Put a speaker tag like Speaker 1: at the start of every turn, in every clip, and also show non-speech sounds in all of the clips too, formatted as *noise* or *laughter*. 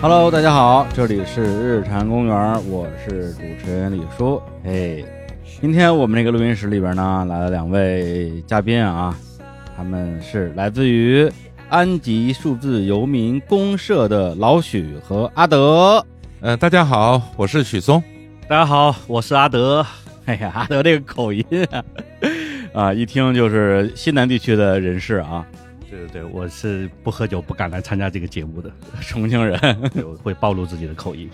Speaker 1: Hello，大家好，这里是日坛公园，我是主持人李叔。哎，今天我们这个录音室里边呢，来了两位嘉宾啊，他们是来自于安吉数字游民公社的老许和阿德。
Speaker 2: 呃，大家好，我是
Speaker 3: *laughs*
Speaker 2: 许嵩。
Speaker 3: 大家好，我是阿德。
Speaker 1: *laughs* 哎呀，阿德这个口音啊， *laughs* 啊，一听就是西南地区的人士啊，
Speaker 3: 对对对，我是不喝酒不敢来参加这个节目的，
Speaker 1: *laughs* 重庆人。
Speaker 3: 对我会暴露自己的口音。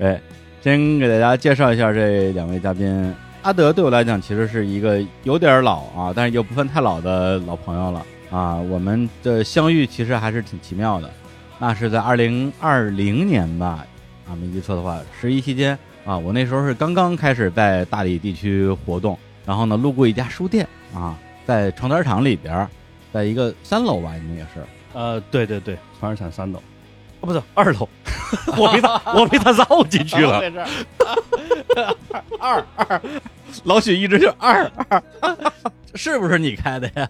Speaker 1: 哎，先给大家介绍一下这两位嘉宾。阿德对我来讲其实是一个有点老啊，但是又不算太老的老朋友了啊。我们的相遇其实还是挺奇妙的，那是在二零二零年吧，啊，没记错的话，十一期间啊，我那时候是刚刚开始在大理地区活动，然后呢，路过一家书店啊，在床单厂里边儿，在一个三楼吧，应该也是，
Speaker 3: 呃，对对对，船儿厂三楼，哦，不是二楼，我被他我被他绕进去了。
Speaker 1: 了。二二， *laughs* 老许一直就二二， *laughs* 是不是你开的呀？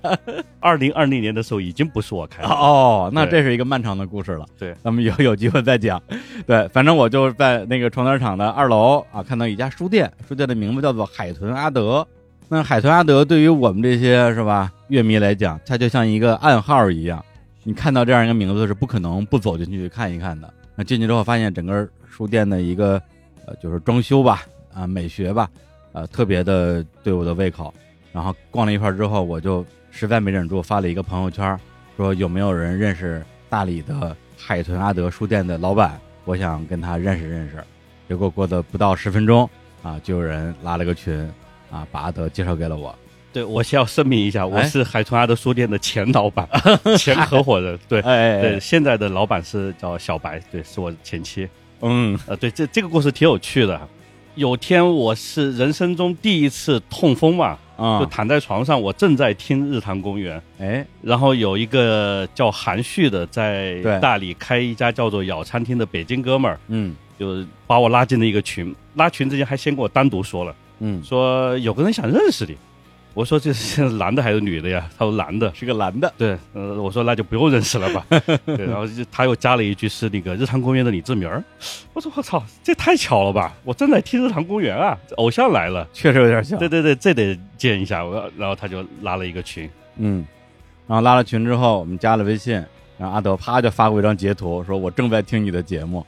Speaker 3: 二零二零年的时候已经不是我开的，
Speaker 1: 哦，那
Speaker 3: 对
Speaker 1: 这是一个漫长的故事了。
Speaker 3: 对，
Speaker 1: 咱们以后有机会再讲。 *laughs* 对，反正我就在那个床单厂的二楼啊，看到一家书店，书店的名字叫做海豚阿德。那海豚阿德对于我们这些是吧乐迷来讲，它就像一个暗号一样。你看到这样一个名字是不可能不走进去看一看的。那进去之后发现整个书店的一个呃就是装修吧啊美学吧啊特别的对我的胃口。然后逛了一块儿之后，我就实在没忍住发了一个朋友圈儿，说有没有人认识大理的海豚阿德书店的老板，我想跟他认识认识。结果过的不到十分钟啊，就有人拉了个群啊，把阿德介绍给了我。
Speaker 3: 对我先要声明一下，我
Speaker 1: 哎
Speaker 3: 是海豚阿德书店的前老
Speaker 2: *laughs*
Speaker 3: 板、前合伙人，对。
Speaker 1: 哎
Speaker 3: 对，，现在的老板是叫小白，对，是我前妻。
Speaker 1: 嗯，
Speaker 3: 呃，对，这这个故事挺有趣的。有天我是人生中第一次痛风嘛，就
Speaker 1: 啊，
Speaker 3: 躺在床上，我正在听《日坛公园》，
Speaker 1: 哎，
Speaker 3: 然后有一个叫韩旭的在
Speaker 1: 对
Speaker 3: 大理开一家叫做“咬餐厅”的北京哥们儿，
Speaker 1: 嗯
Speaker 3: 就把我拉进了一个群。拉群之前还先跟我单独说了，
Speaker 1: 嗯，
Speaker 3: 说有个人想认识你。我说这是男的还是女的呀？他说男的。
Speaker 1: 是个男的，
Speaker 3: 对，呃，我说那就不用认识了吧。 *laughs* 对，然后就他又加了一句是那个《日常公园》的李志明儿。我说我操，这太巧了吧！我正在听《日常公园》啊，偶像来了。
Speaker 1: 确实有点像
Speaker 3: 对。对对，这得见一下。我要然后他就拉了一个群，
Speaker 1: 嗯，然后拉了群之后，我们加了微信，然后阿德啪就发过一张截图，说我正在听你的节目。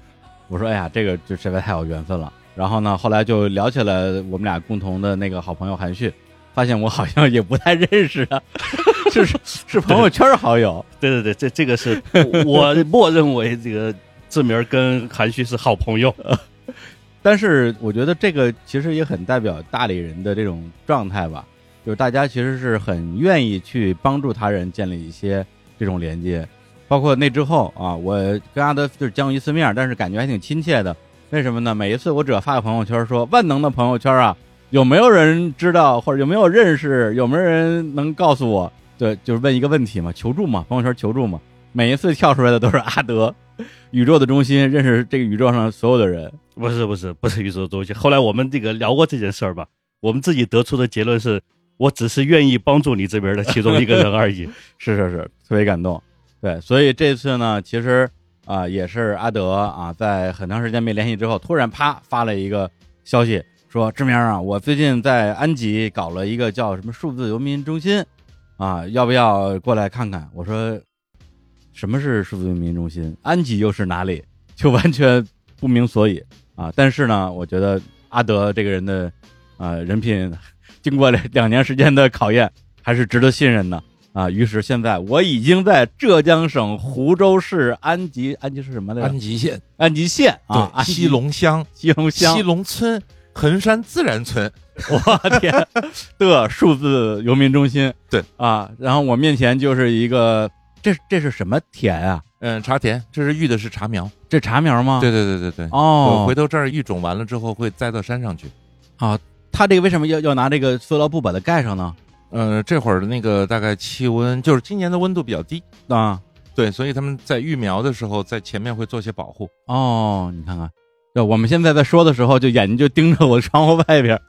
Speaker 1: 我说哎呀，这个就实在太有缘分了。然后呢，后来就聊起来我们俩共同的那个好朋友韩旭，发现我好像也不太认识啊， *laughs* 是是是朋友圈好友。
Speaker 3: 对对对，这这个是我我默认为这个志明儿跟韩旭是好朋友。
Speaker 1: 但是我觉得这个其实也很代表大理人的这种状态吧，就是大家其实是很愿意去帮助他人建立一些这种连接，包括那之后啊，我跟阿德就是见过一次面，但是感觉还挺亲切的。为什么呢？每一次我只要发个朋友圈说“万能的朋友圈啊”，有没有人知道或者有没有认识，有没有人能告诉我？对，就是问一个问题嘛，求助嘛，朋友圈求助嘛。每一次跳出来的都是阿德，宇宙的中心，认识这个宇宙上所有的人。
Speaker 3: 不是不是不是宇宙的东西。后来我们这个聊过这件事儿吧，我们自己得出的结论是，我只是愿意帮助你这边儿的其中一个人而已。
Speaker 1: 是是是，特别感动。对，所以这次呢，其实啊、也是阿德啊，在很长时间没联系之后，突然啪发了一个消息，说志明啊，我最近在安吉搞了一个叫什么数字游民中心啊，要不要过来看看？我说什么是数字游民中心？安吉又是哪里？就完全不明所以啊。但是呢，我觉得阿德这个人的啊人品，经过两两年时间的考验，还是值得信任的。啊，于是现在我已经在浙江省湖州市安吉，安吉是什么来着
Speaker 2: 安？吉县
Speaker 1: 安吉县啊，
Speaker 2: 对
Speaker 1: 安
Speaker 2: 西龙乡
Speaker 1: 西龙乡
Speaker 2: 西，龙村衡山自然村，
Speaker 1: *laughs* 我天的数字游民中心，
Speaker 2: 对
Speaker 1: 啊，然后我面前就是一个，这这是什么田啊？
Speaker 2: 嗯，茶田，这是育的是茶苗，
Speaker 1: 这茶苗吗？
Speaker 2: 对对对对对。我
Speaker 1: 啊哦
Speaker 2: 回，头这儿育种完了之后会栽到山上去。
Speaker 1: 他这个为什么要要拿这个塑料布把它盖上呢？
Speaker 2: 呃，这会儿的那个大概气温就是今年的温度比较低，
Speaker 1: 啊，
Speaker 2: 对，所以他们在育苗的时候在前面会做些保护。
Speaker 1: 哦，你看看，对，我们现在在说的时候，就眼睛就盯着我窗户外边儿，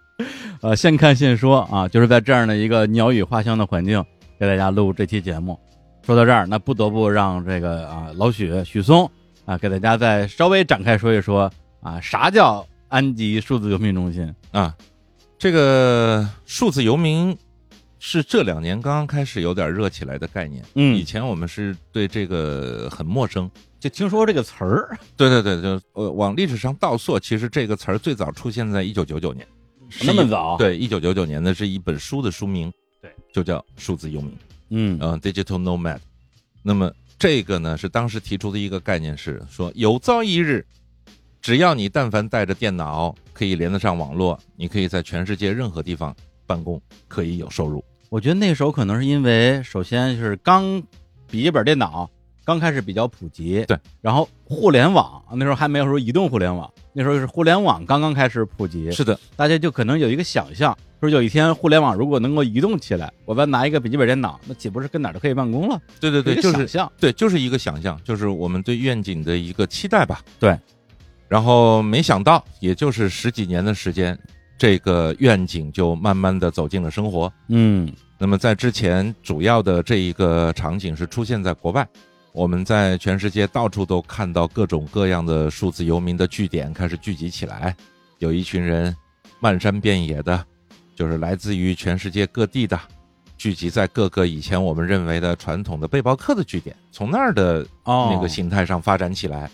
Speaker 1: 呃，现看现说啊，就是在这样的一个鸟语花香的环境，给大家录这期节目。说到这儿，那不得不让这个啊老许许嵩啊，给大家再稍微展开说一说啊，啥叫安吉数字游民中心？
Speaker 2: 啊，这个数字游民是这两年刚刚开始有点热起来的概念。以
Speaker 1: 嗯，
Speaker 2: 前我们是对这个很陌生。
Speaker 1: 就听说这个词儿，
Speaker 2: 对对对，就呃，往历史上倒溯，其实这个词儿最早出现在一九九九年。
Speaker 1: 哦那么早？，啊
Speaker 2: 对，一九九九年的是一本书的书名，
Speaker 3: 对，
Speaker 2: 就叫《数字游民》，
Speaker 1: 嗯
Speaker 2: 嗯、d i g i t a l Nomad。那么这个呢，是当时提出的一个概念是说，有朝一日，只要你但凡带着电脑，可以连得上网络，你可以在全世界任何地方办公，可以有收入。
Speaker 1: 我觉得那时候可能是因为，首先是刚笔记本电脑刚开始比较普及，
Speaker 2: 对，
Speaker 1: 然后互联网那时候还没有说移动互联网，那时候是互联网刚刚开始普及，
Speaker 2: 是的，
Speaker 1: 大家就可能有一个想象，说有一天互联网如果能够移动起来，我再拿一个笔记本电脑，那岂不是跟哪儿都可以办公了？
Speaker 2: 对对对，
Speaker 1: 有一
Speaker 2: 就
Speaker 1: 个
Speaker 2: 是
Speaker 1: 想象，
Speaker 2: 对，就是一个想象，就是我们对愿景的一个期待吧。
Speaker 1: 对，
Speaker 2: 然后没想到，也就是十几年的时间，这个愿景就慢慢的走进了生活。
Speaker 1: 嗯
Speaker 2: 那么在之前，主要的这一个场景是出现在国外，我们在全世界到处都看到各种各样的数字游民的据点开始聚集起来，有一群人漫山遍野的，就是来自于全世界各地的，聚集在各个以前我们认为的传统的背包客的据点，从那儿的
Speaker 1: 哦，
Speaker 2: 那个形态上发展起来。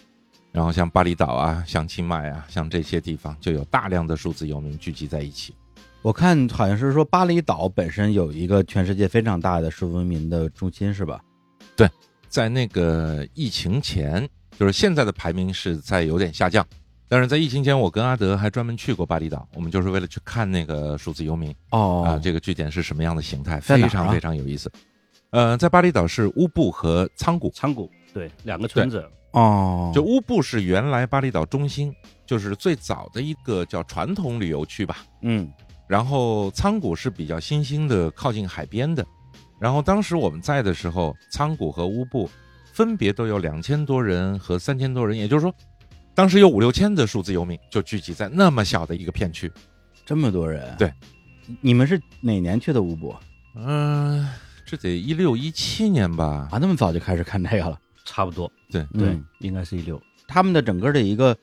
Speaker 2: 然后像巴厘岛啊，像清迈啊，像这些地方，就有大量的数字游民聚集在一起。
Speaker 1: 我看好像是说巴厘岛本身有一个全世界非常大的数字文明的中心是吧？
Speaker 2: 在那个疫情前，就是现在的排名是在有点下降，但是在疫情前，我跟阿德还专门去过巴厘岛，我们就是为了去看那个数字游民
Speaker 1: 哦
Speaker 2: 啊，这个据点是什么样的形态，
Speaker 1: 在
Speaker 2: 非
Speaker 1: 哪儿啊
Speaker 2: 常非常有意思。呃，在巴厘岛是乌布和仓谷，
Speaker 3: 仓谷对两个村子，
Speaker 1: 哦，
Speaker 2: 就乌布是原来巴厘岛中心，就是最早的一个叫传统旅游区吧，
Speaker 1: 嗯
Speaker 2: 然后仓谷是比较新兴的，靠近海边的。然后当时我们在的时候，仓谷和乌布分别都有两千多人和三千多人，也就是说，当时有五六千的数字游民就聚集在那么小的一个片区。
Speaker 1: 这么多人，
Speaker 2: 对，
Speaker 1: 你们是哪年去的乌布啊？
Speaker 2: 嗯、这得一六一七年吧？
Speaker 1: 啊那么早就开始看这个了，
Speaker 3: 差不多
Speaker 2: 对，
Speaker 3: 对，
Speaker 1: 嗯
Speaker 3: 应该是一六。
Speaker 1: 他们的整个的一个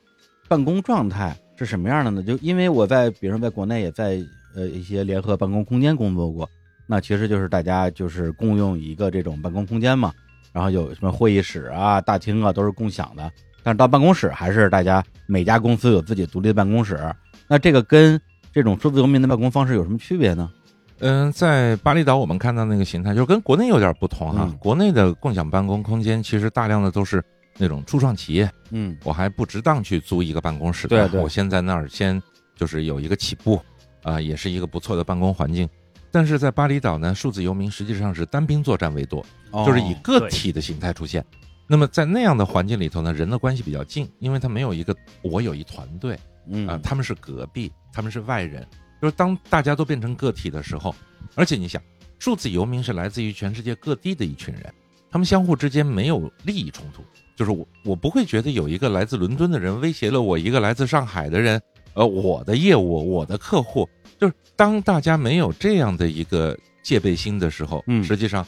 Speaker 1: 办公状态是什么样的呢？就因为我在，比如说在国内也在呃一些联合办公空间工作过，那其实就是大家就是共用一个这种办公空间嘛，然后有什么会议室啊、大厅啊都是共享的，但是到办公室还是大家每家公司有自己独立的办公室。那这个跟这种数字游民的办公方式有什么区别呢？
Speaker 2: 嗯、在巴厘岛我们看到那个形态，就是跟国内有点不同哈、
Speaker 1: 嗯
Speaker 2: 国内的共享办公空间其实大量的都是那种初创企业，
Speaker 1: 嗯
Speaker 2: 我还不值当去租一个办公室，啊
Speaker 1: 对对
Speaker 2: 我先在那儿先就是有一个起步，啊、也是一个不错的办公环境。但是在巴厘岛呢，数字游民实际上是单兵作战为多，
Speaker 1: 哦
Speaker 2: 就是以个体的形态出现。那么在那样的环境里头呢，人的关系比较近，因为他没有一个我有一团队
Speaker 1: 嗯
Speaker 2: 啊、他们是隔壁，他们是外人。就是当大家都变成个体的时候，而且你想，数字游民是来自于全世界各地的一群人，他们相互之间没有利益冲突，就是我我不会觉得有一个来自伦敦的人威胁了我一个来自上海的人，呃，我的业务，我的客户，就是当大家没有这样的一个戒备心的时候，
Speaker 1: 嗯
Speaker 2: 实际上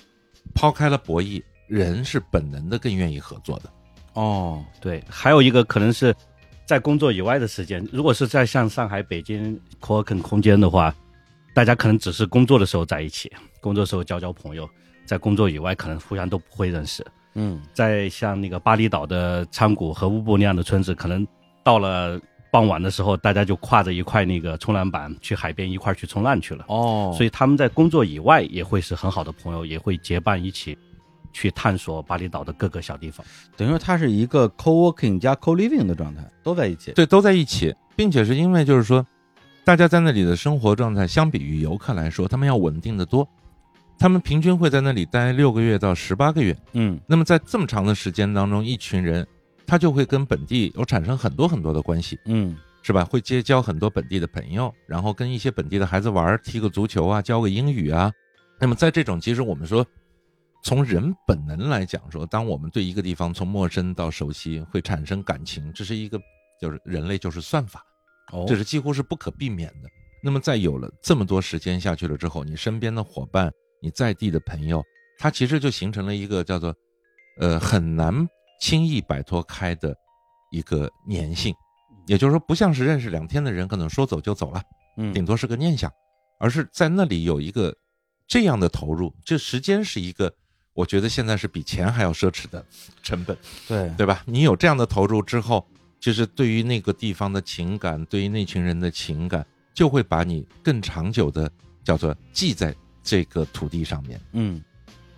Speaker 2: 抛开了博弈，人是本能的更愿意合作的。
Speaker 1: 哦
Speaker 3: 对，还有一个可能是在工作以外的时间，如果是在像上海、北京 c o o k i n 空间的话，大家可能只是工作的时候在一起，工作时候交交朋友，在工作以外可能互相都不会认识。
Speaker 1: 嗯
Speaker 3: 在像那个巴厘岛的仓谷和乌布那样的村子，可能到了傍晚的时候，大家就挎着一块那个冲浪板去海边一块儿去冲浪去了。
Speaker 1: 哦
Speaker 3: 所
Speaker 1: 以
Speaker 3: 以他们在工作以外也会是很好的朋友，也会结伴一起去探索巴厘岛的各个小地方。
Speaker 1: 等于说它是一个 co-working 加 co-living 的状态，都在一起。
Speaker 2: 对，都在一起，并且是因为就是说，大家在那里的生活状态相比于游客来说，他们要稳定的多。他们平均会在那里待六个月到十八个月。
Speaker 1: 嗯
Speaker 2: 那么在这么长的时间当中，一群人他就会跟本地有产生很多很多的关系，
Speaker 1: 嗯
Speaker 2: 是吧？会结交很多本地的朋友，然后跟一些本地的孩子玩儿，踢个足球啊，教个英语啊。那么在这种，其实我们说，从人本能来讲说，当我们对一个地方从陌生到熟悉，会产生感情，这是一个就是人类就是算法。
Speaker 1: 哦
Speaker 2: 这是几乎是不可避免的。那么在有了这么多时间下去了之后，你身边的伙伴，你在地的朋友，他其实就形成了一个叫做，呃，很难轻易摆脱开的一个粘性，也就是说，不像是认识两天的人可能说走就走了，
Speaker 1: 嗯
Speaker 2: 顶多是个念想，而是在那里有一个这样的投入，这时间是一个。我觉得现在是比钱还要奢侈的成本，
Speaker 1: 对
Speaker 2: 对吧？你有这样的投入之后，就是对于那个地方的情感，对于那群人的情感，就会把你更长久的叫做记在这个土地上面。
Speaker 1: 嗯，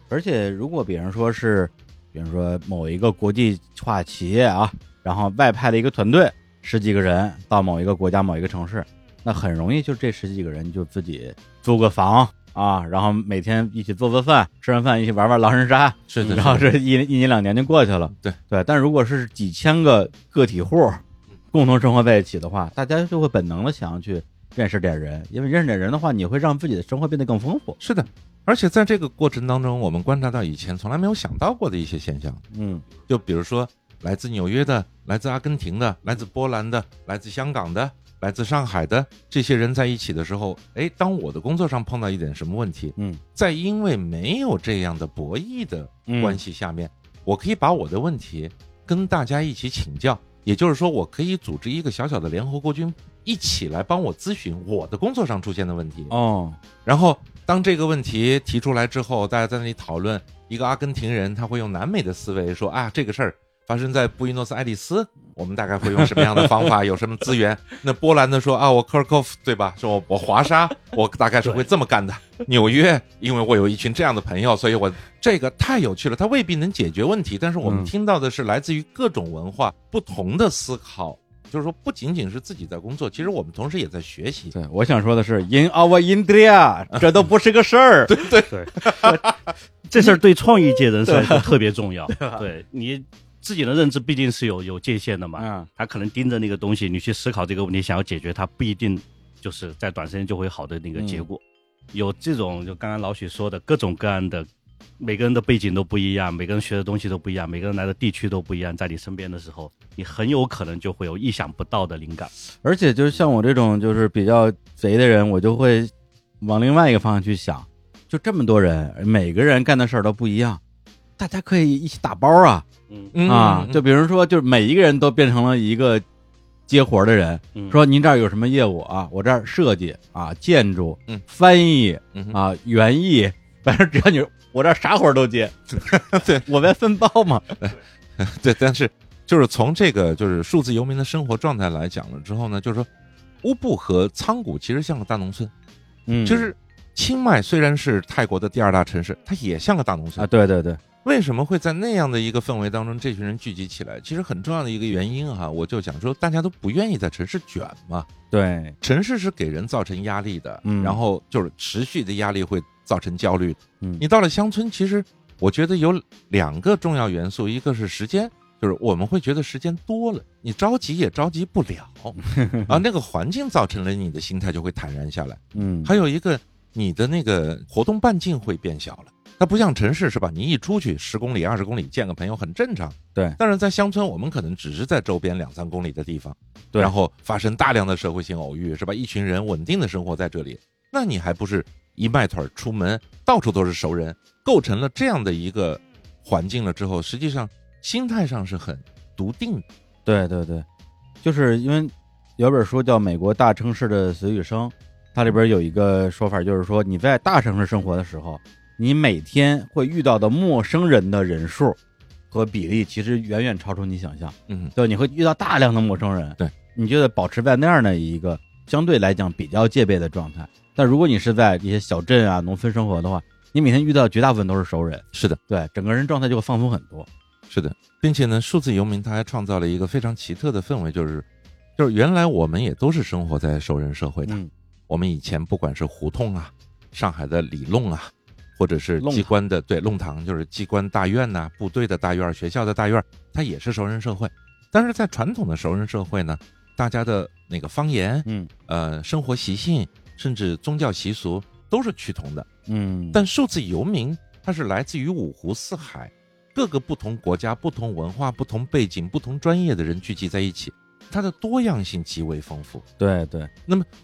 Speaker 1: 而且如果比方说是，比方说某一个国际化企业啊，然后外派了一个团队，十几个人到某一个国家某一个城市，那很容易就这十几个人就自己租个房啊，然后每天一起做做饭，吃完饭一起玩玩狼人杀，
Speaker 2: 是
Speaker 1: 然后这一一年两年就过去了。
Speaker 2: 对
Speaker 1: 对，但如果是几千个个体户
Speaker 2: 嗯
Speaker 1: 共同生活在一起的话，大家就会本能的想要去认识点人，因为认识点人的话，你会让自己的生活变得更丰富。
Speaker 2: 是的，而且在这个过程当中，我们观察到以前从来没有想到过的一些现象，
Speaker 1: 嗯
Speaker 2: 就比如说来自纽约的、来自阿根廷的、来自波兰的、来自香港的、来自上海的这些人在一起的时候，哎，当我的工作上碰到一点什么问题，
Speaker 1: 嗯
Speaker 2: 在因为没有这样的博弈的关系下面，我可以把我的问题跟大家一起请教，也就是说，我可以组织一个小小的联合国军，一起来帮我咨询我的工作上出现的问题。
Speaker 1: 哦
Speaker 2: 然后，当这个问题提出来之后，大家在那里讨论，一个阿根廷人他会用南美的思维说啊，这个事儿发生在布宜诺斯艾利斯，我们大概会用什么样的方法，有什么资源？那波兰的说啊，我科尔科夫对吧？说我我华沙，我大概是会这么干的。纽约，因为我有一群这样的朋友，所以我这个太有趣了，它未必能解决问题，但是我们
Speaker 1: 嗯
Speaker 2: 听到的是来自于各种文化不同的思考。就是说，不仅仅是自己在工作，其实我们同时也在学习。
Speaker 1: 对，我想说的是，in our India，这都不是个事儿。对，
Speaker 3: 对，这事儿对创意界人士来说特别重要。对你自己的认知毕竟是有有界限的嘛，
Speaker 1: 嗯
Speaker 3: 他可能盯着那个东西，你去思考这个问题，想要解决它，不一定就是在短时间就会好的那个结果。有这种就刚刚老许说的各种各样的，每个人的背景都不一样，每个人学的东西都不一样，每个人来的地区都不一样，在你身边的时候，你很有可能就会有意想不到的灵感。
Speaker 1: 而且就是像我这种就是比较贼的人，我就会往另外一个方向去想。就这么多人，每个人干的事儿都不一样，大家可以一起打包啊。
Speaker 3: 嗯
Speaker 2: 嗯
Speaker 1: 啊，
Speaker 2: 嗯
Speaker 1: 就比如说，就是每一个人都变成了一个接活儿的人，
Speaker 3: 嗯，
Speaker 1: 说您这儿有什么业务啊？我这儿设计啊、建筑、
Speaker 2: 嗯
Speaker 1: 翻译
Speaker 2: 嗯哼
Speaker 1: 啊、园艺， *laughs* 反正只要你我这儿啥活儿都接。
Speaker 2: *laughs* 对，
Speaker 1: 我们分包
Speaker 2: *laughs*
Speaker 1: 嘛。
Speaker 2: 对，但是就是从这个就是数字游民的生活状态来讲了之后呢，就是说乌布和仓谷其实像个大农村，
Speaker 1: 嗯，
Speaker 2: 就是清迈虽然是泰国的第二大城市，它也像个大农
Speaker 1: 啊，
Speaker 2: 村。
Speaker 1: 对对对，
Speaker 2: 为什么会在那样的一个氛围当中，这群人聚集起来？其实很重要的一个原因哈、我就讲说大家都不愿意在城市卷嘛，
Speaker 1: 对，
Speaker 2: 城市是给人造成压力的，
Speaker 1: 嗯
Speaker 2: 然后就是持续的压力会造成焦虑。
Speaker 1: 嗯
Speaker 2: 你到了乡村，其实我觉得有两个重要元素，一个是时间，就是我们会觉得时间多了，你着急也着急不
Speaker 1: *laughs*
Speaker 2: 了啊，那个环境造成了你的心态就会坦然下来。
Speaker 1: 嗯，
Speaker 2: 还有一个，你的那个活动半径会变小了。它不像城市是吧？你一出去十公里、二十公里见个朋友很正常。
Speaker 1: 对
Speaker 2: 但是在乡村，我们可能只是在周边两三公里的地方，
Speaker 1: 对
Speaker 2: 然后发生大量的社会性偶遇是吧？一群人稳定的生活在这里，那你还不是一迈腿儿出门，到处都是熟人，构成了这样的一个环境了之后，实际上心态上是很笃定的。
Speaker 1: 对对对，就是因为有本书叫《美国大城市的死与生》，它里边有一个说法，就是说你在大城市生活的时候，你每天会遇到的陌生人的人数和比例，其实远远超出你想象。
Speaker 2: 嗯，
Speaker 1: 就你会遇到大量的陌生人，
Speaker 2: 对，
Speaker 1: 你就得保持在那样的一个相对来讲比较戒备的状态。但如果你是在一些小镇啊、农村生活的话，你每天遇到绝大部分都是熟人，
Speaker 2: 是的。
Speaker 1: 对，整个人状态就会放松很多。
Speaker 2: 是的，并且呢，数字游民他还创造了一个非常奇特的氛围，就是，就是原来我们也都是生活在熟人社会的，
Speaker 1: 嗯
Speaker 2: 我们以前不管是胡同啊，上海的里弄啊，或者是
Speaker 1: 弄堂
Speaker 2: 机关的对弄堂，就是机关大院呐、部队的大院、学校的大院，它也是熟人社会。但是在传统的熟人社会呢，大家的那个方言、
Speaker 1: 嗯
Speaker 2: 呃生活习性，甚至宗教习俗都是趋同的。
Speaker 1: 嗯，
Speaker 2: 但数字游民它是来自于五湖四海，各个不同国家、不同文化、不同背景、不同专业的人聚集在一起，它的多样性极为丰富。
Speaker 1: 对对，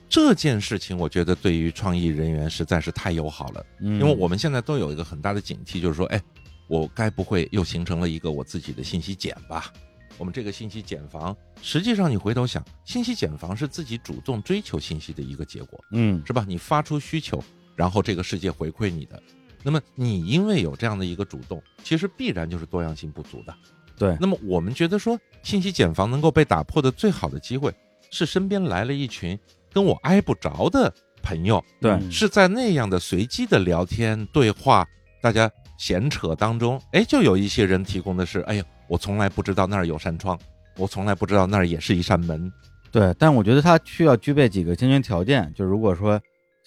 Speaker 2: 这件事情，我觉得对于创意人员实在是太友好了，
Speaker 1: 因
Speaker 2: 因为我们现在都有一个很大的警惕，就是说，哎，我该不会又形成了一个我自己的信息茧吧？我们这个信息茧房，实际上你回头想，信息茧房是自己主动追求信息的一个结果，
Speaker 1: 嗯
Speaker 2: 是吧？你发出需求，然后这个世界回馈你的。那么你因为有这样的一个主动，其实必然就是多样性不足的。
Speaker 1: 对
Speaker 2: 那么我们觉得说，信息茧房能够被打破的最好的机会，是身边来了一群跟我挨不着的朋友，
Speaker 1: 对
Speaker 3: 嗯
Speaker 2: 是在那样的随机的聊天对话，大家闲扯当中，哎，就有一些人提供的是，哎呀，我从来不知道那儿有扇窗，我从来不知道那儿也是一扇门。
Speaker 1: 对，但我觉得它需要具备几个先决条件，就如果说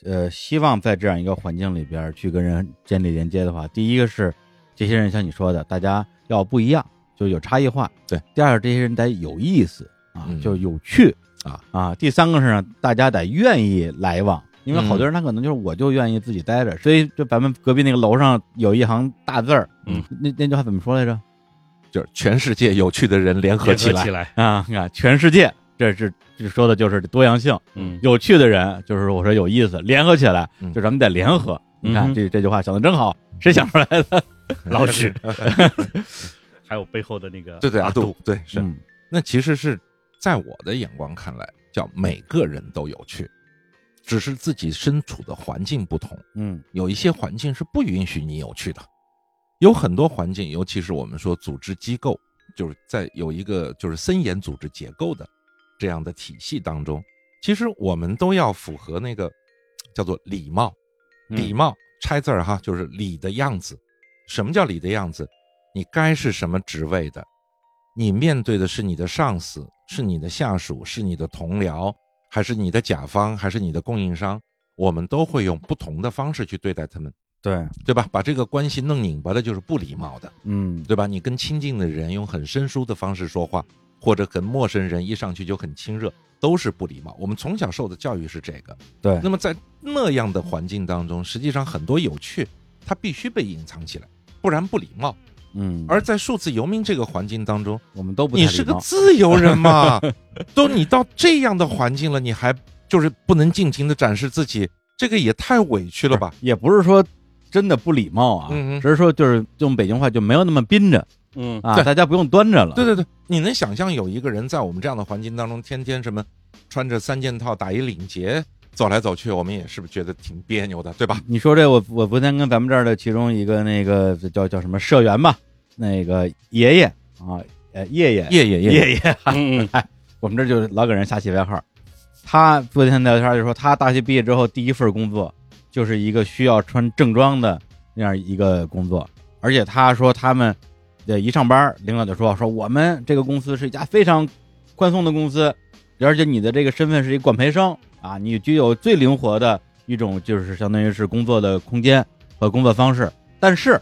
Speaker 1: 呃希望在这样一个环境里边儿去跟人建立连接的话，第一个是这些人像你说的，大家要不一样，就有差异化；
Speaker 2: 对，
Speaker 1: 第二这些人得有意思啊，
Speaker 2: 嗯
Speaker 1: 就有趣
Speaker 2: 啊
Speaker 1: 啊，第三个是呢，大家得愿意来往。因为好
Speaker 2: 嗯
Speaker 1: 多人他可能就是我就愿意自己待着，所以就咱们隔壁那个楼上有一行大字儿，
Speaker 3: 嗯，
Speaker 1: 那那句话怎么说来着？
Speaker 2: 就是全世界有趣的人联合
Speaker 3: 联合
Speaker 2: 起
Speaker 3: 起
Speaker 2: 来，
Speaker 3: 来，
Speaker 1: 啊，你看全世界，这是这说的就是多样性，
Speaker 3: 嗯，
Speaker 1: 有趣的人，就是我说有意思，联合起来
Speaker 2: 嗯，
Speaker 1: 就咱们得联合。你看
Speaker 3: 嗯哼
Speaker 1: 这这句话想的真好，谁想出来的？
Speaker 3: 老许，还有背后的那个
Speaker 2: *laughs* 对对，
Speaker 3: 阿
Speaker 2: 阿杜，对是。
Speaker 1: 嗯
Speaker 2: 那其实是在我的眼光看来，叫每个人都有趣，只是自己身处的环境不同。
Speaker 1: 嗯
Speaker 2: 有一些环境是不允许你有趣的，有很多环境，尤其是我们说组织机构，就是在有一个就是森严组织结构的这样的体系当中，其实我们都要符合那个叫做礼貌。礼
Speaker 1: 嗯
Speaker 2: 貌拆字儿哈，就是礼的样子。什么叫礼的样子？你该是什么职位的？你面对的是你的上司，是你的下属，是你的同僚，还是你的甲方，还是你的供应商？我们都会用不同的方式去对待他们，
Speaker 1: 对，
Speaker 2: 对吧？把这个关系弄拧巴了就是不礼貌的，
Speaker 1: 嗯
Speaker 2: 对吧？你跟亲近的人用很生疏的方式说话，或者跟陌生人一上去就很亲热，都是不礼貌。我们从小受的教育是这个。
Speaker 1: 对，
Speaker 2: 那么在那样的环境当中，实际上很多有趣，它必须被隐藏起来，不然不礼貌。
Speaker 1: 嗯，
Speaker 2: 而在数字游民这个环境当中，
Speaker 1: 我们都不太
Speaker 2: 你是
Speaker 1: 礼
Speaker 2: 个
Speaker 1: 貌，
Speaker 2: 自由人
Speaker 1: *laughs*
Speaker 2: 嘛，都你到这样的环境了，你还就是不能尽情的展示自己，这个也太委屈了吧？
Speaker 1: 也不是说真的不礼貌啊，
Speaker 2: 嗯嗯
Speaker 1: 只是说就是用北京话就没有那么宾着
Speaker 3: 嗯
Speaker 1: 啊，
Speaker 2: 对
Speaker 1: 大家不用端着了。
Speaker 2: 对对对，你能想象有一个人在我们这样的环境当中，天天什么穿着三件套、打一领结走来走去，我们也是不是觉得挺别扭的，对吧？
Speaker 1: 你说这我我昨天跟咱们这儿的其中一个那个叫叫什么社员吧，那个爷爷啊，呃爷爷
Speaker 2: *laughs* 夜夜夜
Speaker 1: 爷爷
Speaker 3: 嗯嗯
Speaker 1: 我们这就老给人瞎起外号。他昨天聊天就说，他大学毕业之后第一份工作就是一个需要穿正装的那样一个工作，而且他说他们呃一上班，领导就说说我们这个公司是一家非常宽松的公司，而且你的这个身份是一管培生啊，你具有最灵活的一种就是相当于是工作的空间和工作方式，但是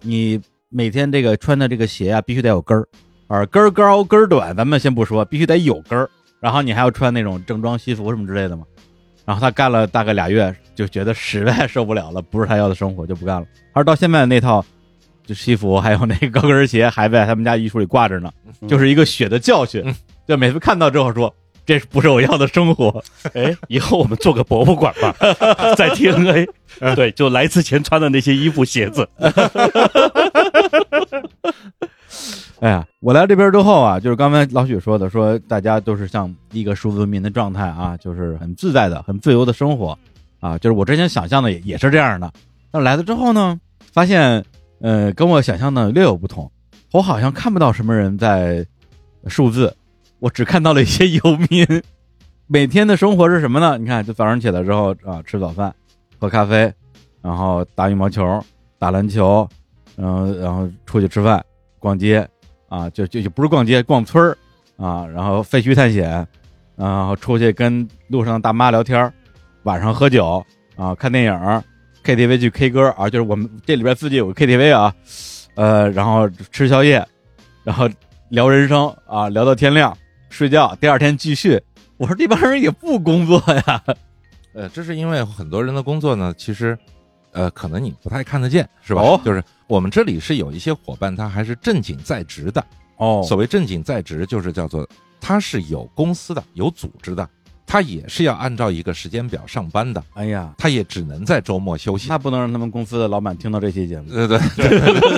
Speaker 1: 你每天这个穿的这个鞋啊，必须得有跟儿，而跟儿高跟儿短，咱们先不说，必须得有跟儿。然后你还要穿那种正装西服什么之类的嘛。然后他干了大概俩月，就觉得实在 *laughs* 受不了了，不是他要的生活，就不干了。而到现在那套就西服还有那个高跟儿鞋还在他们家衣橱里挂着呢，
Speaker 3: 嗯
Speaker 1: 就是一个血的教训
Speaker 2: 嗯。
Speaker 1: 就每次看到之后说，这不是我要的生活。
Speaker 3: 哎，以后我们做个博物馆
Speaker 1: *laughs*
Speaker 3: 吧，在 TNA，对，就来之前穿的那些衣服、鞋子，
Speaker 1: 哎呀，我来这边之后啊，就是刚才老许说的，说大家都是像一个数字民的状态啊，就是很自在的、很自由的生活啊，就是我之前想象的也也是这样的。但来了之后呢，发现呃，跟我想象的略有不同，我好像看不到什么人在数字，我只看到了一些游民。每天的生活是什么呢？你看，就早上起来之后啊，吃早饭，喝咖啡，然后打羽毛球、打篮球，然后然后出去吃饭、逛街，啊，就就就不是逛街，逛村儿啊，然后废墟探险，啊然后出去跟路上的大妈聊天儿，晚上喝酒啊，看电影儿，KTV 去 K 歌啊，就是我们这里边自己有个 KTV 啊，呃，然后吃宵夜，然后聊人生啊，聊到天亮，睡觉，第二天继续。我说这帮人也不工作呀，
Speaker 2: 呃，这是因为很多人的工作呢，其实，呃，可能你不太看得见，是吧？
Speaker 1: 哦
Speaker 2: 就是我们这里是有一些伙伴，他还是正经在职的。
Speaker 1: 哦
Speaker 2: 所谓正经在职，就是叫做他是有公司的、有组织的，他也是要按照一个时间表上班的，
Speaker 1: 哎呀，
Speaker 2: 他也只能在周末休息。
Speaker 1: 那不能让他们公司的老板听到这期节目，
Speaker 2: 对对
Speaker 1: *laughs*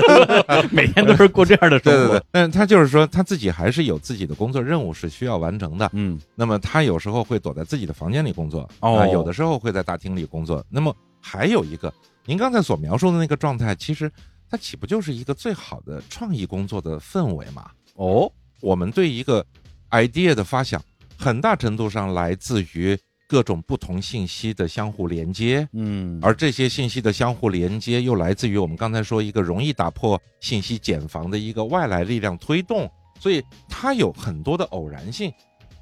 Speaker 1: 每天都是过这样的生
Speaker 2: 对
Speaker 1: 活。
Speaker 2: 对对，但是他就是说他自己还是有自己的工作任务是需要完成的。
Speaker 1: 嗯，
Speaker 2: 那么他有时候会躲在自己的房间里工作，
Speaker 1: 哦
Speaker 2: 啊，有的时候会在大厅里工作。那么还有一个，您刚才所描述的那个状态，其实它岂不就是一个最好的创意工作的氛围嘛？
Speaker 1: 哦，
Speaker 2: 我们对一个 idea 的发想，很大程度上来自于各种不同信息的相互连接，
Speaker 1: 嗯，
Speaker 2: 而这些信息的相互连接又来自于我们刚才说一个容易打破信息茧房的一个外来力量推动，所以它有很多的偶然性。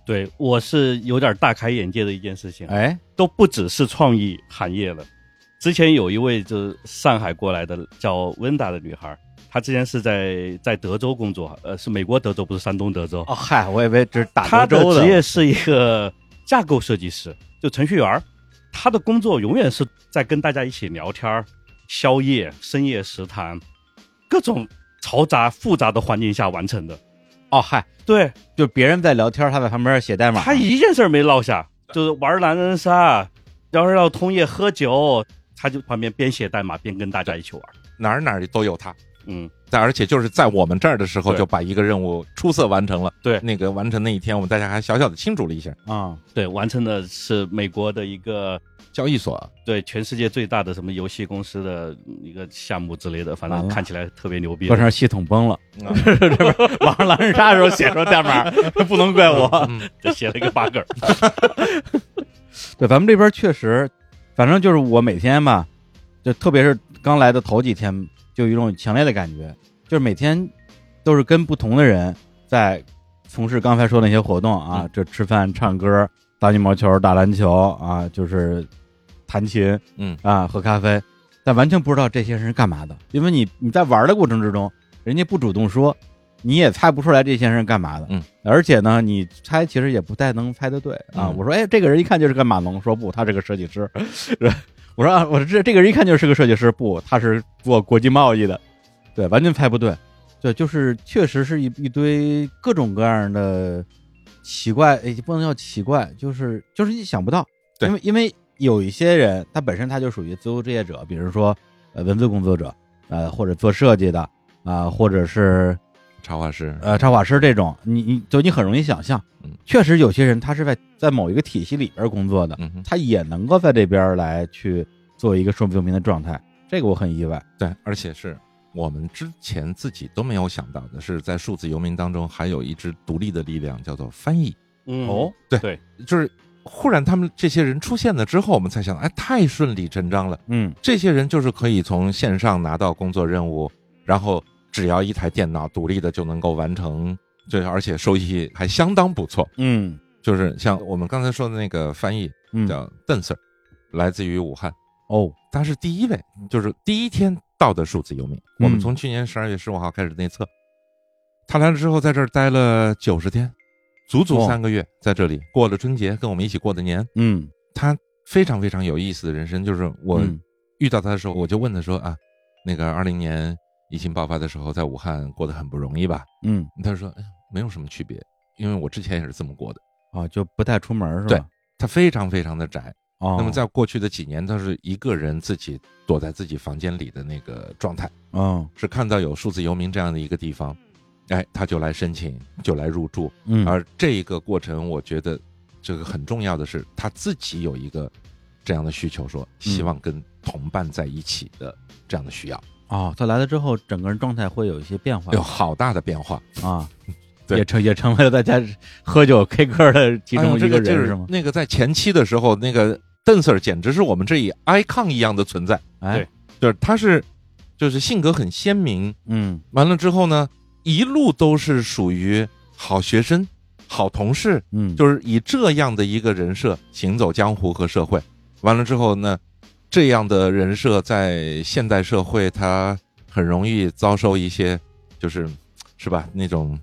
Speaker 3: 对我是有点大开眼界的一件事情，
Speaker 1: 哎，
Speaker 3: 都不只是创意行业了。之前有一位就是上海过来的叫温达的女孩，她之前是在在德州工作，呃，是美国德州，不是山东德州。
Speaker 1: 哦嗨，我以为只是打
Speaker 3: 她
Speaker 1: 德州
Speaker 3: 职业是一个架构设计师，就程序员儿。她的工作永远是在跟大家一起聊天儿、宵夜、深夜食堂，各种嘈杂复杂的环境下完成的。
Speaker 1: 哦嗨，
Speaker 3: 对，
Speaker 1: 就别人在聊天，他在旁边写代码。
Speaker 3: 他一件事儿没落下，就是玩狼人杀，然后到通夜喝酒，他就旁边边写代码边跟大家一起玩。
Speaker 2: 哪儿哪儿都有它，
Speaker 3: 嗯，
Speaker 2: 但而且就是在我们这儿的时候，
Speaker 3: 对
Speaker 2: 就把一个任务出色完成了。
Speaker 3: 对
Speaker 2: 那个完成那一天，我们大家还小小的庆祝了一下。
Speaker 1: 啊，
Speaker 3: 对，完成的是美国的一个
Speaker 2: 交易所
Speaker 3: 对全世界最大的什么游戏公司的一个项目之类的，反
Speaker 1: 完
Speaker 3: 正
Speaker 1: 了
Speaker 3: 看起来特别牛逼
Speaker 1: 合。成系统崩了，
Speaker 2: 啊
Speaker 3: *laughs*
Speaker 1: 网上狼人杀的时候写出代码， *laughs* 不能怪
Speaker 2: *laughs*
Speaker 1: 我。
Speaker 2: 嗯
Speaker 3: 这写了一个 bug，
Speaker 1: 对，咱们这边确实，反正就是我每天吧，就特别是刚来的头几天，就有一种强烈的感觉，就是每天都是跟不同的人在从事刚才说的那些活动啊，这吃饭、唱歌、打羽毛球、打篮球啊，就是弹琴，
Speaker 2: 嗯
Speaker 1: 啊，喝咖啡，但完全不知道这些人是干嘛的，因为你你在玩的过程之中，人家不主动说，你也猜不出来这些人是干嘛的，
Speaker 2: 嗯，
Speaker 1: 而且呢，你猜其实也不太能猜得对啊。
Speaker 2: 嗯
Speaker 1: 我说，哎，这个人一看就是个码农，说不，他是个设计师。 *laughs* 我说啊，我说这这个人一看就是个设计师，不，他是做国际贸易的，对，完全猜不对，对，就是确实是一一堆各种各样的奇怪，哎，不能叫奇怪，就是就是你想不到，
Speaker 2: 对
Speaker 1: 因为因为有一些人他本身他就属于自由职业者，比如说呃文字工作者，呃或者做设计的啊、或者是
Speaker 2: 插画师，
Speaker 1: 呃插画师这种，你你就你很容易想象
Speaker 2: 嗯，
Speaker 1: 确实有些人他是在在某一个体系里边工作的，
Speaker 2: 嗯哼，
Speaker 1: 他也能够在这边来去做一个说不定的状态，这个我很意外。
Speaker 2: 对，而且是我们之前自己都没有想到的，是在数字游民当中还有一支独立的力量，叫做翻译。
Speaker 3: 嗯，
Speaker 1: 哦，
Speaker 2: 就是忽然他们这些人出现了之后，我们才想，哎，太顺理成章了。
Speaker 1: 嗯，
Speaker 2: 这些人就是可以从线上拿到工作任务，然后只要一台电脑独立的就能够完成，对，而且收益还相当不错。
Speaker 1: 嗯
Speaker 2: 就是像我们刚才说的那个翻译
Speaker 1: 嗯，
Speaker 2: 叫邓 Sir，来自于武汉，
Speaker 1: 哦，
Speaker 2: 他是第一位，就是第一天到的数字游民。我们
Speaker 1: 嗯
Speaker 2: 从去年十二月十五号开始内测，他来了之后在这儿待了九十天，足足
Speaker 1: 哦
Speaker 2: 三个月，在这里过了春节，跟我们一起过的年，
Speaker 1: 嗯，
Speaker 2: 他非常非常有意思的人生。就是我
Speaker 1: 嗯
Speaker 2: 遇到他的时候，我就问他说啊，那个二零年疫情爆发的时候，在武汉过得很不容易吧？
Speaker 1: 嗯
Speaker 2: 他说、哎呀、没有什么区别，因为我之前也是这么过的。
Speaker 1: 啊，就不太出门是吧？
Speaker 2: 对，他非常非常的宅，
Speaker 1: 哦，
Speaker 2: 那么在过去的几年，他是一个人自己躲在自己房间里的那个状态，
Speaker 1: 嗯
Speaker 2: 是看到有数字游民这样的一个地方，哎，他就来申请，就来入住。
Speaker 1: 嗯，
Speaker 2: 而这一个过程，我觉得这个很重要的是，他自己有一个这样的需求，说希望跟同伴在一起的这样的需要，
Speaker 1: 哦，他来了之后，整个人状态会有一些变化
Speaker 2: 有好大的变化。
Speaker 1: 啊，
Speaker 2: 对
Speaker 1: 也成也成为了大家喝酒 K 歌的其
Speaker 2: 哎呦
Speaker 1: 中
Speaker 2: 这
Speaker 1: 一
Speaker 2: 个就
Speaker 1: 人
Speaker 2: 是
Speaker 1: 是吗？
Speaker 2: 那个在前期的时候，那个邓 Sir 简直是我们这一 icon 一样的存在，
Speaker 1: 哎
Speaker 3: 对，
Speaker 2: 就是他是就是性格很鲜明。
Speaker 1: 嗯
Speaker 2: 完了之后呢，一路都是属于好学生、好同事，
Speaker 1: 嗯，
Speaker 2: 就是以这样的一个人设行走江湖和社会。完了之后呢，这样的人设在现代社会，他很容易遭受一些，就是是吧？那种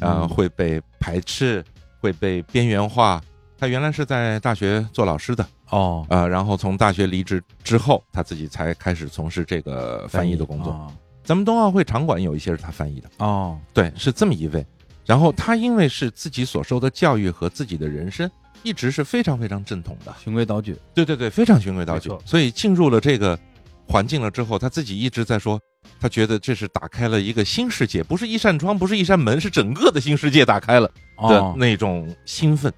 Speaker 2: 啊、
Speaker 1: 嗯
Speaker 2: 会被排斥，会被边缘化。他原来是在大学做老师的
Speaker 1: 哦，
Speaker 2: 啊、然后从大学离职之后，他自己才开始从事这个翻译的工作。
Speaker 1: 哦
Speaker 2: 咱们冬奥会场馆有一些是他翻译的，
Speaker 1: 哦，
Speaker 2: 对，是这么一位。然后他因为是自己所受的教育和自己的人生，一直是非常非常正统的。
Speaker 1: 循规蹈矩，
Speaker 2: 对对对，非常循规蹈矩
Speaker 3: 没错。
Speaker 2: 所以进入了这个环境了之后，他自己一直在说，他觉得这是打开了一个新世界，不是一扇窗，不是一扇门，是整个的新世界打开了的
Speaker 1: 哦，
Speaker 2: 那种兴奋。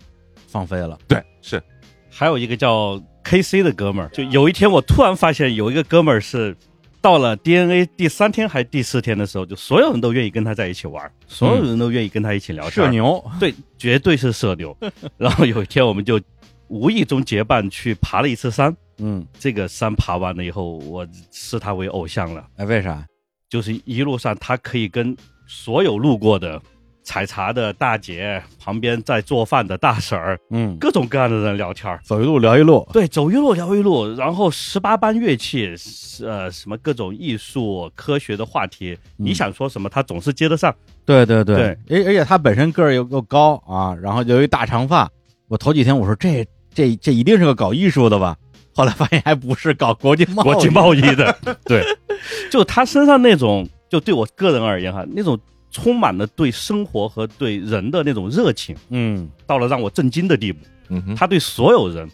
Speaker 1: 放飞了，
Speaker 2: 对，是
Speaker 3: 还有一个叫 K C 的哥们儿，就有一天我突然发现有一个哥们儿是到了 DNA 第三天还是第四天的时候，就所有人都愿意跟他在一起玩儿，所有人都愿意跟他一起聊天
Speaker 1: 嗯社
Speaker 3: 儿，
Speaker 1: 牛，
Speaker 3: 对，绝对是社牛。然后有一天我们就无意中结伴去爬了一次山，
Speaker 1: 嗯，
Speaker 3: 这个山爬完了以后，我视他为偶像了，
Speaker 1: 哎，为啥？
Speaker 3: 就是一路上他可以跟所有路过的。采茶的大姐，旁边在做饭的大婶儿，
Speaker 1: 嗯，
Speaker 3: 各种各样的人聊天儿，
Speaker 1: 走一路聊一路，
Speaker 3: 对，走一路聊一路，然后十八般乐器，呃，什么各种艺术、科学的话题，
Speaker 1: 嗯
Speaker 3: 你想说什么，他总是接得上。
Speaker 1: 对对对，而而且他本身个儿又又高啊，然后有一大长发，我头几天我说这这这一定是个搞艺术的吧，后来发现还不是搞国际
Speaker 3: *laughs*
Speaker 1: 贸易
Speaker 3: 国际贸易的，对，就他身上那种，就对我个人而言哈，那种充满了对生活和对人的那种热情，
Speaker 1: 嗯，
Speaker 3: 到了让我震惊的地步。
Speaker 2: 嗯哼，
Speaker 3: 他对所有人、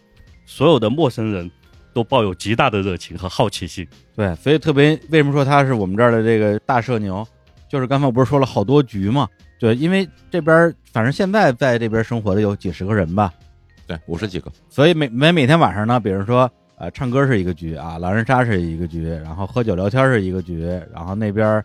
Speaker 3: 所有的陌生人都抱有极大的热情和好奇心。
Speaker 1: 对，所以特别为什么说他是我们这儿的这个大社牛，就是刚才我不是说了好多局嘛，对，因为这边儿反正现在在这边生活的有几十个人吧，
Speaker 2: 对，五十几个，
Speaker 1: 所以每每每天晚上呢，比如说呃，唱歌是一个局啊，狼人杀是一个局，然后喝酒聊天是一个局，然后那边儿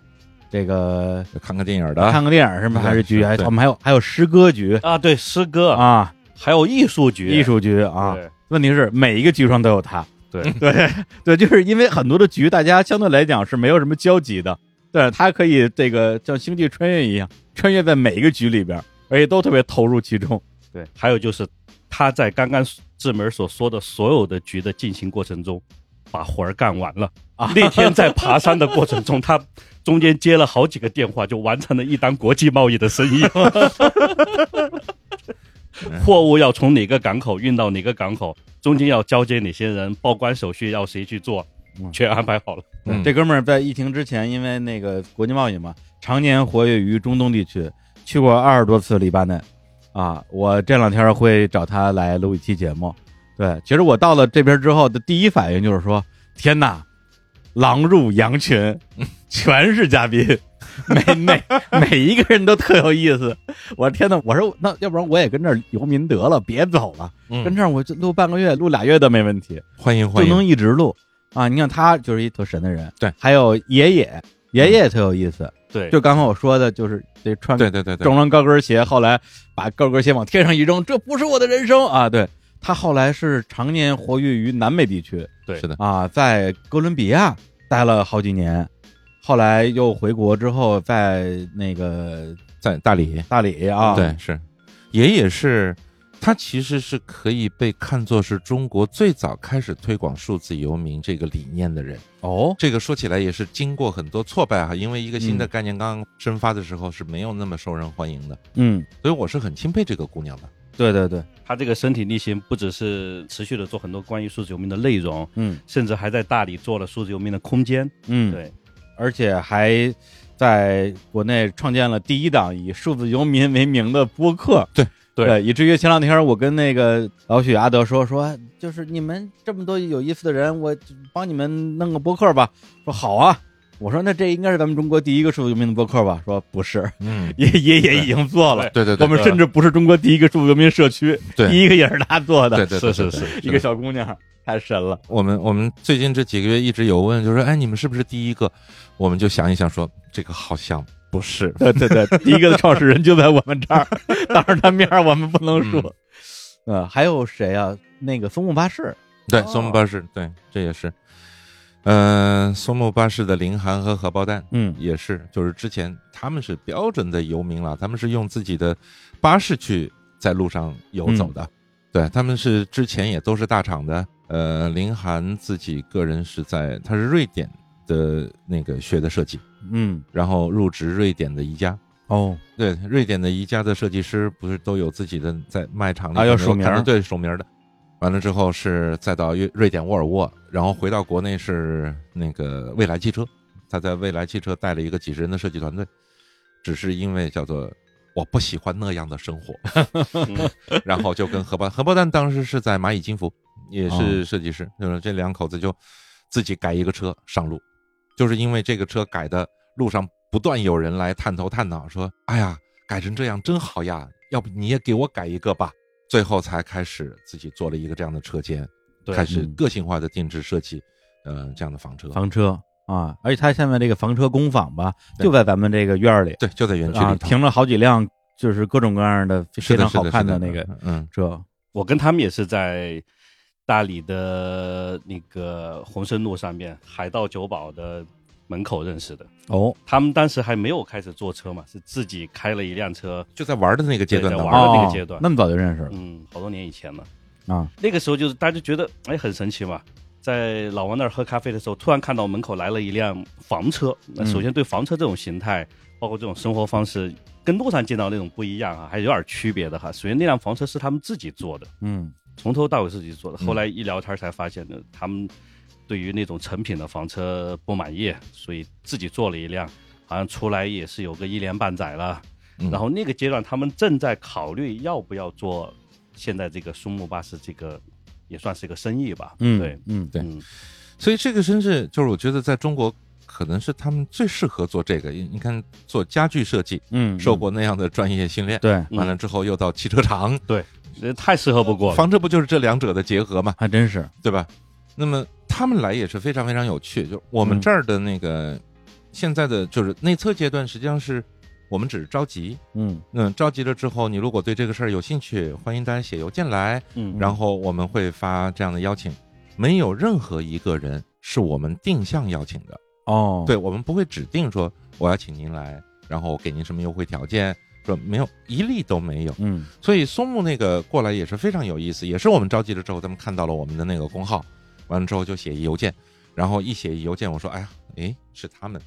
Speaker 1: 这个
Speaker 2: 看看电影的，啊
Speaker 1: 看个电影是吗？
Speaker 2: 对
Speaker 1: 还是局？
Speaker 2: 是
Speaker 1: 还
Speaker 2: 对
Speaker 1: 我们还有还有诗歌
Speaker 3: *laughs*
Speaker 1: 局
Speaker 3: 啊，对，诗歌，
Speaker 1: 啊，
Speaker 3: 还有艺术局，
Speaker 1: 艺术局啊。
Speaker 3: 对
Speaker 1: 问题是每一个局上都有他。
Speaker 3: 对
Speaker 1: *laughs* 对对，就是因为很多的局，大家相对来讲是没有什么交集的。对，他可以这个像星际穿越一样，穿越在每一个局里边，而且都特别投入其中。
Speaker 3: 对，还有就是他在刚刚志门所说的所有的局的进行过程中，把活儿干完了。
Speaker 1: 啊
Speaker 3: 那天在爬山的过程中，他中间接了好几个电话，就完成了一单国际贸易的生意。货物要从哪个港口运到哪个港口，中间要交接哪些人，报关手续要谁去做
Speaker 1: 嗯，
Speaker 3: 全安排好了。
Speaker 2: 嗯
Speaker 1: 这哥们儿在疫情之前，因为那个国际贸易嘛，常年活跃于中东地区，去过二十多次黎巴嫩，啊，我这两天会找他来录一期节目。对，其实我到了这边之后的第一反应就是说，天哪，狼入羊群，全是嘉宾，每每每一个人都特有意思。我天哪，我说那要不然我也跟这儿游民得了，别走了，跟
Speaker 2: 嗯，
Speaker 1: 这儿我就录半个月、录俩月都没问题。
Speaker 2: 欢迎
Speaker 1: 就
Speaker 2: 欢迎，
Speaker 1: 能一直录啊！你看他就是一特神的人，
Speaker 2: 对嗯
Speaker 1: 还有爷爷，爷爷也特有意思。
Speaker 3: 对，
Speaker 1: 就刚才我说的，就是这穿
Speaker 2: 对对对对
Speaker 1: 装，双高跟鞋，后来把高跟鞋往天上一扔，这不是我的人生啊！对他后来是常年活跃于南美地区
Speaker 3: 对
Speaker 2: 是的
Speaker 1: 啊，在哥伦比亚待了好几年，后来又回国之后，在那个
Speaker 2: 在大理，
Speaker 1: 大理啊，
Speaker 2: 对，是，爷爷是，他其实是可以被看作是中国最早开始推广数字游民这个理念的人。
Speaker 1: 哦，
Speaker 2: 这个说起来也是经过很多挫败哈，啊因为一个新的概念刚刚生发的时候是没有那么受人欢迎的，
Speaker 1: 嗯，
Speaker 2: 所以我是很钦佩这个姑娘的。
Speaker 1: 对对对，
Speaker 3: 他这个身体力行，不只是持续的做很多关于数字游民的内容，
Speaker 1: 嗯
Speaker 3: 甚至还在大理做了数字游民的空间。
Speaker 1: 嗯，
Speaker 3: 对，
Speaker 1: 而且还在国内创建了第一档以数字游民为名的播客。
Speaker 2: 对
Speaker 3: 对
Speaker 1: 以至于前两天我跟那个老许阿啊德说说，就是你们这么多有意思的人，我帮你们弄个播客吧。说好啊。我说那这应该是咱们中国第一个数字游民的播客吧？说不是， *laughs*
Speaker 2: 嗯，
Speaker 1: 爷爷也已经做了。
Speaker 2: 对对
Speaker 1: 我
Speaker 2: 对，
Speaker 1: 们甚至不是中国第一个数字游民社区，
Speaker 2: 对
Speaker 1: 第一个也是他做的，
Speaker 2: 对对对
Speaker 3: 是
Speaker 2: 对
Speaker 3: 是
Speaker 2: 对
Speaker 1: 一个小姑娘，太神了。
Speaker 2: 我们我们最近这几个月一直有问，就是说哎，你们是不是第一个？我们就想一想说，这个好像
Speaker 1: *laughs*
Speaker 2: 不是。
Speaker 1: 呃对对对，第一个的创始人就在我们这儿，当着他面儿我们不能说。呃，还有谁啊？那个松木巴士，
Speaker 2: 对
Speaker 1: 哦，
Speaker 2: 松木巴士，对，这也是。嗯，松木巴士的林涵和荷包蛋
Speaker 1: 嗯
Speaker 2: 也是，就是之前他们是标准的游民了，他们是用自己的巴士去在路上游
Speaker 1: 嗯
Speaker 2: 走的。对，他们是之前也都是大厂的。呃，林涵自己个人是在，他是瑞典的那个学的设计，
Speaker 1: 嗯，
Speaker 2: 然后入职瑞典的宜家。
Speaker 1: 哦，
Speaker 2: 对，瑞典的宜家的设计师不是都有自己的在卖场里
Speaker 1: 啊
Speaker 2: 面
Speaker 1: 要
Speaker 2: 有
Speaker 1: 署名
Speaker 2: 看着对署名的。完了之后是再到瑞瑞典沃尔沃，然后回到国内是那个蔚来汽车，他在蔚来汽车带了一个几十人的设计团队，只是因为叫做我不喜欢那样的生活，
Speaker 3: 嗯
Speaker 2: 然后就跟荷包荷包蛋当时是在蚂蚁金服，也
Speaker 1: 哦
Speaker 2: 是设计师，就是这两口子就自己改一个车上路，就是因为这个车改的路上不断有人来探头探脑说，哎呀，改成这样真好呀，要不你也给我改一个吧，最后才开始自己做了一个这样的车间，
Speaker 3: *laughs* 对
Speaker 2: 开始
Speaker 1: 嗯
Speaker 2: 个性化的定制设计，呃，这样的房车，
Speaker 1: 房车啊，而且它现在这个房车工坊吧，
Speaker 2: 对
Speaker 1: 就在咱们这个院儿里，
Speaker 2: 对，就在园区
Speaker 1: 啊，
Speaker 2: 里头，
Speaker 1: 停了好几辆，就是各种各样的
Speaker 2: 是
Speaker 1: 非
Speaker 2: 的
Speaker 1: 常
Speaker 2: 是的
Speaker 1: 好看
Speaker 2: 是的
Speaker 1: 那个
Speaker 2: 嗯，
Speaker 1: 车，
Speaker 3: 我跟他们也是在大理的那个红参路上面海盗酒保的门口认识的。
Speaker 1: 哦，
Speaker 3: 他们当时还没有开始坐车嘛，是自己开了一辆车，
Speaker 2: 就在玩的那个阶段
Speaker 3: 对在
Speaker 2: 当
Speaker 3: 玩
Speaker 2: 中，
Speaker 3: 到那个
Speaker 1: 哦
Speaker 3: 阶段
Speaker 1: 那么早就认识了
Speaker 3: 嗯，好多年以前了。
Speaker 1: 啊，
Speaker 3: 那个时候就是大家就觉得哎很神奇嘛，在老王那儿喝咖啡的时候，突然看到门口来了一辆房车。那
Speaker 1: 嗯
Speaker 3: 首先对房车这种形态，包括这种生活方式，跟路上见到那种不一样啊，还是有点区别的哈。首先那辆房车是他们自己做的，
Speaker 1: 嗯
Speaker 3: 从头到尾自己做的。
Speaker 2: 嗯
Speaker 3: 后来一聊天才发现呢，他们对于那种成品的房车不满意，所以自己做了一辆，好像出来也是有个一年半载了。
Speaker 2: 嗯
Speaker 3: 然后那个阶段，他们正在考虑要不要做现在这个苏木巴士这个，也算是一个生意吧。
Speaker 1: 嗯，
Speaker 3: 对，
Speaker 1: 嗯
Speaker 2: 对
Speaker 3: 嗯，
Speaker 2: 所以这个真是就是我觉得在中国可能是他们最适合做这个。你你看，做家具设计
Speaker 1: 嗯，
Speaker 2: 受过那样的专业训练，
Speaker 1: 对，嗯
Speaker 2: 完了之后又到汽车厂，
Speaker 3: 呃太适合不过了。
Speaker 2: 房车不就是这两者的结合嘛，
Speaker 1: 还真是，
Speaker 2: 对吧？那么他们来也是非常非常有趣。就我们
Speaker 1: 嗯
Speaker 2: 这儿的那个现在的就是内测阶段，实际上是我们只是着急。
Speaker 1: 嗯
Speaker 2: 嗯，着急了之后，你如果对这个事儿有兴趣，欢迎大家写邮件来，
Speaker 3: 嗯，
Speaker 2: 然后我们会发这样的邀请，没有任何一个人是我们定向邀请的。
Speaker 1: 哦，
Speaker 2: 对，我们不会指定说我要请您来，然后我给您什么优惠条件，说没有一例都没有。
Speaker 1: 嗯
Speaker 2: 所以松木那个过来也是非常有意思，也是我们着急了之后，他们看到了我们的那个公号，完了之后就写一邮件，然后一写一邮件，我说哎呀，哎是他们，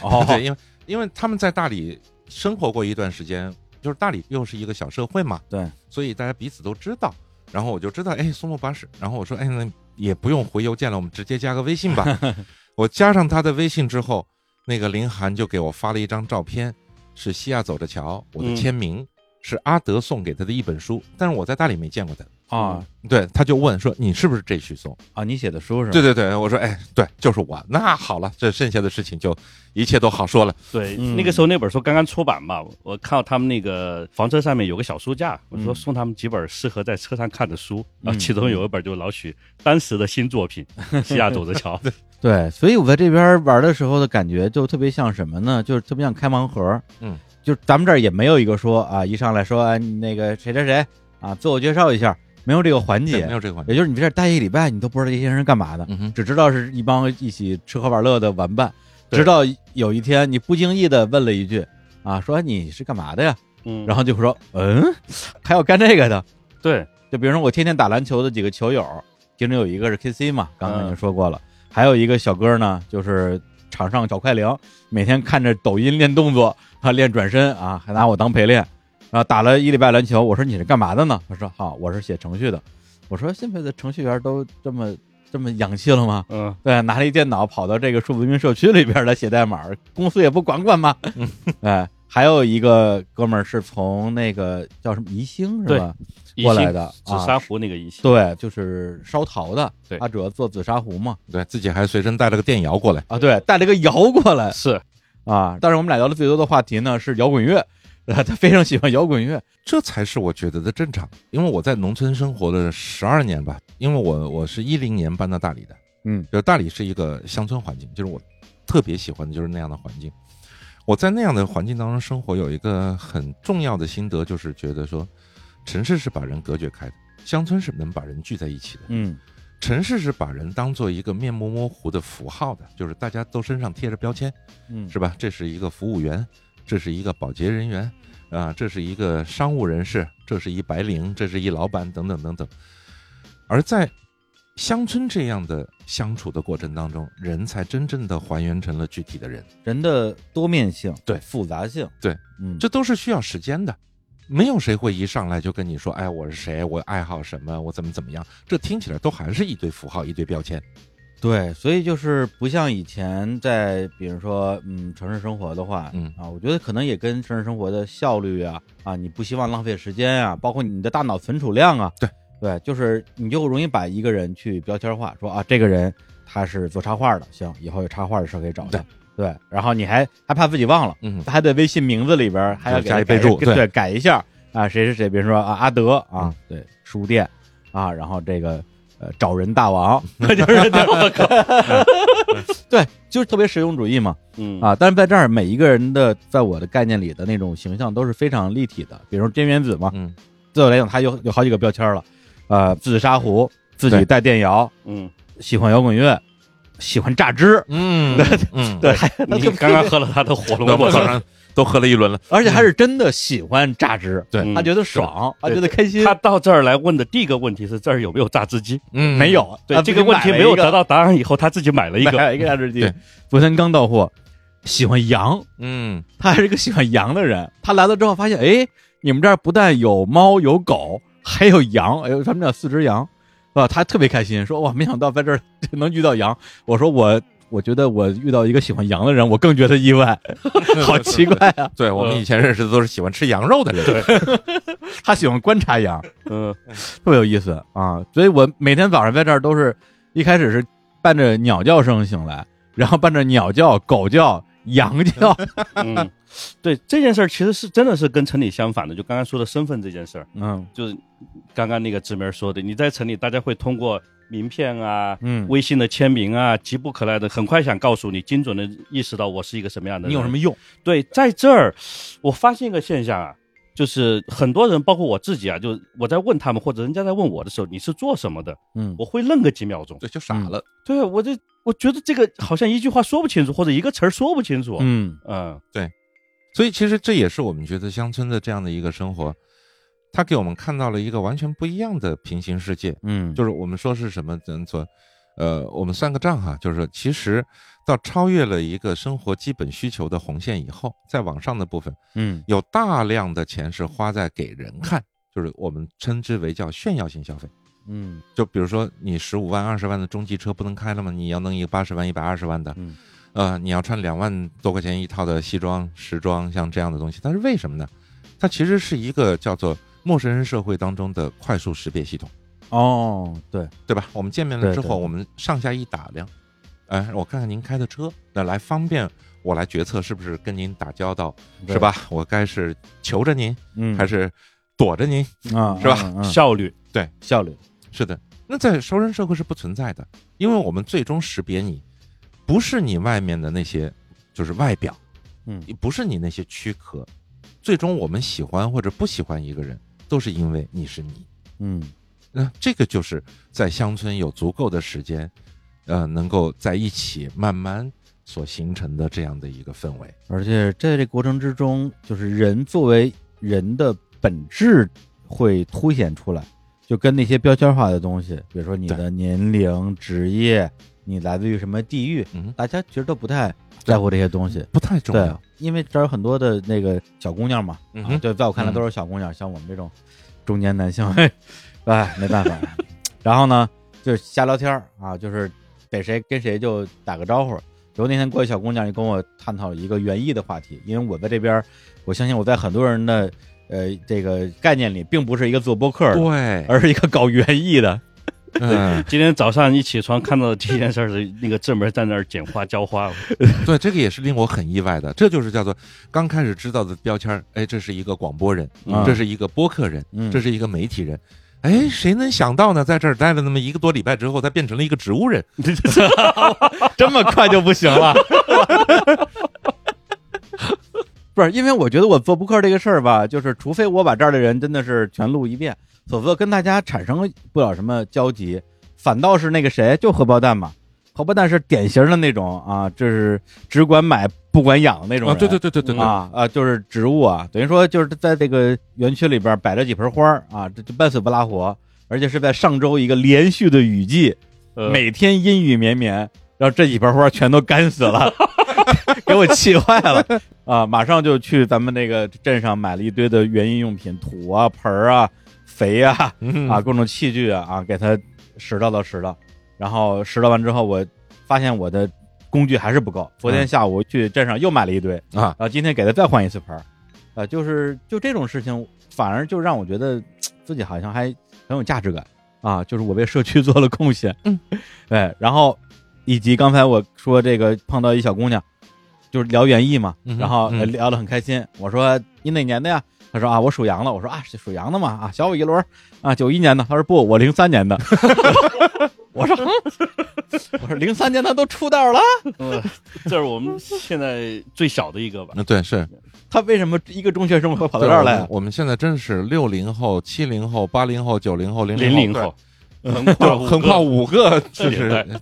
Speaker 1: 哦
Speaker 2: *laughs* 对，因为因为他们在大理生活过一段时间，就是大理又是一个小社会嘛，
Speaker 1: 对，
Speaker 2: 所以大家彼此都知道。然后我就知道，哎，松木巴士。然后我说，哎，那也不用回邮件了，我们直接加个微信
Speaker 1: *laughs*
Speaker 2: 吧。我加上他的微信之后，那个林涵就给我发了一张照片，是西亚走着瞧，我的
Speaker 3: 嗯
Speaker 2: 签名、是阿德送给他的一本书，但是我在大理没见过他。
Speaker 1: 啊
Speaker 2: 对，他就问说你是不是这许嵩？
Speaker 1: 啊，你写的书是吧？
Speaker 2: 对对对，我说哎，对，就是我。那好了，这剩下的事情就一切都好说了。
Speaker 3: 对，
Speaker 1: 嗯
Speaker 3: 那个时候那本书刚刚出版嘛，我看到他们那个房车上面有个小书架，我说
Speaker 1: 嗯
Speaker 3: 送他们几本适合在车上看的书，
Speaker 1: 嗯
Speaker 3: 啊，其中有一本就是老许当时的新
Speaker 1: *laughs*
Speaker 3: 作品《西雅走着瞧》。
Speaker 1: 对，所以我在这边玩的时候的感觉就特别像什么呢？就是特别像开盲盒，
Speaker 2: 嗯，
Speaker 1: 就是咱们这儿也没有一个说啊，一上来说啊那个谁谁谁啊，自我介绍一下，没有这个环
Speaker 2: 对
Speaker 1: 节
Speaker 2: 没，有这个环节。
Speaker 1: 也就是你在这儿待一个礼拜，你都不知道这些人是干嘛的，
Speaker 2: 嗯哼，
Speaker 1: 只知道是一帮一起吃喝玩乐的玩伴，
Speaker 3: 对
Speaker 1: 直到有一天你不经意的问了一句啊，说你是干嘛的呀？
Speaker 3: 嗯，
Speaker 1: 然后就说嗯，还要干这个的，
Speaker 3: 对，
Speaker 1: 就比如说我天天打篮球的几个球友，其中有一个是 KC 嘛，刚刚已经说过了，还有一个小哥呢，就是场上找快灵，每天看着抖音练动作，他练转身啊，还拿我当陪练。然后打了一礼拜篮球，我说你是干嘛的呢？他说好、我是写程序的。我说现在的程序员都这么这么洋气了吗？
Speaker 3: 嗯，
Speaker 1: 对，啊拿了一电脑跑到这个数字文明社区里边来写代码，公司也不管管吗？哎，还有一个哥们儿是从那个叫什么宜兴是吧？过来的
Speaker 3: 一星
Speaker 1: 啊
Speaker 3: 紫砂壶那个一星，
Speaker 1: 对，就是烧陶的，
Speaker 3: 对
Speaker 1: 他主要做紫砂壶嘛，
Speaker 2: 对自己还随身带了个电摇过来。
Speaker 1: 啊，对，带了个摇过来
Speaker 3: 是 *laughs*
Speaker 1: 啊，但是我们俩聊的最多的话题呢是摇滚乐，啊他非常喜欢摇滚乐，
Speaker 2: 这才是我觉得的正常。因为我在农村生活了十二年吧，因为我我是一零年搬到大理的，
Speaker 1: 嗯，
Speaker 2: 就大理是一个乡村环境，就是我特别喜欢的就是那样的环境。我在那样的环境当中生活，有一个很重要的心得，就是觉得说，城市是把人隔绝开的，乡村是能把人聚在一起的。
Speaker 1: 嗯
Speaker 2: 城市是把人当做一个面目模糊的符号的，就是大家都身上贴着标签，
Speaker 1: 嗯
Speaker 2: 是吧？这是一个服务员，这是一个保洁人员，啊，这是一个商务人士，这是一白领，这是一老板，等等等等。而在乡村这样的相处的过程当中，人才真正的还原成了具体的人，
Speaker 1: 人的多面性，
Speaker 2: 对
Speaker 1: 复杂性，
Speaker 2: 对，
Speaker 1: 嗯，
Speaker 2: 这都是需要时间的。没有谁会一上来就跟你说，哎，我是谁，我爱好什么，我怎么怎么样，这听起来都还是一堆符号，一堆标签。
Speaker 1: 对，所以就是不像以前在，比如说，嗯，城市生活的话，
Speaker 2: 嗯
Speaker 1: 啊，我觉得可能也跟城市生活的效率啊，啊，你不希望浪费时间啊，包括你的大脑存储量啊，
Speaker 2: 对
Speaker 1: 对，就是你就容易把一个人去标签化，说啊，这个人他是做插画的，行，以后有插画的事可以找他，对，然后你还还怕自己忘了，
Speaker 2: 嗯，
Speaker 1: 还得微信名字里边儿还要
Speaker 2: 对
Speaker 1: 给
Speaker 2: 加
Speaker 1: 他
Speaker 2: 一备注
Speaker 1: 改
Speaker 2: 对
Speaker 1: 对，改一下啊，谁是谁，比如说啊阿德啊
Speaker 2: 嗯，
Speaker 1: 对，书店啊，然后这个呃找人大王，就是对我靠对，就是特别实用主义嘛
Speaker 3: 嗯
Speaker 1: 啊，但是在这儿每一个人的在我的概念里的那种形象都是非常立体的，比如说菅原子嘛，
Speaker 2: 嗯，
Speaker 1: 对我来讲他有有好几个标签了，呃，自杀壶，自己
Speaker 2: 对
Speaker 1: 带电摇， *laughs*
Speaker 3: 嗯，
Speaker 1: 喜欢摇滚乐，喜欢榨汁，
Speaker 2: 嗯， *laughs* 嗯，
Speaker 1: 对，
Speaker 3: 你刚刚喝了他的
Speaker 1: *laughs*
Speaker 3: 火龙
Speaker 2: 那
Speaker 3: 果
Speaker 2: 我，早上都喝了一轮了，
Speaker 1: 而且还是真的喜欢榨汁。
Speaker 2: 对
Speaker 3: 嗯
Speaker 1: 他觉得爽，他
Speaker 3: 对
Speaker 1: 觉得开心。
Speaker 3: 他到这儿来问的第一个问题是这儿有没有榨汁机？
Speaker 2: 嗯，
Speaker 1: 没，有，呃
Speaker 3: 对
Speaker 1: 他
Speaker 3: 这个问题没有得到答案以后，他自己买了一
Speaker 1: 买
Speaker 3: 个。
Speaker 1: 了一个榨汁机
Speaker 2: 对。
Speaker 1: 昨天刚到货，喜欢羊，
Speaker 2: *laughs* 嗯，
Speaker 1: 他还是个喜欢羊的人。他来了之后发现，哎，你们这儿不但有猫有狗，还有羊，哎呦，他们这儿四只羊，是吧？他特别开心，说哇，没想到在这儿能遇到羊。我说我。我觉得我遇到一个喜欢羊的人，我更觉得意外，好奇怪啊！
Speaker 2: 对我们以前认识的都是喜欢吃羊肉的人，对，
Speaker 1: 他喜欢观察羊，
Speaker 3: 嗯，
Speaker 1: 特别有意思啊！所以我每天早上在这儿都是一开始是伴着鸟叫声醒来，然后伴着鸟叫、狗叫、 *laughs* 羊叫，
Speaker 3: 嗯， *laughs* 对这件事儿其实是真的是跟城里相反的，就刚刚说的身份这件事儿，
Speaker 1: 嗯
Speaker 3: 就是刚刚那个志明说的，你在城里大家会通过名片啊。
Speaker 1: 嗯，
Speaker 3: 微信的签名啊，急不可耐的，很快想告诉你，精准的意识到我是一个什么样的人。
Speaker 1: 你有什么用？
Speaker 3: 对，在这儿，我发现一个现象啊，就是很多人，包括我自己啊，就是我在问他们或者人家在问我的时候，你是做什么的，
Speaker 1: 嗯
Speaker 3: 我会愣个几秒钟。
Speaker 2: 就傻了，
Speaker 3: 对我这，我觉得这个好像一句话说不清楚，或者一个词儿说不清楚。
Speaker 1: 嗯
Speaker 3: 嗯
Speaker 2: 所以其实这也是我们觉得乡村的这样的一个生活，它给我们看到了一个完全不一样的平行世界。
Speaker 1: 嗯，
Speaker 2: 就是我们说是什么？嗯，做，呃，我们算个账哈，就是说其实到超越了一个生活基本需求的红线以后，再往上的部分，
Speaker 1: 嗯
Speaker 2: 有大量的钱是花在给人看，就是我们称之为叫炫耀性消费。
Speaker 1: 嗯
Speaker 2: 就比如说你十五万、二十万的中级车不能开了吗？你要弄一个八十万、一百二十万的，
Speaker 1: 嗯
Speaker 2: 呃，你要穿两万多块钱一套的西装、时装，像这样的东西，它是为什么呢？它其实是一个叫做陌生人社会当中的快速识别系统，
Speaker 1: 哦，对，
Speaker 2: 对吧？我们见面
Speaker 1: 对
Speaker 2: 了之后，
Speaker 1: 对
Speaker 2: 我们上下一打量，哎，我看看您开的车，那来方便我来决策是不是跟您打交道，
Speaker 1: 对
Speaker 2: 是吧？我该是求着您，
Speaker 1: 嗯，
Speaker 2: 还是躲着您？
Speaker 1: 啊，
Speaker 2: 是吧
Speaker 1: 嗯？嗯
Speaker 3: 效率，
Speaker 1: 效率，
Speaker 2: 是的，那在熟人社会是不存在的，因为我们最终识别你，不是你外面的那些，就是外表，
Speaker 1: 嗯
Speaker 2: 也不是你那些躯壳，最终我们喜欢或者不喜欢一个人，都是因为你是你。
Speaker 1: 嗯
Speaker 2: 那、这个就是在乡村有足够的时间，呃，能够在一起慢慢所形成的这样的一个氛围。
Speaker 1: 而且在这过程之中，就是人作为人的本质会凸显出来，就跟那些标签化的东西，比如说你
Speaker 2: 对
Speaker 1: 的年龄、职业，你来自于什么地域，
Speaker 2: 嗯，
Speaker 1: 大家其实都不太在乎这些东西。
Speaker 2: 不太重
Speaker 1: 对
Speaker 2: 要。，
Speaker 1: 因为这儿有很多的那个小姑娘嘛，
Speaker 2: 嗯
Speaker 1: 啊
Speaker 2: 哼
Speaker 1: 对，在我看来
Speaker 2: 嗯
Speaker 1: 都是小姑娘，像我们这种中年男性， *laughs* 哎，没办法。然后呢，就是瞎聊天儿啊，就是给谁跟谁就打个招呼。比如那天过一小姑娘就跟我探讨一个园艺的话题，因为我在这边儿，我相信我在很多人的呃这个概念里，并不是一个做播客的，
Speaker 2: 对，
Speaker 1: 而是一个搞园艺的。
Speaker 2: 嗯，
Speaker 3: 今天早上一起床看到的第一件事儿是那个正门在那儿捡花浇花，
Speaker 2: *laughs* 对，这个也是令我很意外的，这就是叫做刚开始知道的标签儿。哎，这是一个广播人，
Speaker 1: 嗯
Speaker 2: 这是一个播客人，
Speaker 1: 嗯，
Speaker 2: 这是一个媒体人。哎，谁能想到呢？在这儿待了那么一个多礼拜之后，他变成了一个植物人。
Speaker 1: *laughs* 这么快就不行了。 *laughs* 不是，因为我觉得我做播客这个事儿吧，就是除非我把这儿的人真的是全录一遍，否则跟大家产生不了什么交集。反倒是那个谁，就荷包蛋嘛，荷包蛋是典型的那种啊，就是只管买不管养的那种人。
Speaker 2: 对对
Speaker 3: 对
Speaker 1: 啊啊，就是植物啊，等于说就是在这个园区里边摆了几盆花儿啊，这就半死不拉活，而且是在上周一个连续的雨季，
Speaker 3: 呃
Speaker 1: 每天阴雨绵绵，然后这几盆花全都干死了， *laughs* 给我气坏了啊！马上就去咱们那个镇上买了一堆的园艺用品，土啊、盆儿啊、肥啊
Speaker 2: 嗯
Speaker 1: 啊，各种器具啊啊，给它拾掇掇拾掇。然后拾掇完之后，我发现我的工具还是不够。昨天下午去镇上又买了一堆，
Speaker 2: 嗯啊
Speaker 1: 然后今天给他再换一次牌儿，呃，就是就这种事情，反而就让我觉得自己好像还很有价值感啊，就是我为社区做了贡献，
Speaker 2: 嗯，
Speaker 1: *laughs* 对，然后以及刚才我说这个碰到一小姑娘，就是聊园艺嘛，
Speaker 2: 嗯哼
Speaker 1: 然后
Speaker 2: 嗯
Speaker 1: 呃聊得很开心，我说你哪年的呀？她说啊，我属羊的。我说啊，是属羊的嘛啊，小我一轮儿啊，九一年的。她说不，我零三年的。 *laughs* 我说，嗯我说零三年的都出道了，
Speaker 3: 嗯，这是我们现在最小的一个吧。
Speaker 2: 那嗯对是
Speaker 1: 她为什么一个中学生会跑到
Speaker 2: 对啊
Speaker 1: 这儿
Speaker 2: 我
Speaker 1: 来啊
Speaker 2: 们？我们现在真是六零后、七零后、八零后、九零后、零
Speaker 3: 零零
Speaker 2: 后
Speaker 3: 后，横跨
Speaker 2: 对，横跨
Speaker 3: 五
Speaker 2: 五个，就
Speaker 3: 对
Speaker 2: 是。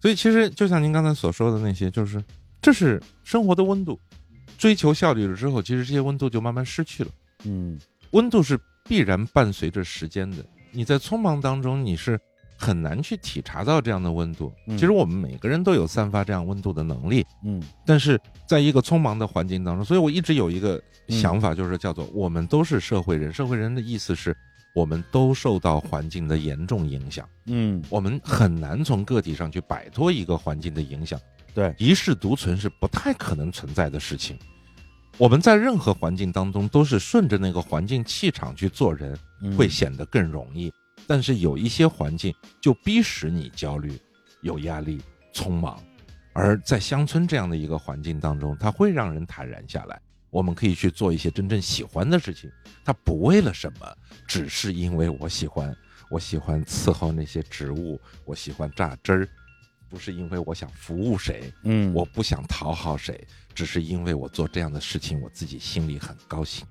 Speaker 2: 所以其实就像您刚才所说的那些，就是这是生活的温度。追求效率了之后，其实这些温度就慢慢失去了。
Speaker 1: 嗯
Speaker 2: 温度是必然伴随着时间的。你在匆忙当中，你是很难去体察到这样的温度。
Speaker 1: 嗯
Speaker 2: 其实我们每个人都有散发这样温度的能力，
Speaker 1: 嗯
Speaker 2: 但是在一个匆忙的环境当中，所以我一直有一个想法，就是叫做我们都是社会人。社会人的意思是我们都受到环境的严重影响，
Speaker 1: 嗯
Speaker 2: 我们很难从个体上去摆脱一个环境的影响。
Speaker 1: 对
Speaker 2: 一世独存是不太可能存在的事情。我们在任何环境当中都是顺着那个环境气场去做人，
Speaker 1: 嗯
Speaker 2: 会显得更容易。但是有一些环境就逼使你焦虑、有压力、匆忙，而在乡村这样的一个环境当中，它会让人坦然下来。我们可以去做一些真正喜欢的事情，它不为了什么，只是因为我喜欢。我喜欢伺候那些植物，我喜欢榨汁儿，不是因为我想服务谁，
Speaker 1: 嗯
Speaker 2: 我不想讨好谁，只是因为我做这样的事情，我自己心里很高兴。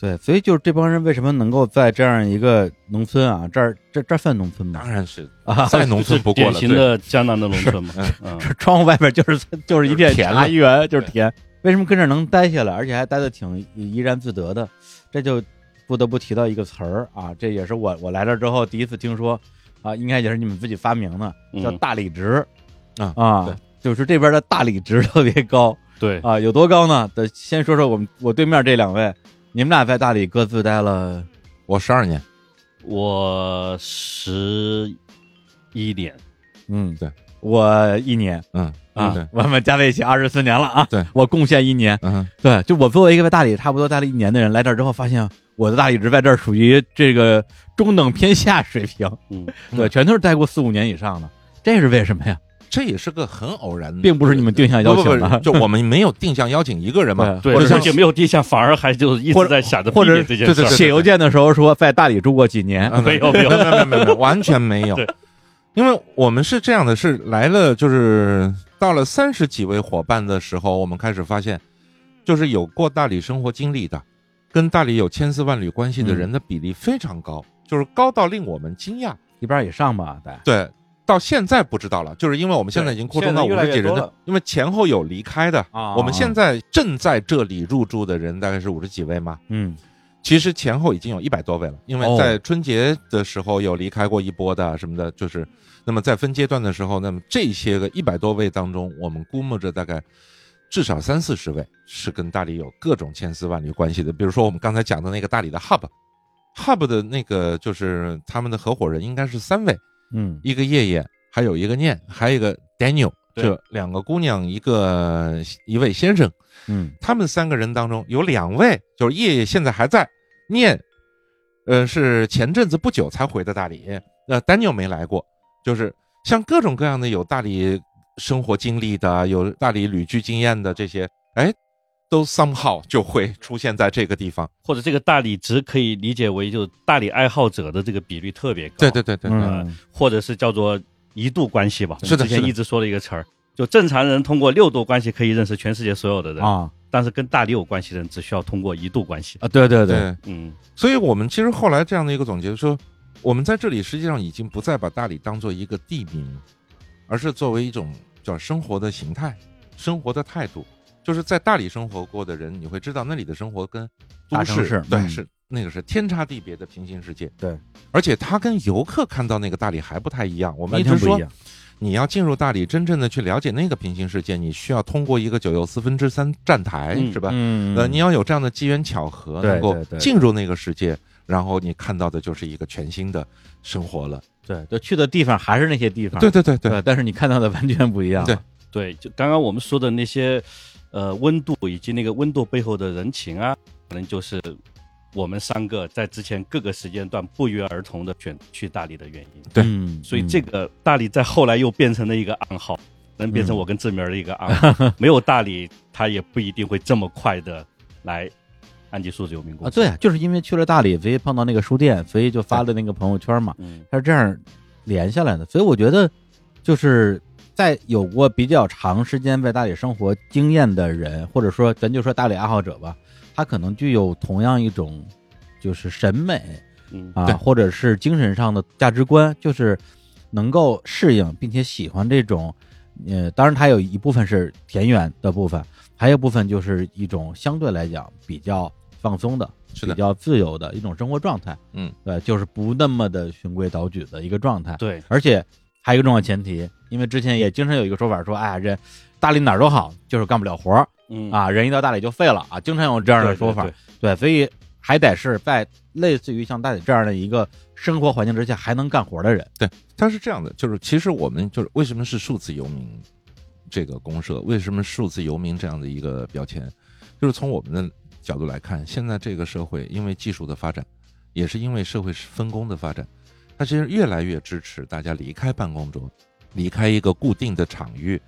Speaker 1: 对，所以就是这帮人为什么能够在这样一个农村啊，这儿这这儿算农村吗？
Speaker 2: 当然是
Speaker 1: 啊
Speaker 2: 再农村不过了，
Speaker 3: 典型的江南的农村嘛。嗯，
Speaker 1: *laughs* 窗户外边就是就是一片
Speaker 2: 就是田了啊
Speaker 1: 茶园，就是
Speaker 2: 对
Speaker 1: 田。为什么跟这儿能待下来，而且还待的挺怡然自得的？这就不得不提到一个词儿啊，这也是我我来这儿之后第一次听说啊，应该也是你们自己发明的，叫
Speaker 3: 嗯
Speaker 1: 大理值
Speaker 2: 啊对
Speaker 1: 啊，就是这边的大理值特别高，
Speaker 3: 嗯对，
Speaker 1: 啊，有多高呢？得先说说我们我对面这两位，你们俩在大理各自待了，
Speaker 2: 对我十二年，
Speaker 3: 我十一年，
Speaker 1: 嗯
Speaker 2: 对
Speaker 1: 我一年
Speaker 2: 嗯
Speaker 1: 啊，
Speaker 2: 对，
Speaker 1: 我们加在一起二十四年了啊，
Speaker 2: 对
Speaker 1: 我贡献一年，
Speaker 2: 嗯，
Speaker 1: 对，就我作为一个在大理差不多待了一年的人，来这儿之后发现我的大理值在这儿属于这个中等偏下水平，
Speaker 3: 嗯，
Speaker 1: *laughs* 对，全都是待过四五年以上的，这是为什么呀？
Speaker 2: 这也是个很偶然的，
Speaker 1: 并不是你们定向邀请
Speaker 2: 嗯不不不
Speaker 1: 的，
Speaker 2: 就我们没有定向邀请一个人嘛，
Speaker 3: 对，
Speaker 2: 我就
Speaker 3: 而
Speaker 2: 像
Speaker 3: 且没有地下，反而还就一
Speaker 1: 或
Speaker 3: 直
Speaker 1: 者
Speaker 3: 在想着避
Speaker 1: 或者
Speaker 3: 免这件
Speaker 2: 对
Speaker 3: 事儿。
Speaker 2: 对
Speaker 1: 写邮件的时候说在大理住过几年，
Speaker 2: 嗯
Speaker 3: 没有没有
Speaker 2: 没有没有没有没有，完全没有
Speaker 3: 对。
Speaker 2: *laughs* 因为我们是这样的，是来了就是到了三十几位伙伴的时候，我们开始发现，就是有过大理生活经历的，跟大理有千丝万缕关系的人的比例非常高，就是高到令我们惊讶。
Speaker 1: 一半以上吧，得，
Speaker 2: 对，到现在不知道了，就是因为我们现在已经扩充到
Speaker 1: 对现
Speaker 2: 五
Speaker 1: 在越来越
Speaker 2: 十几人
Speaker 1: 多
Speaker 2: 了
Speaker 1: 了，
Speaker 2: 因为前后有离开的。
Speaker 1: 啊
Speaker 2: 我们现在正在这里入住的人大概是五十几位嘛，
Speaker 1: 嗯
Speaker 2: 其实前后已经有一百多位了，因为
Speaker 1: 哦
Speaker 2: 在春节的时候有离开过一波的什么的，就是那么在分阶段的时候，那么这些个一百多位当中，我们估摸着大概至少三四十位是跟大理有各种千丝万缕关系的，比如说我们刚才讲的那个大理的 hub。Hub 的那个就是他们的合伙人应该是三位，
Speaker 1: 嗯
Speaker 2: 一个夜夜，还有一个念，还有一个 Daniel，
Speaker 3: 对
Speaker 2: 这两个姑娘，一个一位先生，
Speaker 1: 嗯
Speaker 2: 他们三个人当中有两位，就是叶叶现在还在，念，呃，是前阵子不久才回的大理，那、呃、丹尼尔没来过，就是像各种各样的有大理生活经历的，有大理旅居经验的这些，哎，都 somehow 就会出现在这个地方。
Speaker 3: 或者这个大理值可以理解为就大理爱好者的这个比率特别高，
Speaker 2: 对对对对对，
Speaker 1: 嗯
Speaker 3: 或者是叫做一度关系吧。
Speaker 2: 是的
Speaker 3: 之
Speaker 2: 是
Speaker 3: 前
Speaker 2: 的
Speaker 3: 一直说的一个词儿，就正常人通过六度关系可以认识全世界所有的人，
Speaker 1: 啊
Speaker 3: 但是跟大理有关系的人只需要通过一度关系。
Speaker 1: 啊，对对对，
Speaker 3: 嗯，
Speaker 2: 所以我们其实后来这样的一个总结说，我们在这里实际上已经不再把大理当做一个地名，而是作为一种叫生活的形态、生活的态度。就是在大理生活过的人，你会知道那里的生活跟都
Speaker 1: 大城
Speaker 2: 市
Speaker 1: 市
Speaker 2: 对
Speaker 1: 嗯
Speaker 2: 是那个是天差地别的平行世界。
Speaker 1: 对，
Speaker 2: 而且它跟游客看到那个大理还不太一样。我们
Speaker 1: 完
Speaker 2: 一
Speaker 1: 全
Speaker 2: 直
Speaker 1: 不
Speaker 2: 说
Speaker 1: 一，样。
Speaker 2: 你要进入大理，真正的去了解那个平行世界，你需要通过一个九又四分之三站台，
Speaker 3: 嗯
Speaker 2: 是吧？
Speaker 1: 嗯
Speaker 2: 呃，你要有这样的机缘巧合，
Speaker 1: 对
Speaker 2: 能够
Speaker 1: 对对
Speaker 2: 进入那个世界，然后你看到的就是一个全新的生活了。
Speaker 1: 对，就去的地方还是那些地方，
Speaker 2: 对对对对，
Speaker 1: 啊对，但是你看到的完全不一样，
Speaker 2: 对
Speaker 3: 对，就刚刚我们说的那些，呃，温度以及那个温度背后的人情啊，可能就是我们三个在之前各个时间段不约而同的选去大理的原因。
Speaker 2: 对
Speaker 1: 嗯
Speaker 3: 所以这个大理在后来又变成了一个暗号，能
Speaker 1: 嗯
Speaker 3: 变成我跟志明儿的一个暗号。
Speaker 1: *laughs*
Speaker 3: 没有大理，他也不一定会这么快的来安吉数字有名公
Speaker 1: 啊，
Speaker 3: 司。
Speaker 1: 对啊，就是因为去了大理，所以碰到那个书店，所以就发了那个朋友圈嘛，
Speaker 3: 嗯，
Speaker 1: 它是这样连下来的。所以我觉得，就是在有过比较长时间在大理生活经验的人，或者说咱就说大理爱好者吧，他可能具有同样一种就是审美
Speaker 3: 嗯
Speaker 1: 啊
Speaker 2: 对，
Speaker 1: 或者是精神上的价值观，就是能够适应并且喜欢这种。呃，当然，它有一部分是田园的部分，还有一部分就是一种相对来讲比较放松的，
Speaker 2: 是
Speaker 1: 比
Speaker 2: 的，
Speaker 1: 较自由的一种生活状态。
Speaker 2: 嗯，
Speaker 1: 对，就是不那么的循规蹈矩的一个状态。
Speaker 3: 对，
Speaker 1: 而且还有一个重要前提，因为之前也经常有一个说法说，哎呀，这大理哪儿都好，就是干不了活儿
Speaker 3: 嗯，
Speaker 1: 啊，人一到大理就废了啊，经常有这样的
Speaker 3: 对
Speaker 1: 说法。
Speaker 3: 对
Speaker 1: 对，所以还得是在类似于像大理这样的一个生活环境之下还能干活的人。
Speaker 2: 它是这样的，就是其实我们就是为什么是数字游民这个公社，为什么数字游民这样的一个标签，就是从我们的角度来看，现在这个社会因为技术的发展，也是因为社会分工的发展，它其实越来越支持大家离开办公桌，离开一个固定的场域，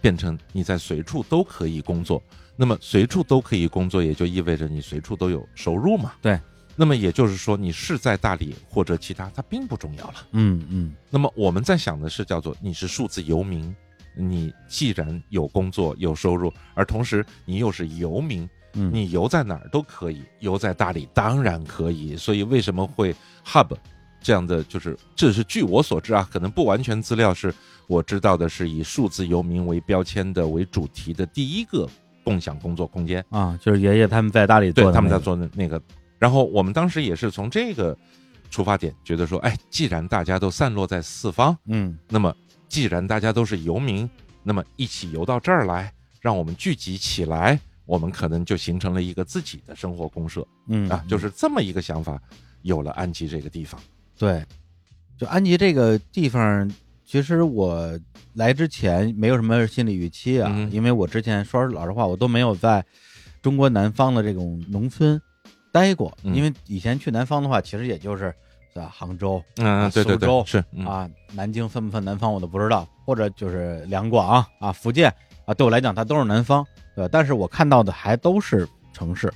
Speaker 2: 变成你在随处都可以工作。那么随处都可以工作，也就意味着你随处都有收入嘛。
Speaker 1: 对。
Speaker 2: 那么也就是说，你是在大理或者其他，它并不重要了。
Speaker 1: 嗯嗯，
Speaker 2: 那么我们在想的是，叫做你是数字游民，你既然有工作有收入，而同时你又是游民，
Speaker 1: 嗯
Speaker 2: 你游在哪儿都可以，游在大理当然可以。所以为什么会 Hub 这样的，就是这是据我所知啊，可能不完全资料是我知道的，是以数字游民为标签的为主题的第一个共享工作空间。
Speaker 1: 啊，就是爷爷他们在大理做
Speaker 2: 对，
Speaker 1: 的
Speaker 2: 他们
Speaker 1: 那
Speaker 2: 在
Speaker 1: 个
Speaker 2: 做的那个。然后我们当时也是从这个出发点，觉得说，哎，既然大家都散落在四方。
Speaker 1: 嗯
Speaker 2: 那么既然大家都是游民，那么一起游到这儿来，让我们聚集起来，我们可能就形成了一个自己的生活公社
Speaker 1: 嗯
Speaker 2: 啊，就是这么一个想法，有了安吉这个地方。
Speaker 1: 对，就安吉这个地方，其实我来之前没有什么心理预期啊，
Speaker 2: 嗯
Speaker 1: 因为我之前说老实话，我都没有在中国南方的这种农村待过，
Speaker 2: 嗯
Speaker 1: 因为以前去南方的话，其实也就是啊杭州
Speaker 2: 嗯
Speaker 1: 对对对苏州
Speaker 2: 是，
Speaker 1: 啊、南京算不算南方我都不知道，或者就是两广啊、福建啊，对我来讲它都是南方，对吧，但是我看到的还都是城市，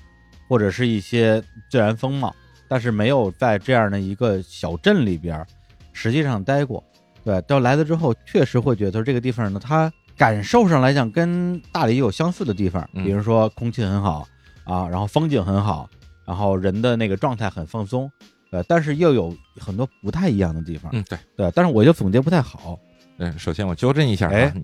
Speaker 1: 或者是一些自然风貌，但是没有在这样的一个小镇里边儿实际上待过。对，到来了之后，确实会觉得这个地方呢，它感受上来讲跟大理有相似的地方，
Speaker 2: 嗯
Speaker 1: 比如说空气很好啊，然后风景很好，然后人的那个状态很放松，呃，但是又有很多不太一样的地方。
Speaker 2: 嗯，对，
Speaker 1: 对，但是我就总结不太好。
Speaker 2: 嗯，首先我纠正一下
Speaker 1: 哎
Speaker 2: 啊，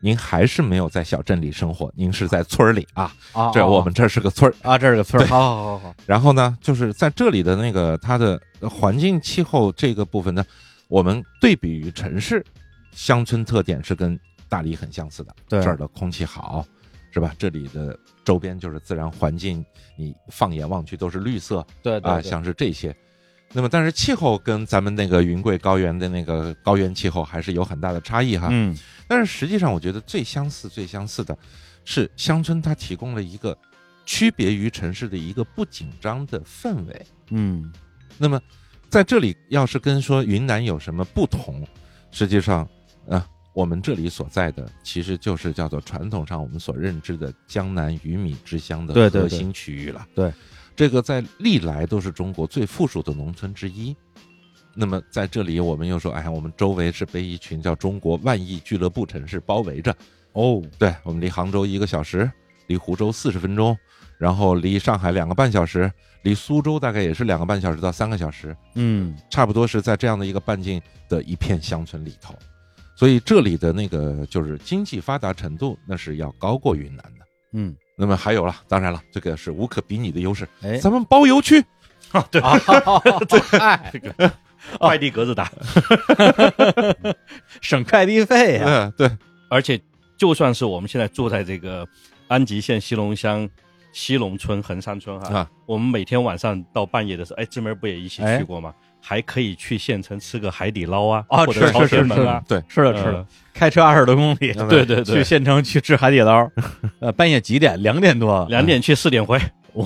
Speaker 2: 您还是没有在小镇里生活，您是在村儿里啊，
Speaker 1: 啊
Speaker 2: 这我们这儿是个村儿。
Speaker 1: 啊，这是个村儿，好好好好，
Speaker 2: 然后呢，就是在这里的那个它的环境气候这个部分呢，我们对比于城市，乡村特点是跟大理很相似的。
Speaker 1: 对，
Speaker 2: 这儿的空气好，是吧？这里的周边就是自然环境，你放眼望去都是绿色
Speaker 1: 对
Speaker 2: 啊、
Speaker 1: 对对，
Speaker 2: 像是这些。那么，但是气候跟咱们那个云贵高原的那个高原气候还是有很大的差异哈。
Speaker 1: 嗯
Speaker 2: 但是实际上，我觉得最相似、最相似的是乡村，它提供了一个区别于城市的一个不紧张的氛围。
Speaker 1: 嗯
Speaker 2: 那么在这里，要是跟说云南有什么不同，实际上，呃，我们这里所在的其实就是叫做传统上我们所认知的江南鱼米之乡的
Speaker 1: 对对
Speaker 2: 核
Speaker 1: 对
Speaker 2: 心区域了。
Speaker 1: 对
Speaker 2: 这个在历来都是中国最富庶的农村之一。那么在这里，我们又说，哎呀，我们周围是被一群叫中国万亿俱乐部城市包围着。
Speaker 1: 哦，
Speaker 2: 对我们离杭州一个小时，离湖州四十分钟，然后离上海两个半小时，离苏州大概也是两个半小时到三个小时。
Speaker 1: 嗯
Speaker 2: 差不多是在这样的一个半径的一片乡村里头，所以这里的那个就是经济发达程度，那是要高过云南的。
Speaker 1: 嗯，
Speaker 2: 那么还有了，当然了，这个是无可比拟的优势。
Speaker 1: 哎，
Speaker 2: 咱们包邮区，
Speaker 3: 对，
Speaker 1: 啊， *laughs* 哎
Speaker 3: 这个快递格子打，
Speaker 1: 省快递费呀，
Speaker 2: 嗯，对，
Speaker 3: 而且就算是我们现在住在这个安吉县西龙乡西龙村、横山村哈，
Speaker 2: 啊
Speaker 3: 我们每天晚上到半夜的时候，哎，志梅不也一起
Speaker 1: 哎
Speaker 3: 去过吗？还可以去县城吃个海底捞啊，
Speaker 1: 啊
Speaker 3: 或者
Speaker 1: 是
Speaker 3: 朝
Speaker 1: 是
Speaker 3: 天门啊，
Speaker 2: 对，
Speaker 1: 吃了
Speaker 3: 呃
Speaker 1: 吃了，开车二十多公里，
Speaker 2: 对
Speaker 3: 对对
Speaker 1: 去
Speaker 3: 对，
Speaker 1: 县城去吃海底捞，呃，半夜几点？两点多，
Speaker 3: 呃两点去四点回，
Speaker 1: 我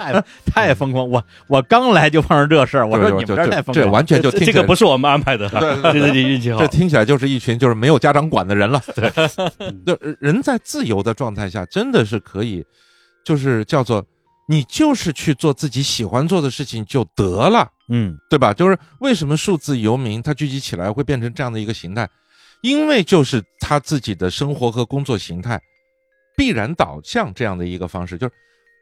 Speaker 1: 太太疯狂！我我刚来就碰上这事儿，我说
Speaker 2: 就
Speaker 1: 你们这儿太
Speaker 2: 就
Speaker 1: 疯
Speaker 2: 这
Speaker 1: 狂。
Speaker 3: *laughs*
Speaker 2: 完全就
Speaker 3: 这
Speaker 2: 听
Speaker 3: 这
Speaker 2: 起
Speaker 3: 个
Speaker 2: 来
Speaker 3: 不是我们安 *laughs* 排的哈，
Speaker 2: 对对
Speaker 3: 这是你运气好
Speaker 2: 这。听起来就是一群就是没有家长管的人了。对，对，人在自由的状态下，真的是可以，就是叫做你就是去做自己喜欢做的事情就得了，
Speaker 1: 嗯，
Speaker 2: 对吧？就是为什么数字游民它聚集起来会变成这样的一个形态，因为就是他自己的生活和工作形态必然导向这样的一个方式，就是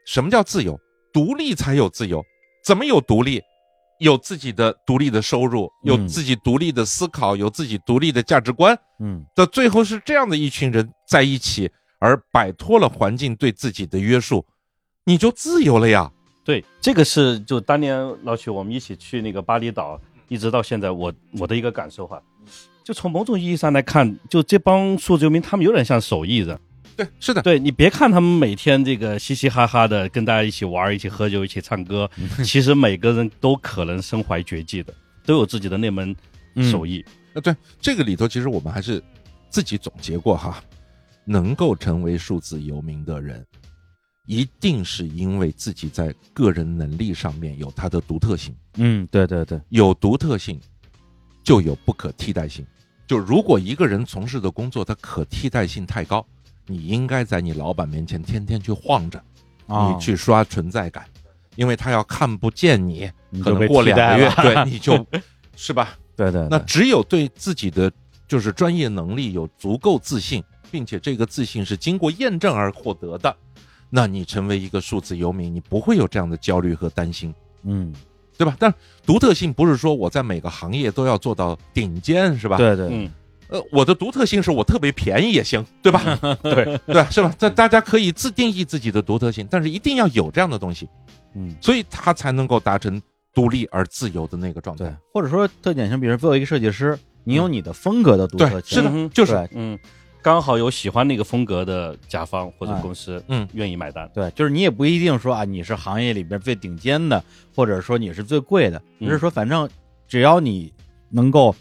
Speaker 2: 什么叫自由？独立才有自由，怎么有独立？有自己的独立的收入，有
Speaker 1: 嗯
Speaker 2: 自己独立的思考，有自己独立的价值观，
Speaker 1: 嗯
Speaker 2: 的最后是这样的一群人在一起，而摆脱了环境对自己的约束，你就自由了呀。
Speaker 3: 对，这个是就当年老许我们一起去那个巴厘岛，一直到现在我，我的一个感受哈，就从某种意义上来看，就这帮数字游民他们有点像手艺 *laughs* 人。
Speaker 2: 对，是的，
Speaker 3: 对你别看他们每天这个嘻嘻哈哈的跟大家一起玩儿、一起喝酒、一起唱歌，其实每个人都可能身怀绝技的，都有自己的那门手艺。
Speaker 2: 呃，对这个里头，其实我们还是自己总结过哈，能够成为数字游民的人，一定是因为自己在个人能力上面有它的独特性，
Speaker 1: 嗯，对对对，
Speaker 2: 有独特性就有不可替代性。就如果一个人从事的工作它可替代性太高，你应该在你老板面前天天去晃着，
Speaker 1: 啊，
Speaker 2: 你去刷存在感，因为他要看不见你，
Speaker 1: 你
Speaker 2: 可
Speaker 1: 就
Speaker 2: 能
Speaker 1: 被
Speaker 2: 过
Speaker 1: 替
Speaker 2: 两
Speaker 1: 代
Speaker 2: 个月
Speaker 1: 了，
Speaker 2: 对你就是吧？
Speaker 1: *laughs* 对对，对
Speaker 2: 那只有对自己的就是专业能力有足够自信，并且这个自信是经过验证而获得的，那你成为一个数字游民，你不会有这样的焦虑和担心，
Speaker 1: 嗯，
Speaker 2: 对吧？但独特性不是说我在每个行业都要做到顶尖，是吧？，
Speaker 1: 对对，
Speaker 3: 嗯，
Speaker 2: 呃，我的独特性是我特别便宜也行，
Speaker 1: *laughs*
Speaker 2: 对吧？
Speaker 3: 对，
Speaker 2: *laughs* 对，是吧？这大家可以自定义自己的独特性，但是一定要有这样的东西，
Speaker 1: 嗯
Speaker 2: 所以他才能够达成独立而自由的那个状
Speaker 1: 对
Speaker 2: 态。，
Speaker 1: 或者说特典型，比如作为一个设计师，你有你的风格的独特性，
Speaker 2: 嗯是的，
Speaker 3: 嗯
Speaker 2: 就是
Speaker 1: 对
Speaker 3: 嗯，刚好有喜欢那个风格的甲方或者
Speaker 1: 哎
Speaker 3: 公司，
Speaker 2: 嗯
Speaker 3: 愿意买单。
Speaker 1: 对，就是你也不一定说啊，你是行业里边最顶尖的，或者说你是最贵的，
Speaker 3: 嗯
Speaker 1: 只是说反正只要你能够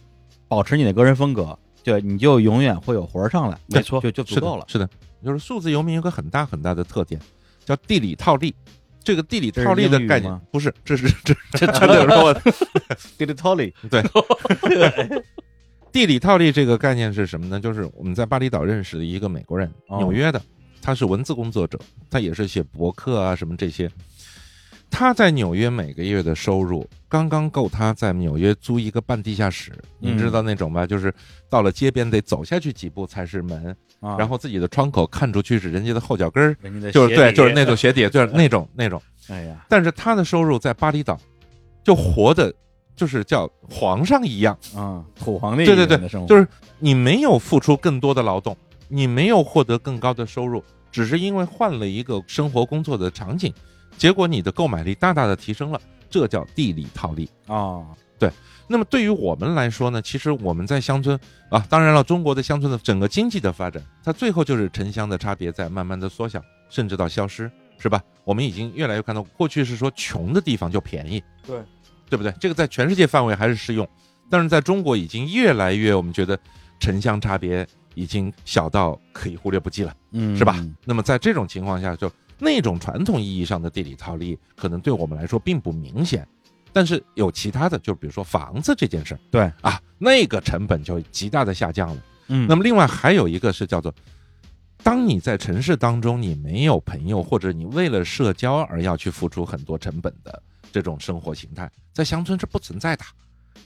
Speaker 1: 保持你的个人风格，对，你就永远会有活儿上来，
Speaker 3: 没错
Speaker 1: 就就是足
Speaker 2: 的
Speaker 1: 够了。
Speaker 2: 是的，就是数字游民有个很大很大的特点，叫地理套利。这个地理
Speaker 1: 这是
Speaker 2: 套利的
Speaker 1: 英语
Speaker 2: 概念
Speaker 1: 吗
Speaker 2: 不是， *laughs* 这是这
Speaker 1: 这
Speaker 2: *laughs* 这就是说
Speaker 1: *laughs* d i l i t o l y *laughs*
Speaker 2: 地理套利这个概念是什么呢？就是我们在巴厘岛认识的一个美国人，
Speaker 1: 哦
Speaker 2: 纽约的，他是文字工作者，他也是写博客啊什么这些。他在纽约每个月的收入刚刚够他在纽约租一个半地下室，
Speaker 1: 嗯
Speaker 2: 你知道那种吧？就是到了街边得走下去几步才是门，
Speaker 1: 啊，
Speaker 2: *laughs* 然后自己的窗口看出去是人家的后脚跟儿，
Speaker 1: 人家的
Speaker 2: 就是
Speaker 1: 鞋
Speaker 2: 对，
Speaker 1: 底
Speaker 2: 就是那种
Speaker 1: *laughs*
Speaker 2: 鞋底，就是那种那种。
Speaker 1: 哎呀，
Speaker 2: 但是他的收入在巴厘岛就活的，就是叫皇上一样，
Speaker 1: 啊，土皇帝
Speaker 2: 对对对
Speaker 1: 一样的生活
Speaker 2: 就是你没有付出更多的劳动，你没有获得更高的收入，只是因为换了一个生活工作的场景，结果你的购买力大大的提升了，这叫地理套利。
Speaker 1: 啊，
Speaker 2: 那么对于我们来说呢，其实我们在乡村啊，当然了，中国的乡村的整个经济的发展，它最后就是城乡的差别在慢慢的缩小，甚至到消失，是吧？我们已经越来越看到，过去是说穷的地方就便宜，
Speaker 3: 对，
Speaker 2: 对不对？这个在全世界范围还是适用，但是在中国已经越来越，我们觉得城乡差别已经小到可以忽略不计了。
Speaker 1: 嗯，
Speaker 2: 是吧？那么在这种情况下，就那种传统意义上的地理套利，可能对我们来说并不明显，但是有其他的，就比如说房子这件事儿，
Speaker 1: 对
Speaker 2: 啊，那个成本就极大的下降了。
Speaker 1: 嗯，
Speaker 2: 那么另外还有一个是叫做，当你在城市当中你没有朋友，或者你为了社交而要去付出很多成本的这种生活形态，在乡村是不存在的。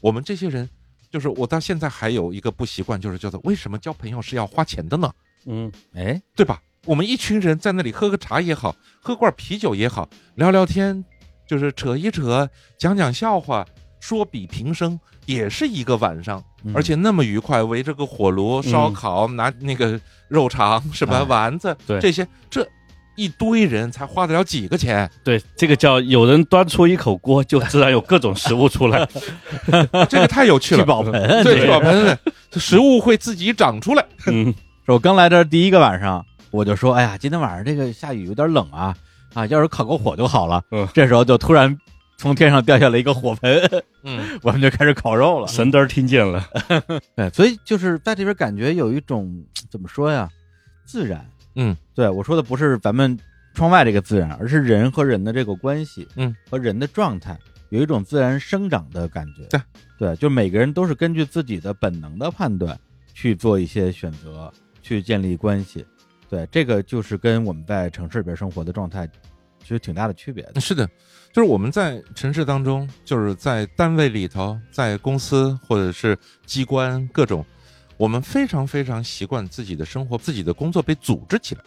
Speaker 2: 我们这些人，就是我到现在还有一个不习惯，就是叫做为什么交朋友是要花钱的呢？
Speaker 3: 嗯，
Speaker 1: 哎，
Speaker 2: 对吧？我们一群人在那里喝个茶也好，喝罐啤酒也好，聊聊天，就是扯一扯，讲讲笑话，说比平生，也是一个晚上，
Speaker 1: 嗯
Speaker 2: 而且那么愉快，围着个火炉烧烤，拿那个肉肠什么
Speaker 1: 哎
Speaker 2: 丸子，
Speaker 3: 对
Speaker 2: 这些这一堆人才花得了几个钱？
Speaker 3: 对，这个叫有人端出一口 *laughs* 锅，就自然有各种食物出 *laughs* 来。
Speaker 2: 这个太有趣
Speaker 1: 聚
Speaker 2: 了。
Speaker 1: 宝盆，
Speaker 2: 对，
Speaker 1: 这
Speaker 2: 聚
Speaker 1: 个
Speaker 2: 宝盆，这食物会自己长出来。
Speaker 3: 嗯，
Speaker 1: 是我刚来这儿第一个晚上，我就说，哎呀，今天晚上这个下雨有点冷啊，啊，要是烤个火就好了。
Speaker 3: 嗯
Speaker 1: 这时候就突然从天上掉下来一个火盆， *laughs*
Speaker 2: 嗯，
Speaker 1: 我们就开始烤肉了。
Speaker 3: 神灯儿听见了，
Speaker 1: 对，哎所以就是在这边感觉有一种怎么说呀，自然。
Speaker 2: 嗯，
Speaker 1: 对我说的不是咱们窗外这个自然，而是人和人的这个关系，
Speaker 2: 嗯，
Speaker 1: 和人的状态有一种自然生长的感觉。
Speaker 2: 对，
Speaker 1: 对，就每个人都是根据自己的本能的判断去做一些选择，去建立关系。对，这个就是跟我们在城市里边生活的状态其实挺大的区别的。
Speaker 2: 是的，就是我们在城市当中，就是在单位里头，在公司或者是机关各种，我们非常非常习惯自己的生活、自己的工作被组织起来。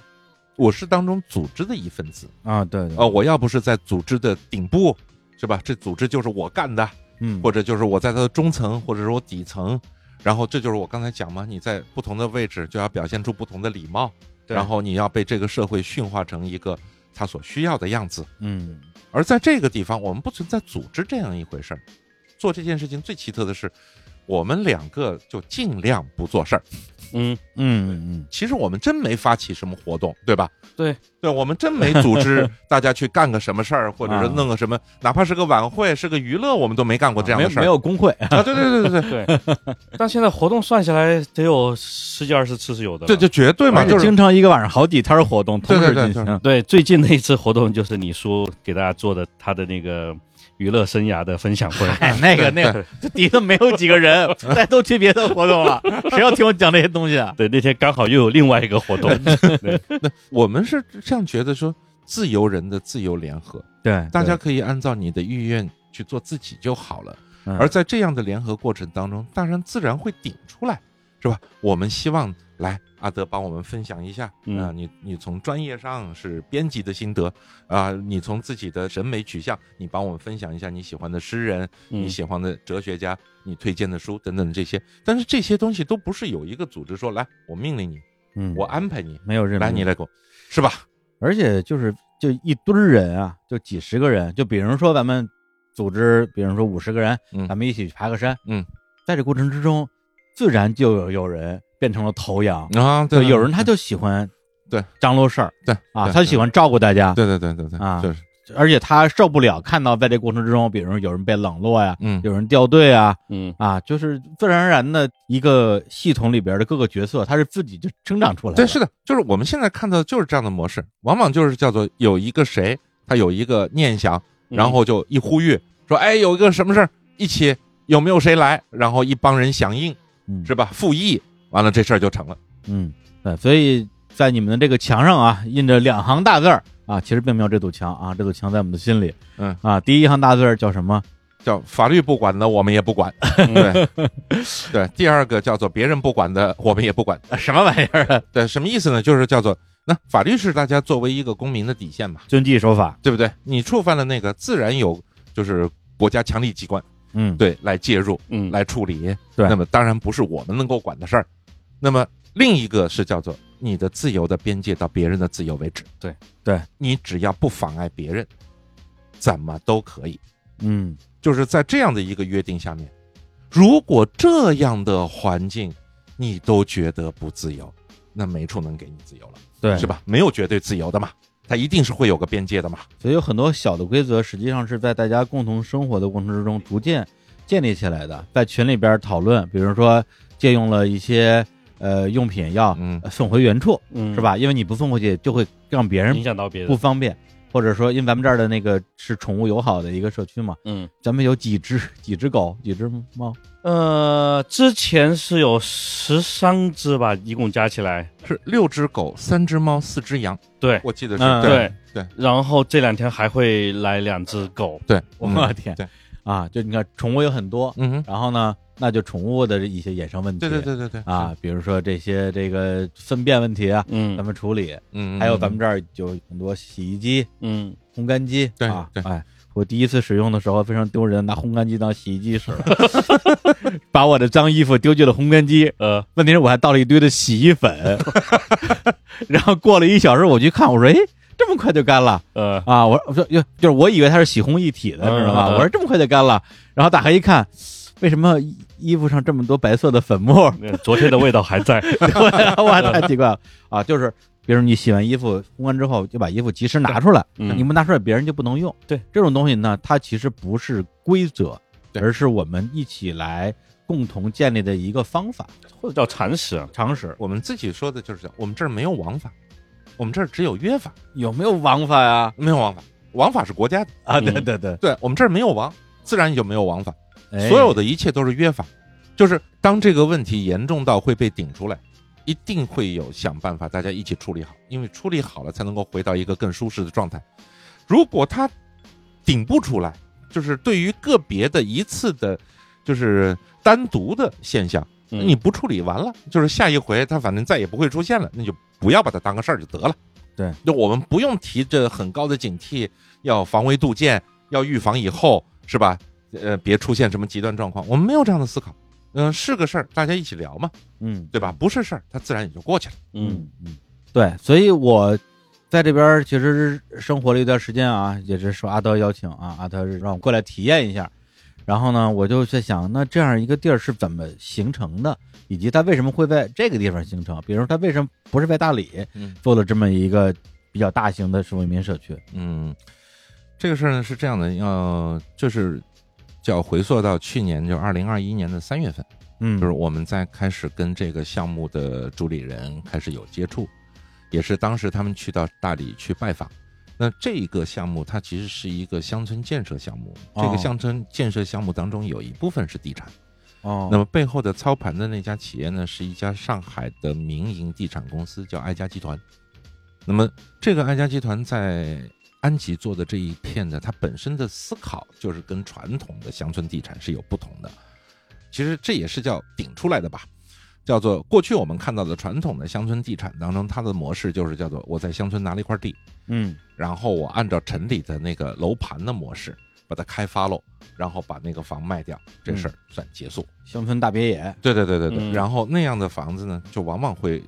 Speaker 2: 我是当中组织的一份子
Speaker 1: 啊，对对，
Speaker 2: 啊、呃我要不是在组织的顶部，是吧？这组织就是我干的，
Speaker 1: 嗯，
Speaker 2: 或者就是我在它的中层，或者是我底层，然后这就是我刚才讲嘛，你在不同的位置就要表现出不同的礼貌，
Speaker 1: 对
Speaker 2: 然后你要被这个社会驯化成一个他所需要的样子。
Speaker 1: 嗯，
Speaker 2: 而在这个地方，我们不存在组织这样一回事儿。做这件事情最奇特的是，我们两个就尽量不做事儿。
Speaker 3: 嗯，
Speaker 1: 嗯嗯
Speaker 2: 其实我们真没发起什么活动，对吧？
Speaker 3: 对，
Speaker 2: 对，我们真没组织大家去干个什么事儿，或者是弄个什么，哪怕是个晚会、是个娱乐，我们都没干过
Speaker 1: 嗯，
Speaker 2: 这样
Speaker 1: 没
Speaker 2: 的
Speaker 1: 有
Speaker 2: 事
Speaker 1: 没
Speaker 2: 儿。
Speaker 1: 有工会，
Speaker 2: 啊，对对对对对，
Speaker 3: 对。 *laughs* 但现在活动算下来得有十几二十次是有的了。
Speaker 2: 这就绝对嘛，
Speaker 1: 而且
Speaker 2: 就是
Speaker 1: 经常一个晚上好几摊儿活动同
Speaker 2: 对对
Speaker 1: 时
Speaker 2: 对
Speaker 1: 进
Speaker 2: 对
Speaker 1: 行。
Speaker 3: 对，最近的一次活动就是你叔给大家做的他的那个娱乐生涯的分享 *laughs* 会。
Speaker 2: 嗯
Speaker 1: 哎，那个那个，这底下没有几个
Speaker 2: *laughs*
Speaker 1: 人，大家都去别的活动了，谁要听我讲这些东西啊？
Speaker 3: 对，那天刚好又有另外一个活 *laughs* 动，
Speaker 2: 我们是这样觉得说，自由人的自由联合，
Speaker 1: 对，
Speaker 2: 大家可以按照你的意愿去做自己就好了。
Speaker 1: 嗯
Speaker 2: 而在这样的联合过程当中，当然自然会顶出来，是吧？我们希望来阿德帮我们分享一下，啊、
Speaker 3: 嗯
Speaker 2: 你你从专业上是编辑的心得啊、你从自己的审美取向，你帮我们分享一下你喜欢的诗人，你
Speaker 3: 嗯
Speaker 2: 喜欢的哲学家，你推荐的书等等这些。但是这些东西都不是有一个组织说，来，我命令你，
Speaker 1: 嗯
Speaker 2: 我安排你，
Speaker 1: 没有任
Speaker 2: 来
Speaker 1: 命
Speaker 2: 你来给我，是吧？
Speaker 1: 而且就是就一堆儿人啊，就几十个人，就比如说咱们组织，比如说五十个人，
Speaker 2: 嗯
Speaker 1: 咱们一起去爬个山，
Speaker 2: 嗯，
Speaker 1: 在这过程之中，自然就有有人变成了头羊，
Speaker 2: 啊，
Speaker 1: 就
Speaker 2: 对，
Speaker 1: 有人他就喜欢
Speaker 2: 嗯对
Speaker 1: 张罗事儿
Speaker 2: 对
Speaker 1: 啊，
Speaker 2: 对
Speaker 1: 他喜欢照顾大家，
Speaker 2: 对对对对对
Speaker 1: 啊
Speaker 2: 就是
Speaker 1: 而且他受不了看到在这过程之中，比如说有人被冷落呀，
Speaker 2: 嗯
Speaker 1: 有人掉队啊，
Speaker 3: 嗯，
Speaker 1: 啊，就是自然而然的一个系统里边的各个角色，他是自己就生长出来的。
Speaker 2: 对，是的，就是我们现在看到的就是这样的模式，往往就是叫做有一个谁，他有一个念想，
Speaker 1: 嗯
Speaker 3: 嗯
Speaker 2: 然后就一呼吁说，哎，有一个什么事儿，一起有没有谁来？然后一帮人响应，
Speaker 1: 嗯，
Speaker 2: 是吧？复议，完了这事儿就成了。
Speaker 1: 嗯，对，所以在你们的这个墙上啊，印着两行大字儿啊，其实并没有这堵墙啊，这堵墙在我们的心里。
Speaker 2: 嗯
Speaker 1: 啊，第一行大字儿叫什么？
Speaker 2: 叫法律不管的，我们也不
Speaker 1: *laughs*
Speaker 2: 管。对，对。第二个叫做别人不管的，我们也不管。
Speaker 1: 什么玩意儿啊？
Speaker 2: 对，什么意思呢？就是叫做那法律是大家作为一个公民的底线嘛，
Speaker 1: *laughs* 遵纪守法。
Speaker 2: 对不对？你触犯了那个，自然有就是国家强力机关
Speaker 1: 嗯，
Speaker 2: 对来介入。
Speaker 3: 嗯，
Speaker 2: 来处理。
Speaker 1: 对
Speaker 2: 那么当然不是我们能够管的事儿。那么另一个是叫做你的自由的边界到别人的自由为止。
Speaker 3: 对
Speaker 1: 对，
Speaker 2: 你只要不妨碍别人，怎么都可以。
Speaker 1: 嗯，
Speaker 2: 就是在这样的一个约定下面，如果这样的环境你都觉得不自由，那没处能给你自由了，
Speaker 1: 对，
Speaker 2: 是？吧？没有绝对自由的嘛，它一定是会有个边界的嘛。
Speaker 1: 所以有很多小的规则，实际上是在大家共同生活的过程之中逐渐建立起来的。在群里边讨论，比如说借用了一些呃用品要
Speaker 2: 嗯
Speaker 1: 呃送回原处，
Speaker 3: 嗯
Speaker 1: 是？吧？因为你不送回去，就会让别人
Speaker 3: 影响到别人
Speaker 1: 不，方便，或者说，因为咱们这儿的那个是宠物友好的一个社区嘛，
Speaker 3: 嗯，
Speaker 1: 咱们有几只 *laughs* 几只狗，几只猫，
Speaker 3: 呃，之前是有十三只吧，一共加起来，
Speaker 2: 是六只狗、三只猫、四只羊，
Speaker 3: 对
Speaker 2: 我记得是、
Speaker 1: 嗯
Speaker 2: 对
Speaker 3: 对
Speaker 2: 对
Speaker 3: 然后这两天还会来两只狗，
Speaker 2: 对，
Speaker 1: 我
Speaker 2: 嗯
Speaker 1: 天，
Speaker 2: 对
Speaker 1: 啊，就你看宠物有很多，
Speaker 2: 嗯哼。
Speaker 1: 然后呢，那就宠物的一些衍生问题，
Speaker 2: 对对对对对，
Speaker 1: 啊，比如说这些这个粪便问题啊，
Speaker 3: 嗯
Speaker 1: 咱们处理，
Speaker 2: 嗯，嗯，
Speaker 1: 还有咱们这儿有很多洗衣机、
Speaker 3: 嗯，
Speaker 1: 烘干机，
Speaker 2: 对
Speaker 1: 啊
Speaker 2: 对
Speaker 1: 哎。我第一次使用的时候非常丢人，拿烘干机当洗衣机使，把我的脏衣服丢进了烘干机，
Speaker 3: 呃，
Speaker 1: 问题是我还倒了一堆的洗衣粉，然后过了一小时我去看，我说哎，这么快就干了
Speaker 3: 呃，
Speaker 1: 啊！我说我说哟，就是我以为它是洗烘一体的，
Speaker 3: 嗯
Speaker 1: 知道吗？
Speaker 3: 嗯嗯
Speaker 1: 我说这么快就干了，然后打开一看，为什么衣衣服上这么多白色的粉末？ *laughs*
Speaker 3: 昨天的味道还在，
Speaker 1: 我哇，太奇怪了啊！就是比如你洗完衣服烘干之后，就把衣服及时拿出来，
Speaker 3: 嗯
Speaker 1: 你不拿出来，别人就不能用。
Speaker 3: 对
Speaker 1: 这种东西呢，它其实不是规则，
Speaker 2: 对
Speaker 1: 而是我们一起来共同建立的一个方法
Speaker 3: 或者叫常识啊，
Speaker 1: 常识。
Speaker 2: 我们自己说的就是这样，我们这儿没有王法，我们这儿只有约法，
Speaker 1: 有没有王法呀？
Speaker 2: 没有王法，王法是国家的，
Speaker 1: 啊，
Speaker 3: 嗯
Speaker 1: 对对对，
Speaker 2: 对我们这儿没有王，自然也就没有王法，
Speaker 1: 哎
Speaker 2: 所有的一切都是约法，就是当这个问题严重到会被顶出来，一定会有想办法大家一起处理好，因为处理好了才能够回到一个更舒适的状态。如果他顶不出来，就是对于个别的一次的，就是单独的现象，
Speaker 3: 嗯
Speaker 2: 你不处理完了，就是下一回他反正再也不会出现了，那就不要把它当个事儿就得了。
Speaker 1: 对，
Speaker 2: 就我们不用提着很高的警惕，要防微杜渐，要预防以后，是吧？呃，别出现什么极端状况，我们没有这样的思考。嗯、是个事儿，大家一起聊嘛，
Speaker 1: 嗯
Speaker 2: 对吧？不是事儿，它自然也就过去了。
Speaker 1: 嗯嗯，对，所以我在这边儿其实生活了一段时间啊，也是受阿德邀请啊，阿德让我过来体验一下。然后呢，我就在想，那这样一个地儿是怎么形成的，以及它为什么会在这个地方形成？比如说，它为什么不是在大理
Speaker 2: 嗯
Speaker 1: 做了这么一个比较大型的社会民社区？
Speaker 2: 嗯，这个事儿呢是这样的，要就是叫回溯到去年，就二零二一年的三月份。
Speaker 1: 嗯
Speaker 2: 就是我们在开始跟这个项目的主理人开始有接触，也是当时他们去到大理去拜访。那这个项目它其实是一个乡村建设项目，这
Speaker 1: 哦
Speaker 2: 个乡村建设项目当中有一部分是地产，
Speaker 1: 哦，
Speaker 2: 那么背后的操盘的那家企业呢，是一家上海的民营地产公司，叫爱家集团。那么这个爱家集团在安吉做的这一片呢，它本身的思考就是跟传统的乡村地产是有不同的。其实这也是叫顶出来的吧，叫做过去我们看到的传统的乡村地产当中，它的模式就是叫做我在乡村拿了一块地，
Speaker 1: 嗯
Speaker 2: 然后我按照城里的那个楼盘的模式把它开发喽，然后把那个房卖掉，这事儿算结束。
Speaker 1: 乡村大别野，
Speaker 2: 对对对对对。
Speaker 3: 嗯
Speaker 2: 然后那样的房子呢，就往往会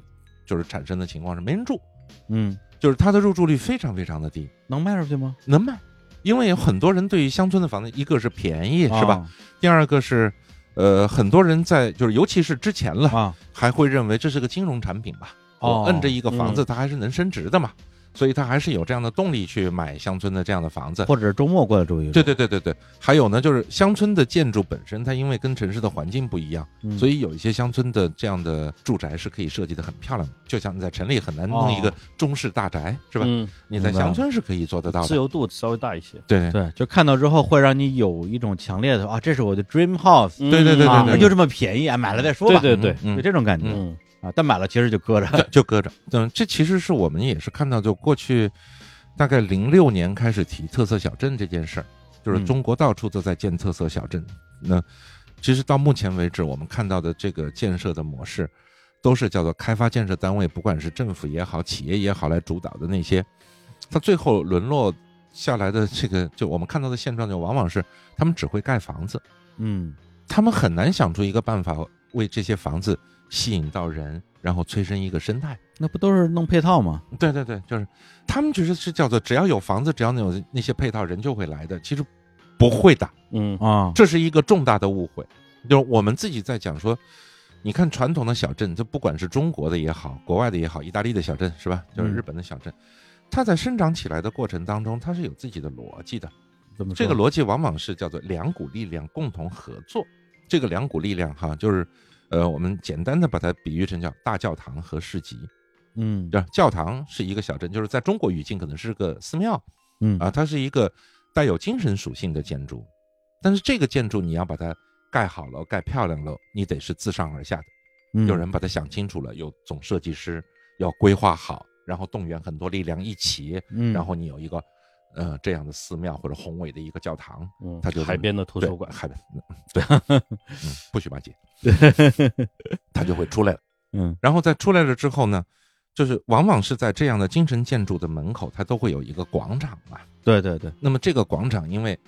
Speaker 2: 就是产生的情况是没人住，
Speaker 1: 嗯，
Speaker 2: 就是它的入住率非常非常的低，
Speaker 1: 能卖出去吗？
Speaker 2: 能卖，因为有很多人对于乡村的房子，一个是便宜是
Speaker 1: 啊
Speaker 2: 吧？？第二个是。呃，很多人在就是，尤其是之前了，
Speaker 1: 啊，
Speaker 2: 还会认为这是个金融产品吧？
Speaker 1: 哦
Speaker 2: 我摁着一个房子，它还是能升值的嘛，所以它还是有这样的动力去买乡村的这样的房子。
Speaker 1: 或者周末过来住一住。
Speaker 2: 对对对对对，还有呢，就是乡村的建筑本身，它因为跟城市的环境不一样，
Speaker 1: 嗯
Speaker 2: 所以有一些乡村的这样的住宅是可以设计的很漂亮的，就像你在城里很难弄一个
Speaker 1: 哦
Speaker 2: 中式大宅，是吧？
Speaker 3: 嗯，
Speaker 2: 你在
Speaker 1: 明白
Speaker 2: 乡村是可以做得到
Speaker 3: 自
Speaker 2: 的。
Speaker 3: 由度稍微大一些。
Speaker 2: 对
Speaker 1: 对，就看到之后会让你有一种强烈的啊，这是我的 dream house，
Speaker 2: 对对对
Speaker 1: 啊，
Speaker 2: 对
Speaker 1: 就这么便宜啊，买了再说吧，
Speaker 3: 对对，
Speaker 2: 嗯
Speaker 1: 就这种感觉、
Speaker 3: 嗯
Speaker 1: 啊。但买了其实就搁着，
Speaker 2: 对，就搁着。嗯，这其实是我们也是看到，就过去大概零六年开始提特色小镇这件事儿，就是
Speaker 1: 嗯
Speaker 2: 中国到处都在建特色小镇。那其实到目前为止，我们看到的这个建设的模式，都是叫做开发建设单位，不管是政府也好，企业也好，来主导的那些，它最后沦落下来的这个，就我们看到的现状，就往往是他们只会盖房子，
Speaker 1: 嗯
Speaker 2: 他们很难想出一个办法为这些房子吸引到人，然后催生一个生态。
Speaker 1: 那不都是弄配套吗？
Speaker 2: 对对对，就是他们觉得是叫做只要有房子，只要有那些配套，人就会来的。其实不会的，
Speaker 3: 嗯
Speaker 1: 啊，
Speaker 2: 这是一个重大的误会。就是我们自己在讲说，你看传统的小镇，就不管是中国的也好，国外的也好，意大利的小镇是吧？就是
Speaker 1: 嗯
Speaker 2: 日本的小镇，它在生长起来的过程当中，它是有自己的逻辑的。
Speaker 1: 怎么说
Speaker 2: 这个逻辑往往是叫做两股力量共同合作。这个两股力量哈，就是呃，我们简单的把它比喻成叫大教堂和市集。
Speaker 1: 嗯
Speaker 2: 对吧，教堂是一个小镇，就是在中国语境可能是个寺庙
Speaker 1: 嗯
Speaker 2: 啊，它是一个带有精神属性的建筑。但是这个建筑你要把它盖好了、盖漂亮了，你得是自上而下的，
Speaker 1: 嗯
Speaker 2: 有人把它想清楚了，有总设计师要规划好，然后动员很多力量一起，
Speaker 1: 嗯，
Speaker 2: 然后你有一个呃这样的寺庙或者宏伟的一个教堂，
Speaker 3: 嗯，
Speaker 2: 它就是
Speaker 3: 海边的图
Speaker 2: 图
Speaker 3: 书馆，
Speaker 2: 海边，
Speaker 1: *laughs*
Speaker 2: 对，嗯不许巴结，它就会出来了。
Speaker 1: 嗯
Speaker 2: 然后在出来了之后呢，就是往往是在这样的精神建筑的门口，它都会有一个广场嘛。
Speaker 1: 对对对，
Speaker 2: 那么这个广场，因为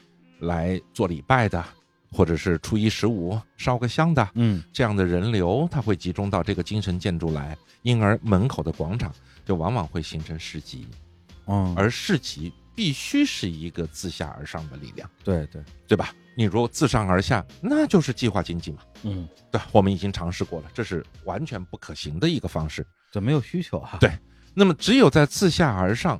Speaker 2: 来做礼拜的，或者是初一十五烧个香的
Speaker 1: 嗯
Speaker 2: 这样的人流，它会集中到这个精神建筑来，因而门口的广场就往往会形成市集，
Speaker 1: 嗯，
Speaker 2: 而市集必须是一个自下而上的力量，
Speaker 1: 对对
Speaker 2: 对吧？你如果自上而下，那就是计划经济嘛。
Speaker 3: 嗯，
Speaker 2: 对吧，我们已经尝试过了，这是完全不可行的一个方式。
Speaker 1: 这没有需求啊，
Speaker 2: 对那么只有在自下而上，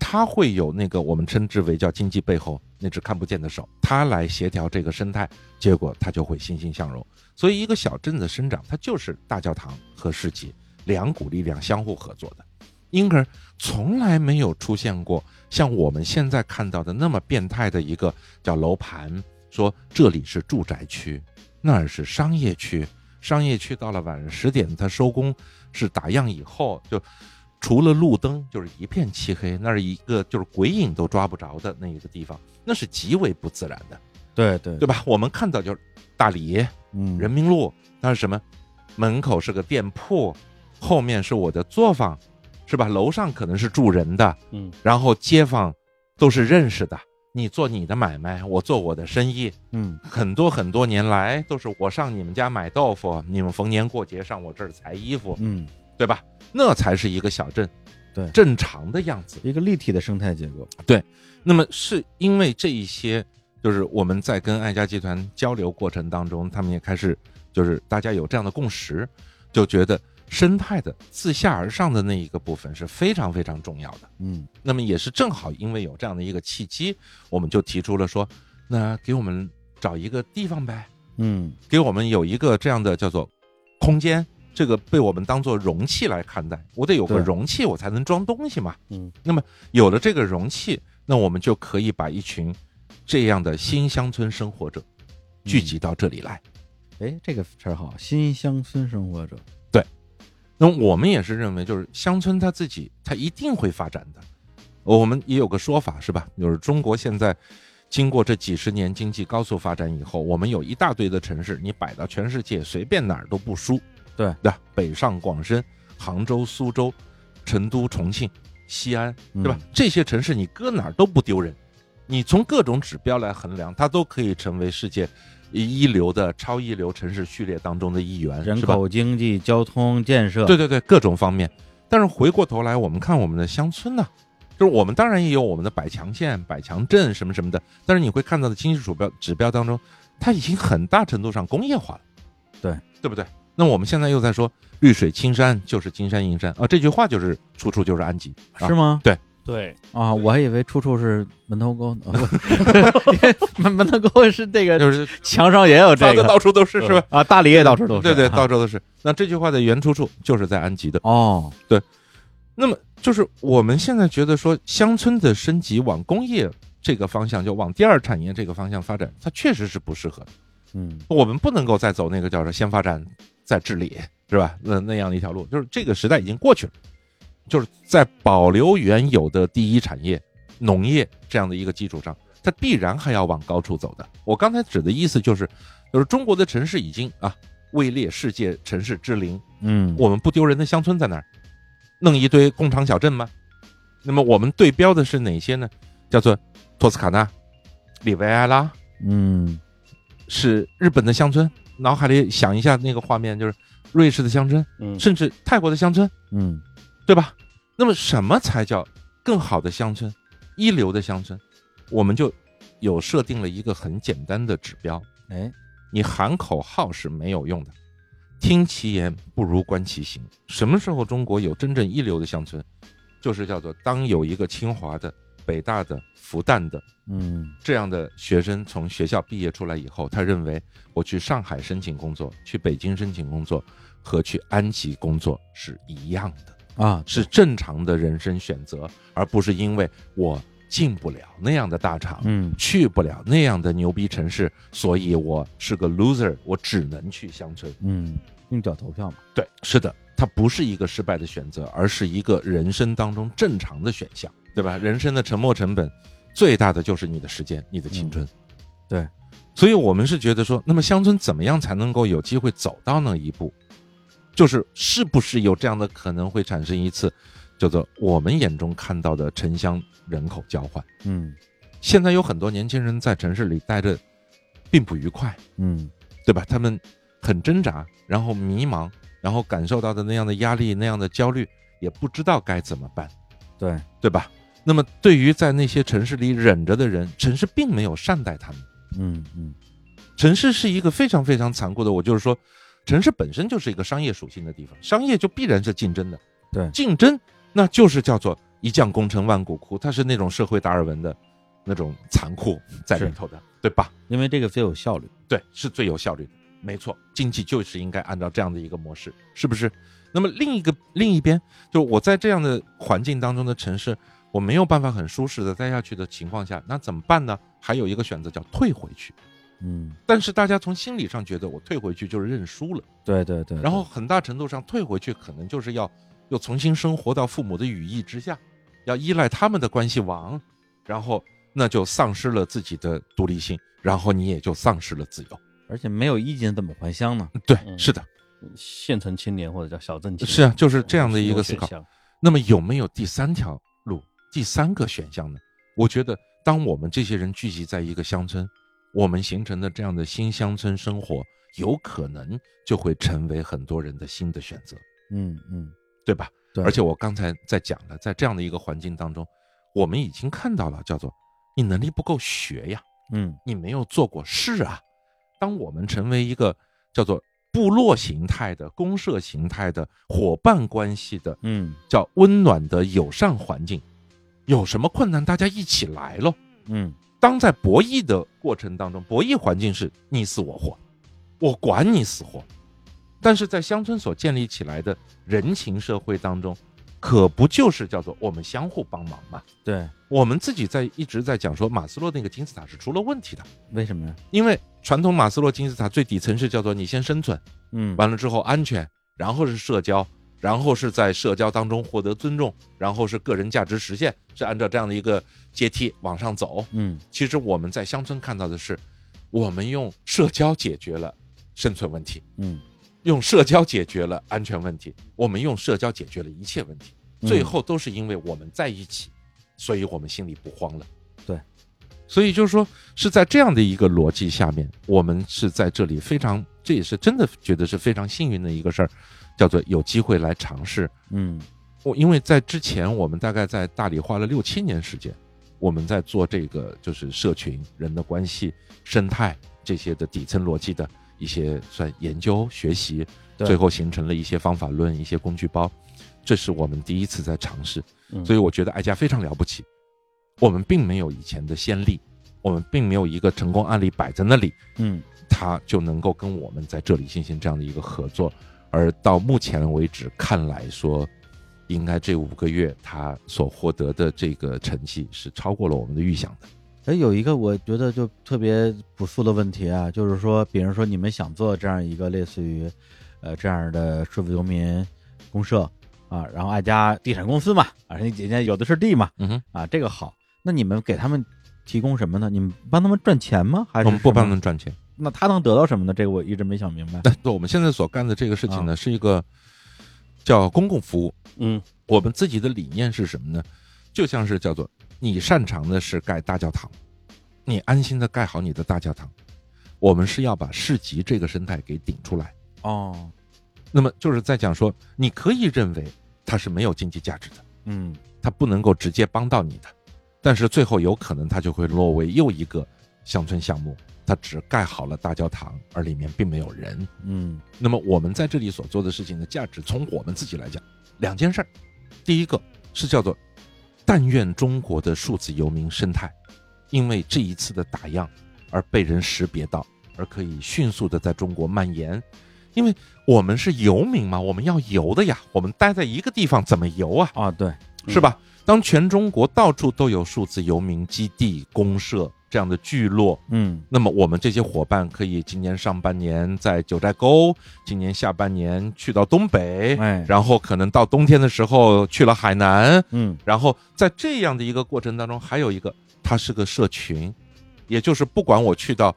Speaker 2: 它会有那个我们称之为叫经济背后那只看不见的手，它来协调这个生态，结果它就会欣欣向荣。所以一个小镇子生长，它就是大教堂和市集两股力量相互合作的。因而从来没有出现过像我们现在看到的那么变态的一个叫楼盘，说这里是住宅区，那儿是商业区，商业区到了晚上十点它收工是打烊以后就。除了路灯，就是一片漆黑，那是一个就是鬼影都抓不着的那一个地方，那是极为不自然的，
Speaker 1: 对对
Speaker 2: 对，吧？我们看到就是大理、
Speaker 1: 嗯，
Speaker 2: 人民路，那是什么？门口是个店铺，后面是我的作坊，是吧？楼上可能是住人的，
Speaker 3: 嗯，
Speaker 2: 然后街坊都是认识的，你做你的买卖，我做我的生意，
Speaker 1: 嗯
Speaker 2: 很多很多年来都是我上你们家买豆腐，你们逢年过节上我这儿裁衣服，
Speaker 1: 嗯，
Speaker 2: 对吧？那才是一个小镇，
Speaker 1: 对
Speaker 2: 正常的样子。
Speaker 1: 一个立体的生态结构，
Speaker 2: 那么是因为这一些，就是我们在跟爱家集团交流过程当中，他们也开始就是大家有这样的共识，就觉得生态的自下而上的那一个部分是非常非常重要的。
Speaker 1: 嗯
Speaker 2: 那么也是正好因为有这样的一个契机，我们就提出了说，那给我们找一个地方呗，
Speaker 1: 嗯
Speaker 2: 给我们有一个这样的叫做空间，这个被我们当做容器来看待，我得有个
Speaker 1: 对
Speaker 2: 容器，我才能装东西嘛。
Speaker 3: 嗯，
Speaker 2: 那么有了这个容器，那我们就可以把一群这样的新乡村生活者聚
Speaker 1: 嗯
Speaker 2: 集到这里来。
Speaker 1: 哎，这个词儿好，新乡村生活者，
Speaker 2: 那我们也是认为，就是乡村它自己，它一定会发展的。我们也有个说法是吧？就是中国现在经过这几十年经济高速发展以后，我们有一大堆的城市，你摆到全世界随便哪儿都不输。
Speaker 1: 对
Speaker 2: 对吧，北上广深、杭州、苏州、成都、重庆、西安，
Speaker 1: 对
Speaker 2: 对吧？？这些城市你搁哪儿都不丢人，你从各种指标来衡量，它都可以成为世界一流的超一流城市序列当中的一员，
Speaker 1: 人
Speaker 2: 是吧？
Speaker 1: 口、经济、交通、建设，
Speaker 2: 对对对，各种方面。但是回过头来，我们看我们的乡村呢、就是我们当然也有我们的百强县、百强镇什么什么的，但是你会看到的经济指标指标当中，它已经很大程度上工业化了，
Speaker 1: 对
Speaker 2: 对不对？那我们现在又在说绿水青山就是金山银山啊，这句话就是出处就是安吉，啊
Speaker 1: 是吗？
Speaker 3: 对，
Speaker 1: 啊，我还以为处处是门头沟
Speaker 2: *laughs*
Speaker 1: 呢， *laughs* 门门头沟是这个
Speaker 2: 就是
Speaker 1: 墙上也有
Speaker 2: 造
Speaker 1: 这
Speaker 2: 的
Speaker 1: 个
Speaker 2: 到处都是，是吧？
Speaker 1: *laughs* 啊，大理也到处都是，
Speaker 2: 对对，
Speaker 1: 啊
Speaker 2: 到处都是。那这句话的原出处就是在安吉的。
Speaker 1: 哦，
Speaker 2: 那么就是我们现在觉得说，乡村的升级往工业这个方向，就往第二产业这个方向发展，它确实是不适合的。
Speaker 1: 嗯
Speaker 2: 我们不能够再走那个叫做先发展再治理，是吧？那那样的一条路，就是这个时代已经过去了，就是在保留原有的第一产业农业这样的一个基础上，它必然还要往高处走的。我刚才指的意思就是，就是中国的城市已经啊位列世界城市之林，
Speaker 1: 嗯，
Speaker 2: 我们不丢人的乡村在哪儿？弄一堆工厂小镇吗？那么我们对标的是哪些呢？叫做托斯卡纳、里维埃拉，
Speaker 1: 嗯
Speaker 2: 是日本的乡村。脑海里想一下那个画面，就是瑞士的乡村，
Speaker 3: 嗯，
Speaker 2: 甚至泰国的乡村，
Speaker 1: 嗯
Speaker 2: 对吧？那么什么才叫更好的乡村、一流的乡村？我们就有设定了一个很简单的指标，
Speaker 1: 哎，
Speaker 2: 你喊口号是没有用的，听其言不如观其行。什么时候中国有真正一流的乡村？就是叫做当有一个清华的、北大的、复旦的
Speaker 1: 嗯
Speaker 2: 这样的学生从学校毕业出来以后，他认为我去上海申请工作、去北京申请工作和去安吉工作是一样的，
Speaker 1: 啊，
Speaker 2: 是正常的人生选择，而不是因为我进不了那样的大厂，
Speaker 1: 嗯
Speaker 2: 去不了那样的牛逼城市，所以我是个 loser，我只能去乡村。
Speaker 1: 嗯，用脚投票嘛，
Speaker 2: 对，是的，它不是一个失败的选择，而是一个人生当中正常的选项，对吧？人生的沉没成本最大的就是你的时间，你的青春。
Speaker 1: 对，
Speaker 2: 所以我们是觉得说，那么乡村怎么样才能够有机会走到那一步？就是是不是有这样的可能会产生一次，叫做我们眼中看到的城乡人口交换？
Speaker 1: 嗯
Speaker 2: 现在有很多年轻人在城市里待着并不愉快，
Speaker 1: 嗯
Speaker 2: 对吧？他们很挣扎，然后迷茫，然后感受到的那样的压力、那样的焦虑，也不知道该怎么办，
Speaker 1: 对，
Speaker 2: 对吧？那么，对于在那些城市里忍着的人，城市并没有善待他们。
Speaker 1: 嗯嗯
Speaker 2: 城市是一个非常非常残酷的，我就是说，城市本身就是一个商业属性的地方，商业就必然是竞争的。
Speaker 1: 对
Speaker 2: 竞争那就是叫做一将功成万骨枯，它是那种社会达尔文的那种残酷在里头的，对吧？
Speaker 1: 因为这个最有效率。
Speaker 2: 对，是最有效率的，没错，经济就是应该按照这样的一个模式，是不是？那么另一个另一边，就是我在这样的环境当中的城市，我没有办法很舒适的待下去的情况下，那怎么办呢？还有一个选择叫退回去，
Speaker 1: 嗯，
Speaker 2: 但是大家从心理上觉得我退回去就是认输了，
Speaker 1: 对对对。
Speaker 2: 然后很大程度上退回去可能就是要又重新生活到父母的羽翼之下，要依赖他们的关系网，然后那就丧失了自己的独立性，然后你也就丧失了
Speaker 1: *laughs*
Speaker 2: 自由。
Speaker 1: 而且没有衣锦怎么还乡呢？
Speaker 2: 对，
Speaker 3: 嗯
Speaker 2: 是的，
Speaker 3: 县城青年或者叫小镇青年，
Speaker 2: 是啊，就是这样的一个思考
Speaker 3: 选。项。
Speaker 2: 那么有没有第三条路、第三个选项呢？我觉得，当我们这些人聚集在一个乡村，我们形成的这样的新乡村生活，有可能就会成为很多人的新的选择，
Speaker 1: 嗯嗯，
Speaker 2: 对吧？
Speaker 1: 对。
Speaker 2: 而且我刚才在讲了，在这样的一个环境当中，我们已经看到了，叫做你能力不够学呀，
Speaker 1: 嗯
Speaker 2: 你没有做过事啊。当我们成为一个叫做部落形态的、公社形态的、伙伴关系的
Speaker 1: 嗯
Speaker 2: 叫温暖的友善环境。有什么困难，大家一起来喽。
Speaker 1: 嗯
Speaker 2: 当在博弈的过程当中，博弈环境是你死我活，我管你死活。但是在乡村所建立起来的人情社会当中，可不就是叫做我们相互帮忙嘛？
Speaker 1: 对。
Speaker 2: 我们自己在一直在讲说，马斯洛那个金字塔是出了问题的，
Speaker 1: 为什么呀？
Speaker 2: 因为传统马斯洛金字塔最底层是叫做你先生存，
Speaker 1: 嗯，
Speaker 2: 完了之后安全，然后是社交，然后是在社交当中获得尊重，然后是个人价值实现，是按照这样的一个阶梯往上走。
Speaker 1: 嗯
Speaker 2: 其实我们在乡村看到的是，我们用社交解决了生存问题，
Speaker 1: 嗯，
Speaker 2: 用社交解决了安全问题，我们用社交解决了一切问题，
Speaker 1: 嗯
Speaker 2: 最后都是因为我们在一起，所以我们心里不慌了。
Speaker 1: 对，
Speaker 2: 所以就是说是在这样的一个逻辑下面，我们是在这里非常，这也是真的觉得是非常幸运的一个事儿，叫做有机会来尝试。
Speaker 1: 嗯
Speaker 2: 我因为在之前我们大概在大理花了六七年时间，我们在做这个就是社群人的关系、生态这些的底层逻辑的一些算研究学习，
Speaker 1: 对
Speaker 2: 最后形成了一些方法论、一些工具包。这是我们第一次在尝试，
Speaker 3: 嗯
Speaker 2: 所以我觉得爱家非常了不起。我们并没有以前的先例，我们并没有一个成功案例摆在那里，
Speaker 1: 嗯
Speaker 2: 他就能够跟我们在这里进行这样的一个合作。而到目前为止看来说，应该这五个月他所获得的这个成绩是超过了我们的预想的。
Speaker 1: 哎，有一个我觉得就特别朴素的问题啊，就是说，比如说你们想做这样一个类似于，呃，这样的社会游民公社啊，然后爱家地产公司嘛，啊，人家人家有的是地嘛，
Speaker 2: 嗯哼，
Speaker 1: 啊，这个好，那你们给他们提供什么呢？你们帮他们赚钱吗？还是
Speaker 2: 我们
Speaker 1: 什
Speaker 2: 不
Speaker 1: 么
Speaker 2: 帮他？们赚钱。
Speaker 1: 那他能得到什么呢？这个我一直没想明白。
Speaker 2: 那我们现在所干的这个事情呢，是一个叫公共服务。
Speaker 3: 嗯，
Speaker 2: 我们自己的理念是什么呢？就像是叫做你擅长的是盖大教堂，你安心的盖好你的大教堂。我们是要把市集这个生态给顶出来。
Speaker 1: 哦，
Speaker 2: 那么就是在讲说，你可以认为它是没有经济价值的，
Speaker 1: 嗯
Speaker 2: 它不能够直接帮到你的，但是最后有可能它就会落为又一个乡村项目，它只盖好了大教堂，而里面并没有人。
Speaker 1: 嗯
Speaker 2: 那么我们在这里所做的事情的价值，从我们自己来讲，两件事儿，第一个是叫做但愿中国的数字游民生态，因为这一次的打样而被人识别到，而可以迅速的在中国蔓延。因为我们是游民嘛，我们要游的呀，我们待在一个地方怎么游啊？
Speaker 1: 啊，对，
Speaker 3: 嗯
Speaker 2: 是吧？当全中国到处都有数字游民基地、公社这样的聚落，
Speaker 1: 嗯
Speaker 2: 那么我们这些伙伴可以今年上半年在九寨沟，今年下半年去到东北，
Speaker 1: 哎
Speaker 2: 然后可能到冬天的时候去了海南，
Speaker 1: 嗯
Speaker 2: 然后在这样的一个过程当中，还有一个它是个社群，也就是不管我去到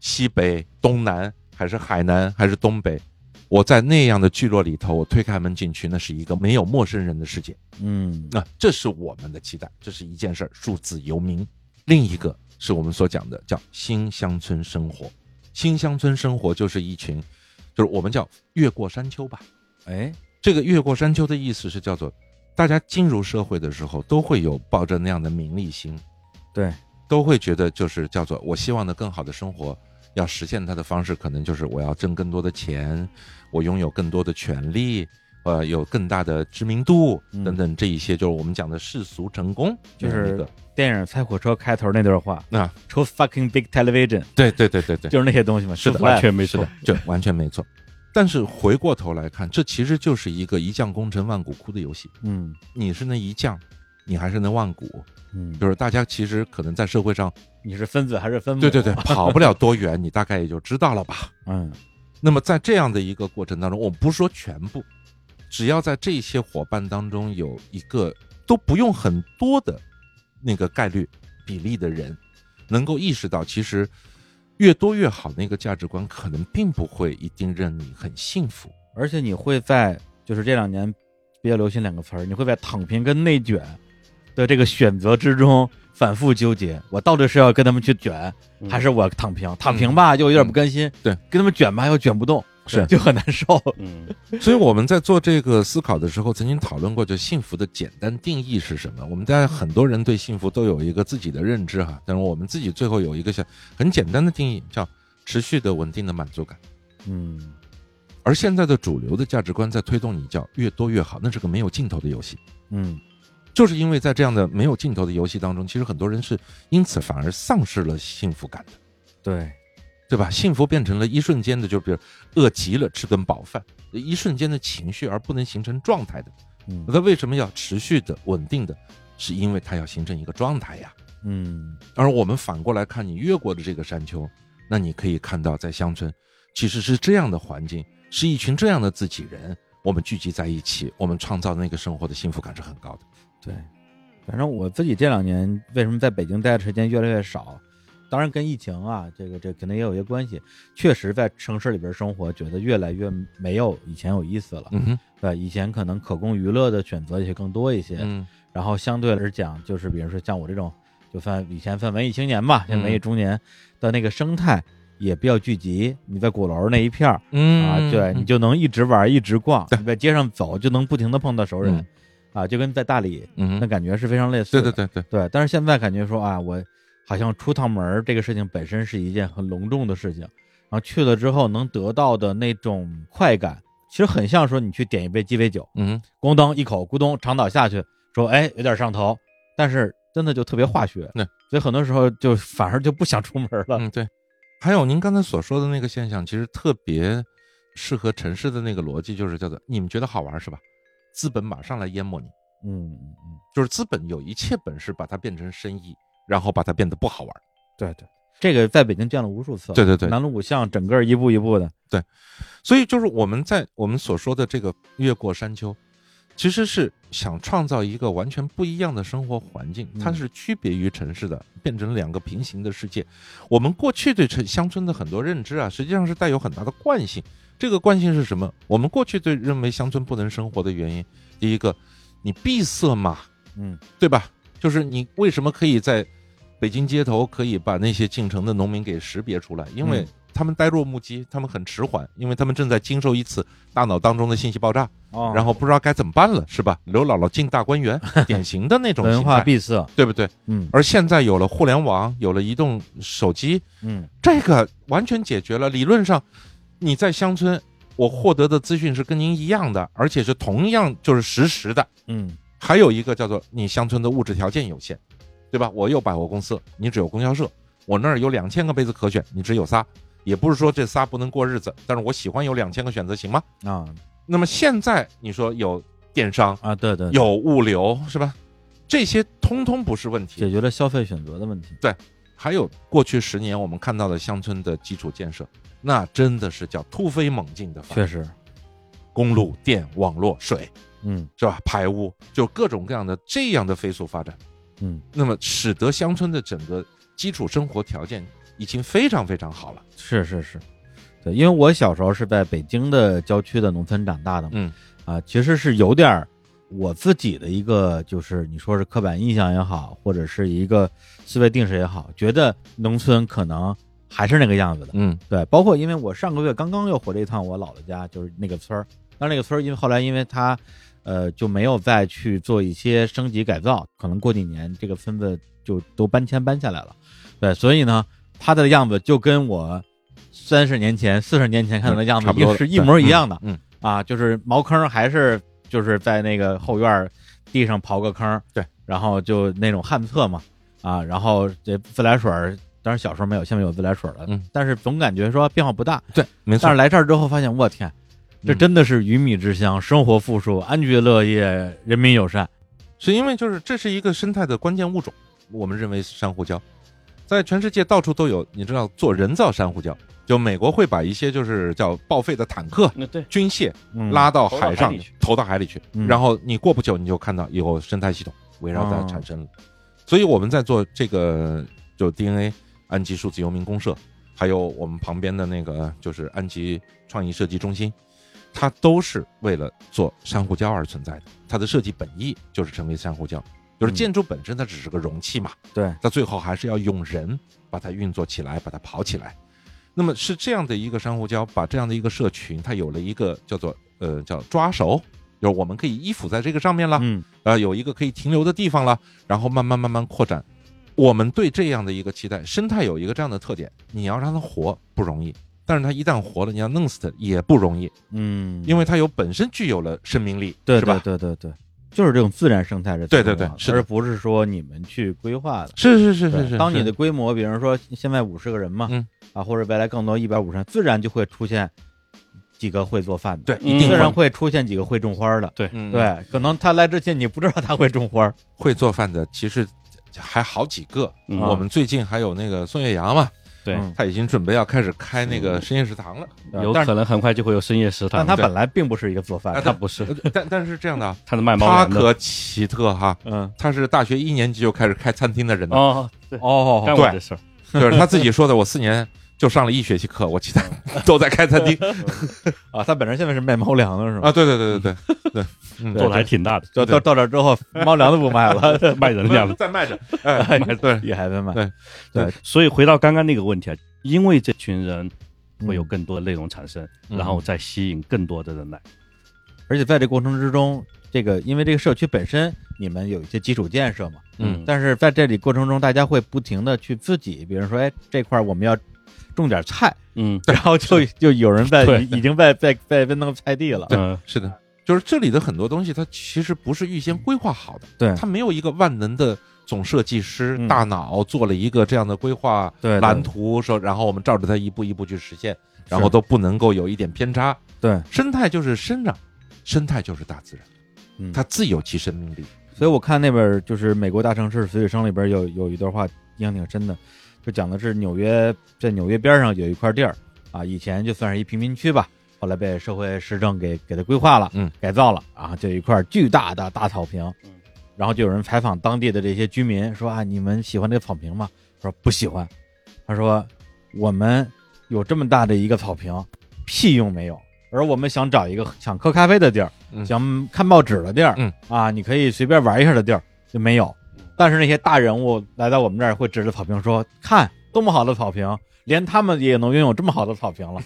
Speaker 2: 西北、东南，还是海南，还是东北，我在那样的聚落里头，我推开门进去，那是一个没有陌生人的世界。
Speaker 1: 嗯
Speaker 2: 那啊这是我们的期待，这是一件事儿，数字游民。另一个是我们所讲的叫新乡村生活。新乡村生活就是一群，就是我们叫越过山丘吧。
Speaker 1: 哎，
Speaker 2: 这个越过山丘的意思是叫做，大家进入社会的时候都会有抱着那样的名利心，
Speaker 1: 对，
Speaker 2: 都会觉得就是叫做我希望的更好的生活，要实现它的方式可能就是我要挣更多的钱，我拥有更多的权利，呃有更大的知名度
Speaker 1: 嗯
Speaker 2: 等等这一些，就是我们讲的世俗成功，
Speaker 1: 就
Speaker 2: 这样一
Speaker 1: 是
Speaker 2: 个
Speaker 1: 电影《猜火车》开头那段话
Speaker 2: 啊
Speaker 1: ，“Too fucking big television”，
Speaker 2: 对对对对对，
Speaker 1: 就是那些东西嘛，
Speaker 2: 是的
Speaker 1: 说不来
Speaker 3: 完全没错
Speaker 1: 是的。
Speaker 2: 这完全没错。但是回过头来看，这其实就是一个一将功成万骨枯的游戏。
Speaker 1: 嗯
Speaker 2: 你是那一将，你还是那万骨，
Speaker 1: 嗯，
Speaker 2: 就是大家其实可能在社会上，
Speaker 1: 你是分子还是分
Speaker 3: 啊
Speaker 1: 母？
Speaker 2: 对对对，，跑不了多远，你大概也就知道了吧。
Speaker 1: 嗯
Speaker 2: 那么在这样的一个过程当中，我不说全部，只要在这些伙伴当中有一个都不用很多的那个概率比例的人，能够意识到其实越多越好那个价值观，可能并不会一定让你很幸福。
Speaker 1: 而且你会在就是这两年比较流行两个词儿，你会在躺平跟内卷的这个选择之中反复纠结，我到底是要跟他们去卷，
Speaker 3: 嗯
Speaker 1: 还是我躺平？躺平吧，又有点不甘心；
Speaker 2: 对，
Speaker 1: 跟他们卷吧，又卷不动，
Speaker 2: 是
Speaker 1: 就很难受。
Speaker 3: 嗯
Speaker 2: 所以我们在做这个思考的时候，曾经讨论过，就幸福的简单定义是什么？我们大家很多人对幸福都有一个自己的认知哈，但是我们自己最后有一个小很简单的定义，叫持续的稳定的满足感。
Speaker 1: 嗯
Speaker 2: 而现在的主流的价值观在推动你叫越多越好，那是个没有尽头的游戏。
Speaker 1: 嗯
Speaker 2: 就是因为在这样的没有尽头的游戏当中，其实很多人是因此反而丧失了幸福感的，
Speaker 1: 对，
Speaker 2: 对吧？幸福变成了一瞬间的，就比如饿极了吃顿饱饭，一瞬间的情绪，而不能形成状态的。
Speaker 1: 嗯
Speaker 2: 那它为什么要持续的、稳定的？是因为它要形成一个状态呀。
Speaker 1: 嗯
Speaker 2: 而我们反过来看，你越过的这个山丘，那你可以看到，在乡村其实是这样的环境，是一群这样的自己人，我们聚集在一起，我们创造的那个生活的幸福感是很高的。
Speaker 1: 对，反正我自己这两年为什么在北京待的时间越来越少，当然跟疫情啊，这个这肯定也有一些关系。确实在城市里边生活，觉得越来越没有以前有意思了。
Speaker 2: 嗯哼，
Speaker 1: 对，以前可能可供娱乐的选择也更多一些，
Speaker 2: 嗯
Speaker 1: 然后相对而讲，就是比如说像我这种，就算以前算文艺青年吧，现在文艺
Speaker 2: 嗯
Speaker 1: 中年的那个生态也比较聚集。你在鼓楼那一片儿
Speaker 2: 嗯
Speaker 1: 啊，对你就能一直玩一直逛，
Speaker 2: 对
Speaker 1: 你在街上走就能不停的碰到熟人
Speaker 2: 嗯，
Speaker 1: 啊，就跟在大理那
Speaker 2: 嗯哼，
Speaker 1: 感觉是非常类似
Speaker 2: 对
Speaker 1: 的。
Speaker 2: 对对对，
Speaker 1: 对但是现在感觉说啊，我好像出趟门儿这个事情本身是一件很隆重的事情，然后去了之后能得到的那种快感，其实很像说你去点一杯鸡尾酒，
Speaker 2: 嗯
Speaker 1: 咣当一口，咕咚长岛下去，说哎有点上头，但是真的就特别化学。
Speaker 2: 对，
Speaker 1: 所以很多时候就反而就不想出门了。
Speaker 2: *laughs* 嗯对。还有您刚才所说的那个现象，其实特别适合城市的那个逻辑，就是叫做你们觉得好玩是吧？资本马上来淹没你。
Speaker 1: 嗯嗯嗯，
Speaker 2: 就是资本有一切本事把它变成生意，然后把它变得不好玩。
Speaker 1: 对对，这个在北京见了无数次了。
Speaker 2: 对对对
Speaker 1: 南锣鼓巷整个一步一步的。
Speaker 2: 所以就是我们在我们所说的这个越过山丘，其实是想创造一个完全不一样的生活环境，
Speaker 1: 嗯
Speaker 2: 它是区别于城市的，变成两个平行的世界。我们过去对城乡村的很多认知啊，实际上是带有很大的惯性。这个惯性是什么？我们过去对认为乡村不能生活的原因，第一个，你闭塞嘛，
Speaker 1: 嗯
Speaker 2: 对吧？就是你为什么可以在北京街头可以把那些进城的农民给识别出来？因为
Speaker 1: 嗯
Speaker 2: 他们呆若木鸡，他们很迟缓，因为他们正在经受一次大脑当中的信息爆炸，
Speaker 1: 哦，
Speaker 2: 然后不知道该怎么办了，是吧？刘姥姥进大
Speaker 1: *laughs*
Speaker 2: 观园，典型的那种
Speaker 1: 文
Speaker 2: 形
Speaker 1: 化
Speaker 2: 态
Speaker 1: 闭塞。
Speaker 2: 对不对？
Speaker 1: 嗯
Speaker 2: 而现在有了互联网，有了移动手机，
Speaker 1: 嗯
Speaker 2: 这个完全解决了。理论上，你在乡村，我获得的资讯是跟您一样的，而且是同样就是实时的。
Speaker 1: 嗯
Speaker 2: 还有一个叫做你乡村的物质条件有限，对吧？我有百货公司，你只有供销社；我那儿有两千个杯子可选，你只有仨。也不是说这仨不能过日子，但是我喜欢有两千个选择，行吗？
Speaker 1: 啊
Speaker 2: 那么现在你说有电商，
Speaker 1: 啊，对对，对
Speaker 2: 有物流，是吧？这些通通不是问
Speaker 1: 解
Speaker 2: 题。
Speaker 1: 决了消费选择的问题。
Speaker 2: 还有过去十年我们看到的乡村的基础建设，那真的是叫突飞猛进的发展，
Speaker 1: 确实，
Speaker 2: 公路、电、网络、水，
Speaker 1: 嗯
Speaker 2: 是吧？排污，就各种各样的这样的飞速发展。
Speaker 1: 嗯，
Speaker 2: 那么使得乡村的整个基础生活条件已经非常非常好了。
Speaker 1: 是是是，对，因为我小时候是在北京的郊区的农村长大的嘛，
Speaker 2: 嗯
Speaker 1: 啊，其实是有点儿我自己的一个，就是你说是刻板印象也好，或者是一个思维定式也好，觉得农村可能还是那个样子的。
Speaker 2: 嗯
Speaker 1: 对，包括因为我上个月刚刚又回了一趟我姥姥家，就是那个村儿。但是那个村儿因为后来因为它，呃，就没有再去做一些升级改造，可能过几年这个村子就都搬迁搬下来了。对，所以呢，它的样子就跟我三十年前、四十年前看到的样子
Speaker 2: 嗯差不多
Speaker 1: 一
Speaker 2: 了
Speaker 1: 是一模一样的。
Speaker 2: 嗯，
Speaker 1: 啊，就是茅坑还是就是在那个后院儿地上刨个坑，
Speaker 2: 对，
Speaker 1: 然后就那种旱厕嘛，啊，然后这自来水儿，当然小时候没有，现在有自来水了，
Speaker 2: 嗯，
Speaker 1: 但是总感觉说变化不大，
Speaker 2: 对，没错嗯
Speaker 1: 但是，来这儿之后发现，我天，这真的是鱼米之乡，生活富庶，安居乐业，人民友善，
Speaker 2: 是因为就是这是一个生态的关键物种，我们认为是珊瑚礁，在全世界到处都有。你知道做人造珊瑚礁，就美国会把一些就是叫报废的坦克、
Speaker 3: 那对，
Speaker 2: 军械
Speaker 1: 嗯
Speaker 2: 拉到
Speaker 3: 投到
Speaker 2: 海
Speaker 3: 海
Speaker 2: 上
Speaker 3: 里去，
Speaker 2: 投到海里去，
Speaker 1: 嗯
Speaker 2: 然后你过不久你就看到有生态系统围绕在
Speaker 1: 哦
Speaker 2: 产生了。所以我们在做这个就 DNA 安吉数字游民公社，还有我们旁边的那个就是安吉创意设计中心，它都是为了做珊瑚礁而存在的。它的设计本意就是成为珊瑚礁，就是
Speaker 1: 嗯
Speaker 2: 建筑本身它只是个容器嘛，
Speaker 1: 对，
Speaker 2: 它最后还是要用人把它运作起来，把它跑起来。那么是这样的一个珊瑚礁，把这样的一个社群，它有了一个叫做呃叫抓手，就是我们可以依附在这个上面了，
Speaker 1: 嗯
Speaker 2: 呃，有一个可以停留的地方了，然后慢慢慢慢扩展。我们对这样的一个期待，生态有一个这样的特点，你要让它活不容易，但是它一旦活了，你要弄死它也不容易，
Speaker 1: 嗯，
Speaker 2: 因为它有本身具有了生命力，
Speaker 1: 对
Speaker 2: 是吧？
Speaker 1: 对对对对，就是这种自然生态是
Speaker 2: 对对
Speaker 1: 重
Speaker 2: 对
Speaker 1: 要的啊
Speaker 2: 是的
Speaker 1: 而不是说你们去规划的。
Speaker 2: 是是是是
Speaker 1: 对
Speaker 2: 是。
Speaker 1: 当你
Speaker 2: 是
Speaker 1: 的规模，比如说现在五十个人嘛，
Speaker 2: 嗯
Speaker 1: 啊，或者未来更多一百五十人，自然就会出现几个会做饭的，
Speaker 2: 对一
Speaker 1: 自
Speaker 2: 定会
Speaker 1: 然会出现几个会种花的。
Speaker 2: 嗯
Speaker 1: 对，可能他来之前你不知道他会种花儿，
Speaker 2: 会做饭的其实还好几个。
Speaker 3: 嗯
Speaker 2: 我们最近还有那个宋岳阳嘛，
Speaker 3: 对
Speaker 1: 嗯
Speaker 2: 他已经准备要开始开那个深夜食堂了。
Speaker 1: 对
Speaker 3: 有
Speaker 1: 但是
Speaker 3: 可能很快就会有深夜食
Speaker 1: 但他
Speaker 3: 堂。
Speaker 2: 对
Speaker 1: 本来并不是一个做饭
Speaker 2: 啊
Speaker 1: 的，
Speaker 2: 对
Speaker 3: 他不是，
Speaker 2: 呃但 *laughs* 但是这样的啊，
Speaker 3: 他是卖猫
Speaker 2: 他
Speaker 3: 粮的。
Speaker 2: 可奇特哈，
Speaker 1: 嗯，
Speaker 2: 他是大学一年级就开始开餐厅的人呢，
Speaker 3: 哦，对，
Speaker 1: 哦
Speaker 3: 干过这事儿。
Speaker 2: 就是他自己说的，我四年就上了一学期课，我其他都在开餐厅
Speaker 1: 啊，他本身现在是卖猫粮的是吗？
Speaker 2: 啊。对对对对对对，
Speaker 3: *laughs*
Speaker 2: 嗯
Speaker 3: 做的还挺大的，
Speaker 1: 就到到这儿之后，猫粮都不卖了，
Speaker 3: 卖人粮
Speaker 2: *laughs* 不是。嗯在卖着，哎，对，
Speaker 1: 也还在卖。
Speaker 2: 对
Speaker 1: 对，
Speaker 3: 所以回到刚刚那个问题啊，因为这群人会有
Speaker 1: 嗯
Speaker 3: 更多的内容产生，
Speaker 2: 嗯
Speaker 3: 然后再吸引更多的人来。
Speaker 1: 而且在这过程之中，这个因为这个社区本身你们有一些基础建设嘛，
Speaker 2: 嗯
Speaker 1: 但是在这里过程中，大家会不停的去自己，比如说，哎，这块儿我们要种点菜，
Speaker 3: 嗯
Speaker 1: 然后就就有人在
Speaker 3: 对
Speaker 1: 已已经在在在在弄菜地了，
Speaker 3: 嗯，
Speaker 2: 是的，就是这里的很多东西，它其实不是预先规划好的，
Speaker 1: 对
Speaker 2: 它没有一个万能的总设计师
Speaker 1: 嗯
Speaker 2: 大脑做了一个这样的规划
Speaker 1: 对对
Speaker 2: 蓝图，说然后我们照着它一步一步去实现，然后都不能够有一点偏差。
Speaker 1: 对，
Speaker 2: 生态就是生长，生态就是大自然，
Speaker 1: 嗯
Speaker 2: 它自有其生命力。
Speaker 1: 所以我看那本就是《美国大城市随笔生》里边有有一段话印象挺深的，就讲的是纽约在纽约边上有一块地儿啊，以前就算是一贫民区吧，后来被社会市政给给它规划了，
Speaker 2: 嗯，
Speaker 1: 改造了啊，就有一块巨大的大草坪，
Speaker 3: 嗯，
Speaker 1: 然后就有人采访当地的这些居民说啊，你们喜欢这个草坪吗？说不喜欢，他说我们有这么大的一个草坪，屁用没有。而我们想找一个想喝咖啡的地儿，
Speaker 2: 嗯
Speaker 1: 想看报纸的地儿，
Speaker 2: 嗯
Speaker 1: 啊，你可以随便玩一下的地儿就没有。但是那些大人物来到我们这儿，会指着草坪说：“看，多么好的草坪，连他们也能拥有这么好的草
Speaker 2: *laughs*
Speaker 1: 坪了。”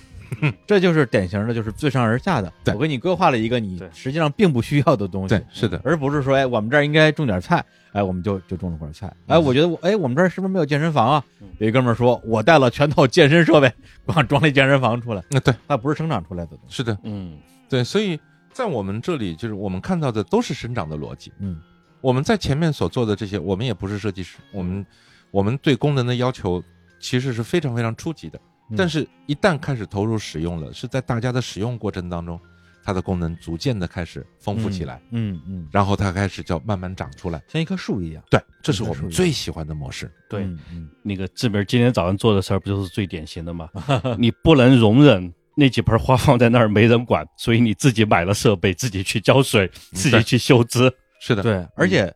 Speaker 1: 这就是典型的，就是自上而下的。
Speaker 2: 对
Speaker 1: 我给你规划了一个你
Speaker 3: 对
Speaker 1: 实际上并不需要的东西
Speaker 2: 对，，是的，
Speaker 1: 而不是说，哎，我们这儿应该种点菜，哎，我们就就种了会儿菜。哎，我觉得我，哎，我们这儿是不是没有健身房啊
Speaker 3: 嗯？
Speaker 1: 有一哥们儿说，我带了全套健身设备， *laughs* 光装了一健身房出来，
Speaker 2: 那嗯对，
Speaker 1: 它不是生长出来的东西。
Speaker 2: 是的，
Speaker 3: 嗯，
Speaker 2: 对，所以在我们这里，就是我们看到的都是生长的逻辑。
Speaker 1: 嗯，
Speaker 2: 我们在前面所做的这些，我们也不是设计师，我们我们对功能的要求其实是非常非常初级的
Speaker 1: 嗯，
Speaker 2: 但是一旦开始投入使用了，是在大家的使用过程当中，它的功能逐渐的开始丰富起来，
Speaker 1: 嗯嗯，
Speaker 2: 然后它开始叫慢慢长出来。
Speaker 1: 像一棵树一样。
Speaker 2: 对，这是我
Speaker 1: 嗯
Speaker 2: 们最喜欢的模式。
Speaker 3: 对，
Speaker 1: 嗯嗯
Speaker 3: 那个志明今天早上做的事儿不就是最典型的吗？ *laughs* 你不能容忍那几盆花放在那儿没人管，所以你自己买了设备，自己去浇水，
Speaker 1: 嗯
Speaker 3: *laughs* 自己去修枝。
Speaker 2: 是的，
Speaker 1: 对，而且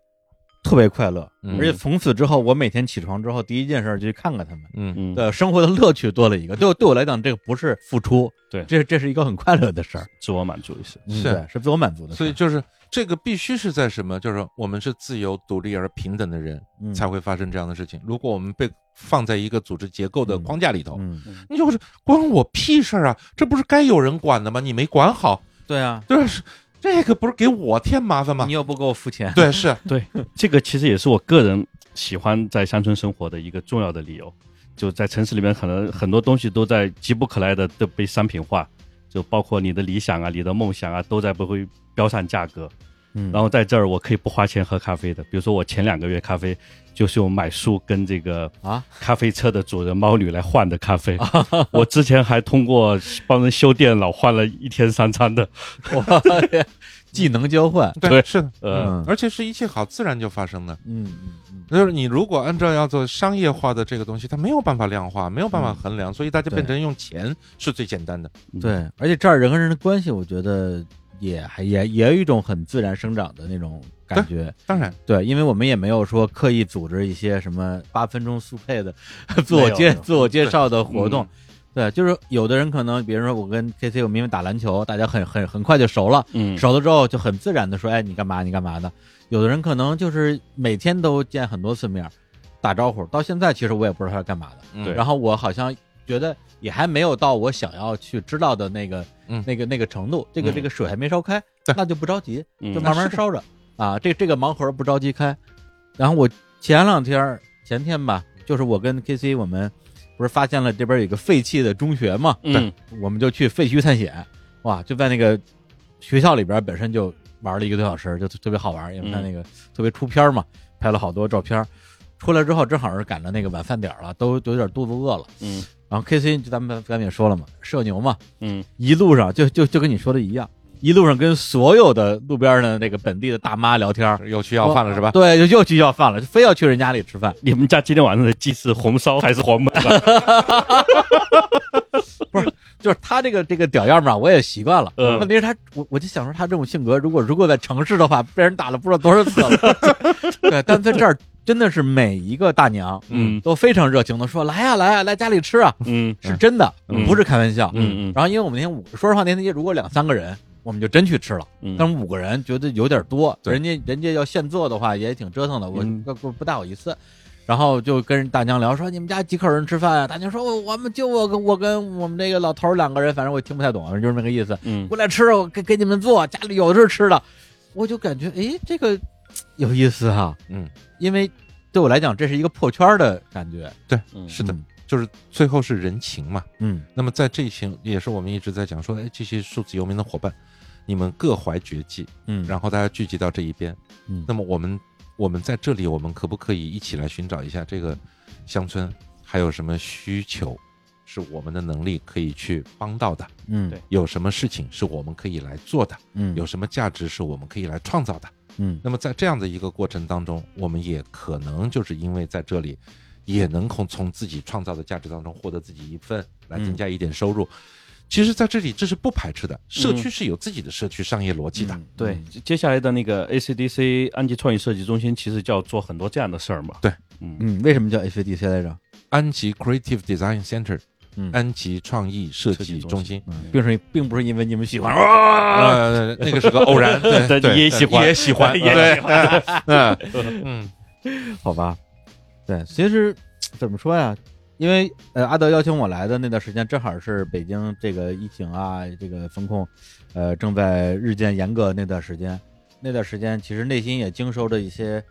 Speaker 1: 特别快乐。
Speaker 2: 嗯
Speaker 1: 而且从此之后，我每天起床之后第一件事儿就去看看他们，
Speaker 2: 嗯，
Speaker 3: 嗯，
Speaker 1: 对生活的乐趣多了一个。对我对我来讲，这个不是付出，
Speaker 3: 对
Speaker 1: 这这是一个很快乐的事儿，
Speaker 3: 自我满足一下。
Speaker 1: 嗯
Speaker 2: 是
Speaker 1: 对是自我满足的事
Speaker 2: 所
Speaker 1: 儿。
Speaker 2: 以就是这个必须是在什么，就是说我们是自由、独立而平等的人，
Speaker 1: 嗯
Speaker 2: 才会发生这样的事情。如果我们被放在一个组织结构的框架里头，
Speaker 1: 嗯，
Speaker 2: 你就是关我屁事儿啊！这不是该有人管的吗？你没管好，
Speaker 1: 对啊，
Speaker 2: 对是这个不是给我添麻烦吗
Speaker 1: 你？又不给我付钱，
Speaker 2: 对，是，
Speaker 3: 对，这个其实也是我个人喜欢在乡村生活的一个重要的理由。就在城市里面，可能很多东西都在急不可耐的都被商品化，就包括你的理想啊、你的梦想啊，都在不会标上价格。
Speaker 1: 嗯
Speaker 3: 然后在这儿我可以不花钱喝咖啡的，比如说我前两个月咖啡就是用买书跟这个
Speaker 1: *laughs* 啊
Speaker 3: 咖啡车的主人猫女来换的咖 *laughs* 啡。我之前还通过帮人修电脑换了一天三餐的，
Speaker 1: 我 *laughs* 技能交换，
Speaker 3: 对
Speaker 2: 是的，
Speaker 3: 呃，
Speaker 2: 而且是一切好自然就发生的。
Speaker 1: 嗯嗯嗯，
Speaker 2: 就是你如果按照要做商业化的这个东西，它没有办法量化，没有办法衡量，所以大家
Speaker 1: 对
Speaker 2: 变成用钱是最简单的。
Speaker 3: 嗯，
Speaker 1: 对，而且这儿人和人的关系，我觉得也还也也有一种很自然生长的那种感觉。
Speaker 2: 当然，
Speaker 1: 对，因为我们也没有说刻意组织一些什么八分钟速
Speaker 3: *laughs*
Speaker 1: 配的自我
Speaker 3: 没有
Speaker 1: 介
Speaker 3: 没有
Speaker 1: 自我介绍的活
Speaker 3: 嗯
Speaker 1: 动。对，就是有的人可能，比如说我跟 K C 我们因为打篮球，大家很很很快就熟了，
Speaker 3: 嗯，
Speaker 1: 熟了之后就很自然的说，哎，你干嘛？你干嘛的？有的人可能就是每天都见很多次面，打招呼。到现在其实我也不知道他是干嘛的，
Speaker 2: 嗯
Speaker 3: 对
Speaker 1: 然后我好像觉得也还没有到我想要去知道的那个、
Speaker 2: 嗯
Speaker 1: 那个那个程度，这个
Speaker 2: 嗯
Speaker 1: 这个水还没烧开，
Speaker 2: 对
Speaker 1: 那就不着急，
Speaker 3: 嗯
Speaker 1: 就慢慢烧着、啊。这这个盲盒不着急开。然后我前两天儿前天吧，就是我跟 K C 我们不是发现了这边有一个废弃的中学嘛，
Speaker 3: 嗯，
Speaker 1: 我们就去废墟探险，哇，就在那个学校里边本身就玩了一个多小时，就特别好玩，因为它那个特别出片儿嘛，拍了好多照片儿。出来之后正好是赶着那个晚饭点儿了，都都有点肚子饿了。
Speaker 3: 嗯
Speaker 1: 然后 K C 就咱们刚才也说了嘛，社牛嘛，
Speaker 3: 嗯
Speaker 1: 一路上就就就跟你说的一样，一路上跟所有的路边的那个本地的大妈聊天儿，
Speaker 2: 有需要饭了是吧？
Speaker 1: 对，就又去要饭了，就非要去人家里吃饭。
Speaker 3: 你们家今天晚上的鸡是红烧还是黄焖的？
Speaker 1: 就是他这个这个屌样吧，我也习惯了。
Speaker 3: 嗯
Speaker 1: 问题是他，我我就想说，他这种性格，如果如果在城市的话，被人打了不知道多少次
Speaker 3: *laughs*
Speaker 1: 了。对，但在这儿真的是每一个大娘
Speaker 3: 嗯
Speaker 1: 都非常热情的说：“来呀、来呀、来家里吃啊！”
Speaker 3: 嗯
Speaker 1: 是真的，
Speaker 3: 嗯
Speaker 1: 不是开玩笑。
Speaker 3: 嗯嗯
Speaker 1: 然后，因为我们那天五，说实话，那天如果两三个人，我们就真去吃了。
Speaker 3: 嗯
Speaker 1: 但是五个人觉得有点多，
Speaker 2: 对
Speaker 1: 人家人家要现做的话也挺折腾的，我
Speaker 3: 嗯
Speaker 1: 不不不大好意思。然后就跟大娘聊说你们家几口人吃饭啊？大娘说我我们就我跟我跟我们这个老头儿两个人，反正我也听不太懂，反正就是那个意思。
Speaker 3: 嗯
Speaker 1: 过来吃，我给给你们做，家里有的是吃的。我就感觉哎，这个嘖有意思哈、
Speaker 2: 嗯，
Speaker 1: 因为对我来讲这是一个破圈儿的感觉。
Speaker 3: 嗯
Speaker 2: 是的，就是最后是人情嘛。
Speaker 1: 嗯
Speaker 2: 那么在这一些也是我们一直在讲说，哎，这些数字游民的伙伴，你们各怀绝技，
Speaker 1: 嗯
Speaker 2: 然后大家聚集到这一边。
Speaker 1: 嗯
Speaker 2: 那么我们我们在这里，我们可不可以一起来寻找一下这个乡村还有什么需求，是我们的能力可以去帮到的？
Speaker 1: 嗯
Speaker 3: 对
Speaker 2: 有什么事情是我们可以来做的？
Speaker 1: 嗯
Speaker 2: 有什么价值是我们可以来创造的？
Speaker 1: 嗯
Speaker 2: 那么在这样的一个过程当中，我们也可能就是因为在这里，也能从从自己创造的价值当中获得自己一份，来
Speaker 1: 嗯
Speaker 2: 增加一点收入。其实，在这里这是不排斥的，社区是有自己的社区商业逻辑的。
Speaker 1: 嗯
Speaker 3: 对，接接下来的那个 ACDC 安吉创意设计中心，其实就要做很多这样的事儿嘛。
Speaker 2: 对，
Speaker 3: 嗯
Speaker 1: 嗯，为什么叫 HDC 来着？
Speaker 2: 安吉 Creative Design Center，、
Speaker 1: 嗯
Speaker 2: 安吉创意设计中心。
Speaker 1: 嗯并是并不是因为你们喜欢
Speaker 2: 呃，那个是个偶然，对，
Speaker 3: 对
Speaker 2: 对
Speaker 3: 也喜欢
Speaker 2: 也喜欢，
Speaker 3: 也
Speaker 2: 对，嗯嗯，
Speaker 1: 好吧，对，其实怎么说呀？因为呃，阿德邀请我来的那段时间，正好是北京这个疫情啊，这个风控，呃，正在日渐严格那段时间。那段时间，其实内心也经受着一些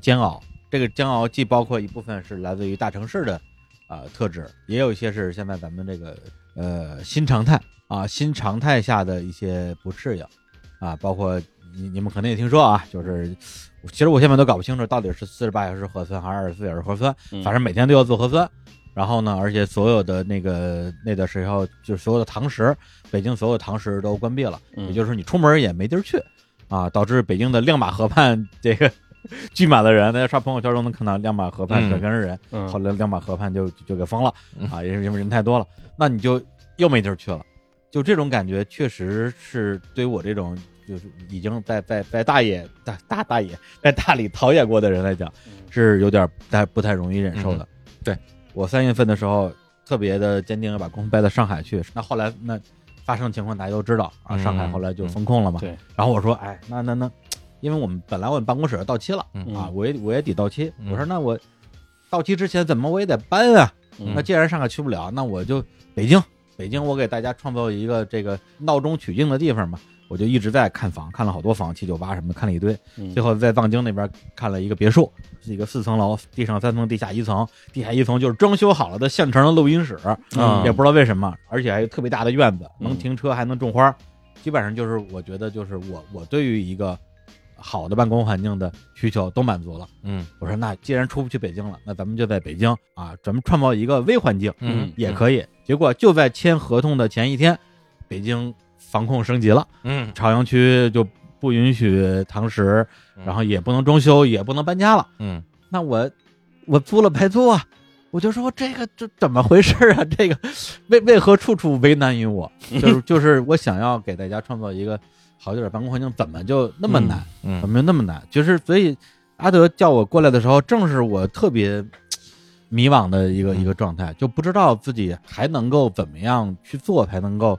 Speaker 1: 煎熬。这个煎熬既包括一部分是来自于大城市的啊、特质，也有一些是现在咱们这个呃新常态啊新常态下的一些不适应啊，包括你你们可能也听说啊，就是其实我现在都搞不清楚到底是四十八小时核酸还是二十四小时核酸，
Speaker 3: 嗯
Speaker 1: 反正每天都要做核酸。然后呢，而且所有的那个那段时候，就是所有的堂食，北京所有堂食都关闭了，
Speaker 3: 嗯
Speaker 1: 也就是说你出门也没地儿去啊，导致北京的亮马河畔这个 *laughs* 聚满了人，大家刷朋友圈都能看到亮马河畔
Speaker 2: 嗯
Speaker 1: 整个人。
Speaker 3: 嗯
Speaker 1: 后来两马河畔就就就给封了
Speaker 2: 嗯
Speaker 1: 啊，因为因为人太多了，那你就又没地儿去了，就这种感觉确实是对于我这种就是已经在在在大野大大大野在大理陶冶过的人来讲，是有点不太不太容易忍受
Speaker 2: 嗯
Speaker 1: 的。
Speaker 2: 对
Speaker 1: 我三月份的时候特别的坚定要把公司搬到上海去，那后来那发生情况大家都知道啊，
Speaker 2: 嗯
Speaker 1: 上海后来就封控了嘛。
Speaker 3: 对，
Speaker 1: 然后我说，哎，那那那，因为我们本来我们办公室要到期了。
Speaker 2: 嗯
Speaker 1: 啊，我也我也得到期。
Speaker 2: 嗯
Speaker 1: 我说那我到期之前怎么我也得搬啊？
Speaker 3: 嗯
Speaker 1: 那既然上海去不了，那我就北京，北京我给大家创造一个这个闹中取静的地方嘛。我就一直在看房，看了好多房，七九八什么的看了一堆，
Speaker 3: 嗯
Speaker 1: 最后在望京那边看了一个别墅，是一个四层楼，地上三层，地下一层，地下一层就是装修好了的现成的录音室，
Speaker 4: 嗯
Speaker 1: 也不知道为什么，而且还有特别大的院子，能
Speaker 4: 嗯
Speaker 1: 停车还能种花，基本上就是我觉得就是我我对于一个好的办公环境的需求都满足了。
Speaker 2: 嗯
Speaker 1: 我说那既然出不去北京了，那咱们就在北京啊，咱们创造一个微环境，
Speaker 2: 嗯
Speaker 1: 也可以。结果就在签合同的前一天，北京防控升级了，
Speaker 2: 嗯，
Speaker 1: 朝阳区就不允许堂食，
Speaker 2: 嗯
Speaker 1: 然后也不能装修，也不能搬家了。
Speaker 2: 嗯
Speaker 1: 那我我租了白租啊！我就说这个这怎么回事啊？ *laughs* 这个为为何处处为难于我？就是就是我想要给大家创造一个好一点的办公环境，怎么就那么难？
Speaker 2: 嗯
Speaker 1: 怎呃么就那么难？就是所以阿德叫我过来的时候，正是我特别嘖迷惘的一个
Speaker 2: 嗯
Speaker 1: 一个状态，就不知道自己还能够怎么样去做，才能够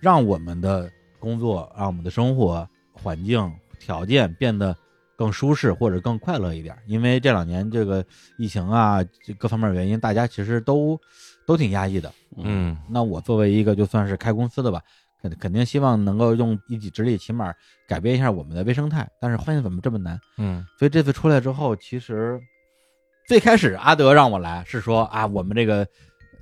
Speaker 1: 让我们的工作、让我们的生活环境条件变得更舒适或者更快乐一点。因为这两年这个疫情啊，这各方面原因，大家其实都都挺压抑的。
Speaker 2: 嗯
Speaker 1: 那我作为一个就算是开公司的吧，肯肯定希望能够用一己之力，起码改变一下我们的微生态。但是发现怎么这么难？
Speaker 2: 嗯
Speaker 1: 所以这次出来之后，其实最开始阿德让我来是说啊，我们这个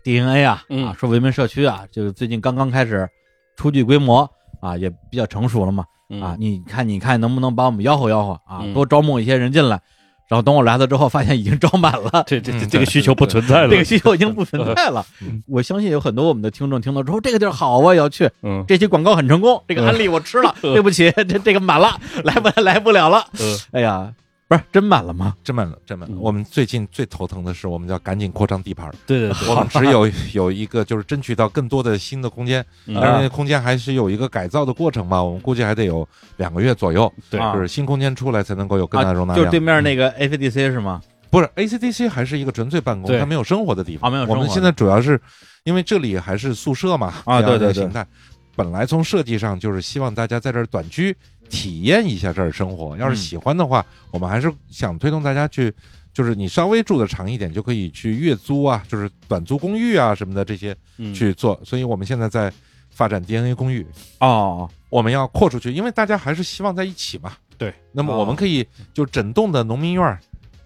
Speaker 1: DNA 啊，
Speaker 4: 嗯
Speaker 1: 啊，说文明社区啊，就是最近刚刚开始初具规模啊，也比较成熟了嘛，
Speaker 3: 嗯
Speaker 1: 啊，你看你看能不能把我们吆喝吆喝啊
Speaker 4: 嗯，
Speaker 1: 多招募一些人进来。然后等我来了之后，发现已经招满
Speaker 4: *laughs*
Speaker 1: 了，
Speaker 3: 这这
Speaker 2: 嗯
Speaker 3: 这这个需求不存在
Speaker 1: *laughs*
Speaker 3: 了。
Speaker 1: 这个需求已经不存在
Speaker 2: *laughs*
Speaker 1: 了。我相信有很多我们的听众听到之后，这个地儿好啊，要去。
Speaker 3: 嗯
Speaker 1: 这期广告很成功，
Speaker 2: 嗯
Speaker 1: 这个安利我吃
Speaker 2: *laughs*
Speaker 1: 了，对不起，这这个满了，来不来不了了。
Speaker 3: 嗯
Speaker 1: 哎呀，不是真满了吗？
Speaker 2: 这么了，这么了。
Speaker 3: 嗯
Speaker 2: 我们最近最头疼的是，我们要赶紧扩张地盘儿。
Speaker 3: *laughs* 对对对，
Speaker 2: 我们只有 *laughs* 有一个，就是争取到更多的新的空间，
Speaker 3: 嗯
Speaker 2: 但是空间还是有一个改造的过程嘛。我们估计还得有两个月左右，
Speaker 3: 对
Speaker 1: 啊
Speaker 2: 就是嗯新空间出来才能够有更大的容纳
Speaker 1: 就
Speaker 2: 量。
Speaker 1: 是对面那个 ACDC 是吗？
Speaker 2: 不是 ACDC 还是一个纯粹办公，
Speaker 3: 对
Speaker 2: 它没有生活的地方。
Speaker 1: 啊没有生活
Speaker 2: 我
Speaker 1: 的
Speaker 2: 们现在主要是因为这里还是宿舍嘛，
Speaker 1: 啊
Speaker 2: 这样的
Speaker 1: 对对对
Speaker 2: 形态。本来从设计上就是希望大家在这儿短居，体验一下这儿生活。要是喜欢的话，我们还是想推动大家去，就是你稍微住的长一点，就可以去月租啊，就是短租公寓啊什么的这些
Speaker 4: 嗯
Speaker 2: 去做。所以我们现在在发展 DNA 公寓，
Speaker 1: 哦，
Speaker 2: 我们要扩出去，因为大家还是希望在一起嘛。
Speaker 3: 对，
Speaker 2: 那么
Speaker 1: 哦
Speaker 2: 我们可以就整栋的农民院儿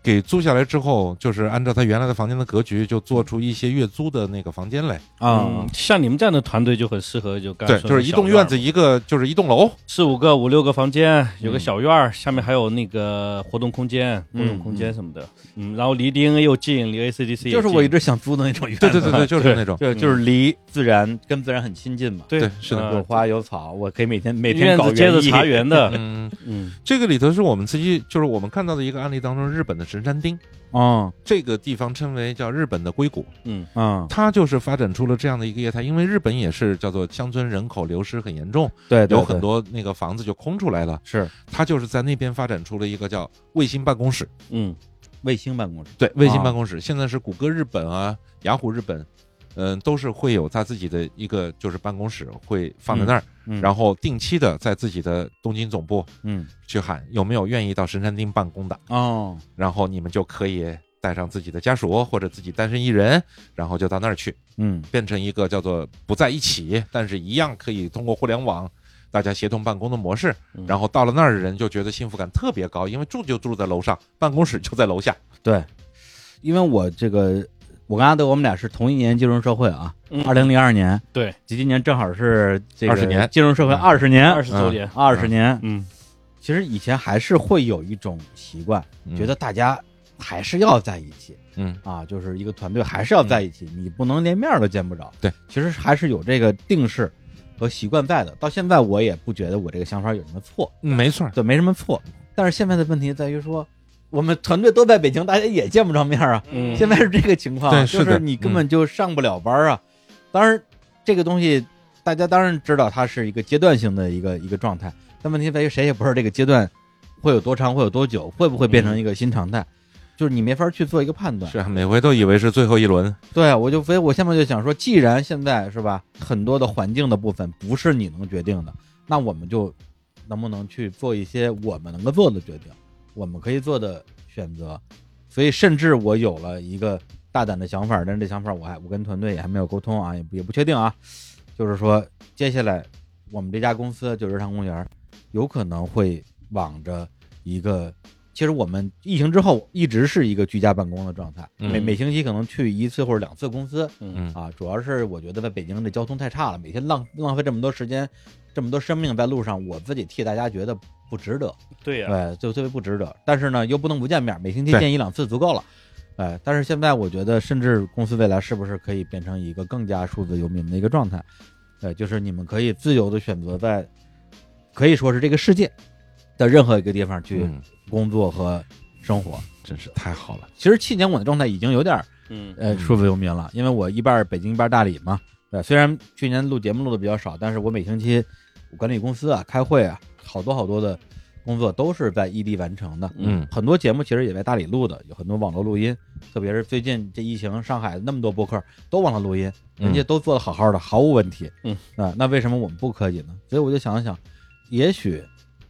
Speaker 2: 给租下来之后，就是按照它原来的房间的格局，就做出一些月租的那个房间来。
Speaker 1: 啊
Speaker 3: 嗯，像你们这样的团队就很适合，就刚才
Speaker 2: 对，
Speaker 3: 说
Speaker 2: 就是
Speaker 3: 的
Speaker 2: 一
Speaker 3: 小
Speaker 2: 栋
Speaker 3: 院儿
Speaker 2: 院子，一个就是一栋楼。
Speaker 3: 四五个、五六个房间，有个
Speaker 2: 嗯
Speaker 3: 小院儿，下面还有那个活动空间、活
Speaker 1: 嗯
Speaker 3: 动空间什么的。嗯，然后离 DNA 又近，离 ACDC 也
Speaker 1: 就是我一直
Speaker 3: 近
Speaker 1: 想租的那种院子，
Speaker 2: 对对对对，就是那种。
Speaker 1: *laughs* 就就是离自然跟自然很亲近嘛，
Speaker 3: 对
Speaker 2: 对是的
Speaker 3: 呃
Speaker 1: 有花有草，我可以每天每天
Speaker 3: 院
Speaker 1: 搞
Speaker 3: 子接着
Speaker 1: 园艺
Speaker 3: 茶，园的，
Speaker 2: 嗯，
Speaker 3: *laughs* 嗯
Speaker 2: 这个里头是我们自己，就是我们看到的一个案例当中，日本的神山町
Speaker 1: 嗯
Speaker 2: 这个地方称为叫日本的硅谷，
Speaker 3: 嗯
Speaker 1: 嗯，
Speaker 2: 它就是发展出了这样的一个业态。因为日本也是叫做乡村人口流失很严重，
Speaker 1: 对，对
Speaker 2: 有很
Speaker 1: 对
Speaker 2: 多那个房子就空出来了。
Speaker 1: 是
Speaker 2: 他就是在那边发展出了一个叫卫星办公室，
Speaker 3: 嗯，
Speaker 1: 卫星办公室，
Speaker 2: 对，卫星办公室、现在是谷歌日本啊、雅虎日本，嗯、都是会有他自己的一个就是办公室会放在那儿，
Speaker 1: 嗯嗯
Speaker 2: 然后定期的在自己的东京总部
Speaker 1: 嗯
Speaker 2: 去喊有没有愿意到神山町办公的，
Speaker 1: 哦，
Speaker 2: 然后你们就可以带上自己的家属或者自己单身一人，然后就到那儿去，
Speaker 1: 嗯
Speaker 2: 变成一个叫做不在一起，但是一样可以通过互联网。大家协同办公的模式，
Speaker 1: 嗯
Speaker 2: 然后到了那儿的人就觉得幸福感特别高，因为住就住在楼上，办公室就在楼下。
Speaker 1: 对，因为我这个我跟阿德我们俩是同一年进入社会啊
Speaker 3: 嗯，
Speaker 1: 二零零二年，
Speaker 3: 对，
Speaker 1: 今年正好是这个
Speaker 2: 20年
Speaker 1: 进入社会
Speaker 2: 嗯
Speaker 1: 二十年，
Speaker 3: 二十周年，
Speaker 1: 二十年，
Speaker 3: 嗯，
Speaker 1: 其实以前还是会有一种习惯，
Speaker 2: 嗯
Speaker 1: 觉得大家还是要在一起
Speaker 2: 嗯
Speaker 1: 啊，就是一个团队还是要在一起，你不能连面儿都见不着。
Speaker 2: 对，
Speaker 1: 其实还是有这个定式和习惯在的。到现在我也不觉得我这个想法有什么错，
Speaker 2: 嗯，没错儿，
Speaker 1: 对，没什么错。但是现在的问题在于说，我们团队都在北京，大家也见不着面儿啊。
Speaker 3: 嗯
Speaker 1: *laughs* 现在是这个情况，啊
Speaker 2: 对
Speaker 1: 就是
Speaker 2: 的嗯
Speaker 1: 你根本就上不了班儿啊。当然，这个东西大家当然知道，它是一个阶段性的一个一个状态，但问题在于谁也不知道这个阶段会有多长，会有多久，会不会变成一个新常态，就是你没法去做一个判断。
Speaker 2: 嗯是啊每回都以为是最后一轮。
Speaker 1: 对，啊我就所以，我下面就想说，既然现在是吧，很多的环境的部分不是你能决定的，那我们就能不能去做一些我们能够做的决定，我们可以做的选择。所以，甚至我有了一个大胆的想法，但是这想法我还我跟团队也还没有沟通啊，也不也不确定啊。就是说，接下来我们这家公司九州长公园有可能会往着一个，其实我们疫情之后一直是一个居家办公的状态，
Speaker 2: 嗯
Speaker 1: 每每星期可能去一次或者两次公司，
Speaker 2: 嗯
Speaker 1: 啊，主要是我觉得在北京这交通太差了，每天浪浪费这么多时间，这么多生命在路上，我自己替大家觉得不值得，
Speaker 3: 对呀、
Speaker 1: 对，就特别不值得。但是呢，又不能不见面，每星期
Speaker 2: 对
Speaker 1: 见一两次足够了。哎，但是现在我觉得，甚至公司未来是不是可以变成一个更加数字游民的一个状态？呃，就是你们可以自由的选择在，可以说是这个世界的任何一个地方去
Speaker 2: 嗯，
Speaker 1: 工作和生活。
Speaker 2: 真是太好了，
Speaker 1: 其实去年我的状态已经有点儿
Speaker 3: 嗯，
Speaker 1: 呃数字游民了，因为我一半儿北京一半儿大理嘛。对，虽然去年录节目录的比较少，但是我每星期管理公司啊、开会啊，好多好多的工作都是在异地完成的。
Speaker 2: 嗯
Speaker 1: 很多节目其实也在大理录的，有很多网络录音，特别是最近这疫情，上海那么多播客都网络录音，人家都做的好好的，毫无问题。
Speaker 3: 嗯，
Speaker 1: 啊，那为什么我们不可以呢？所以我就想了想，也许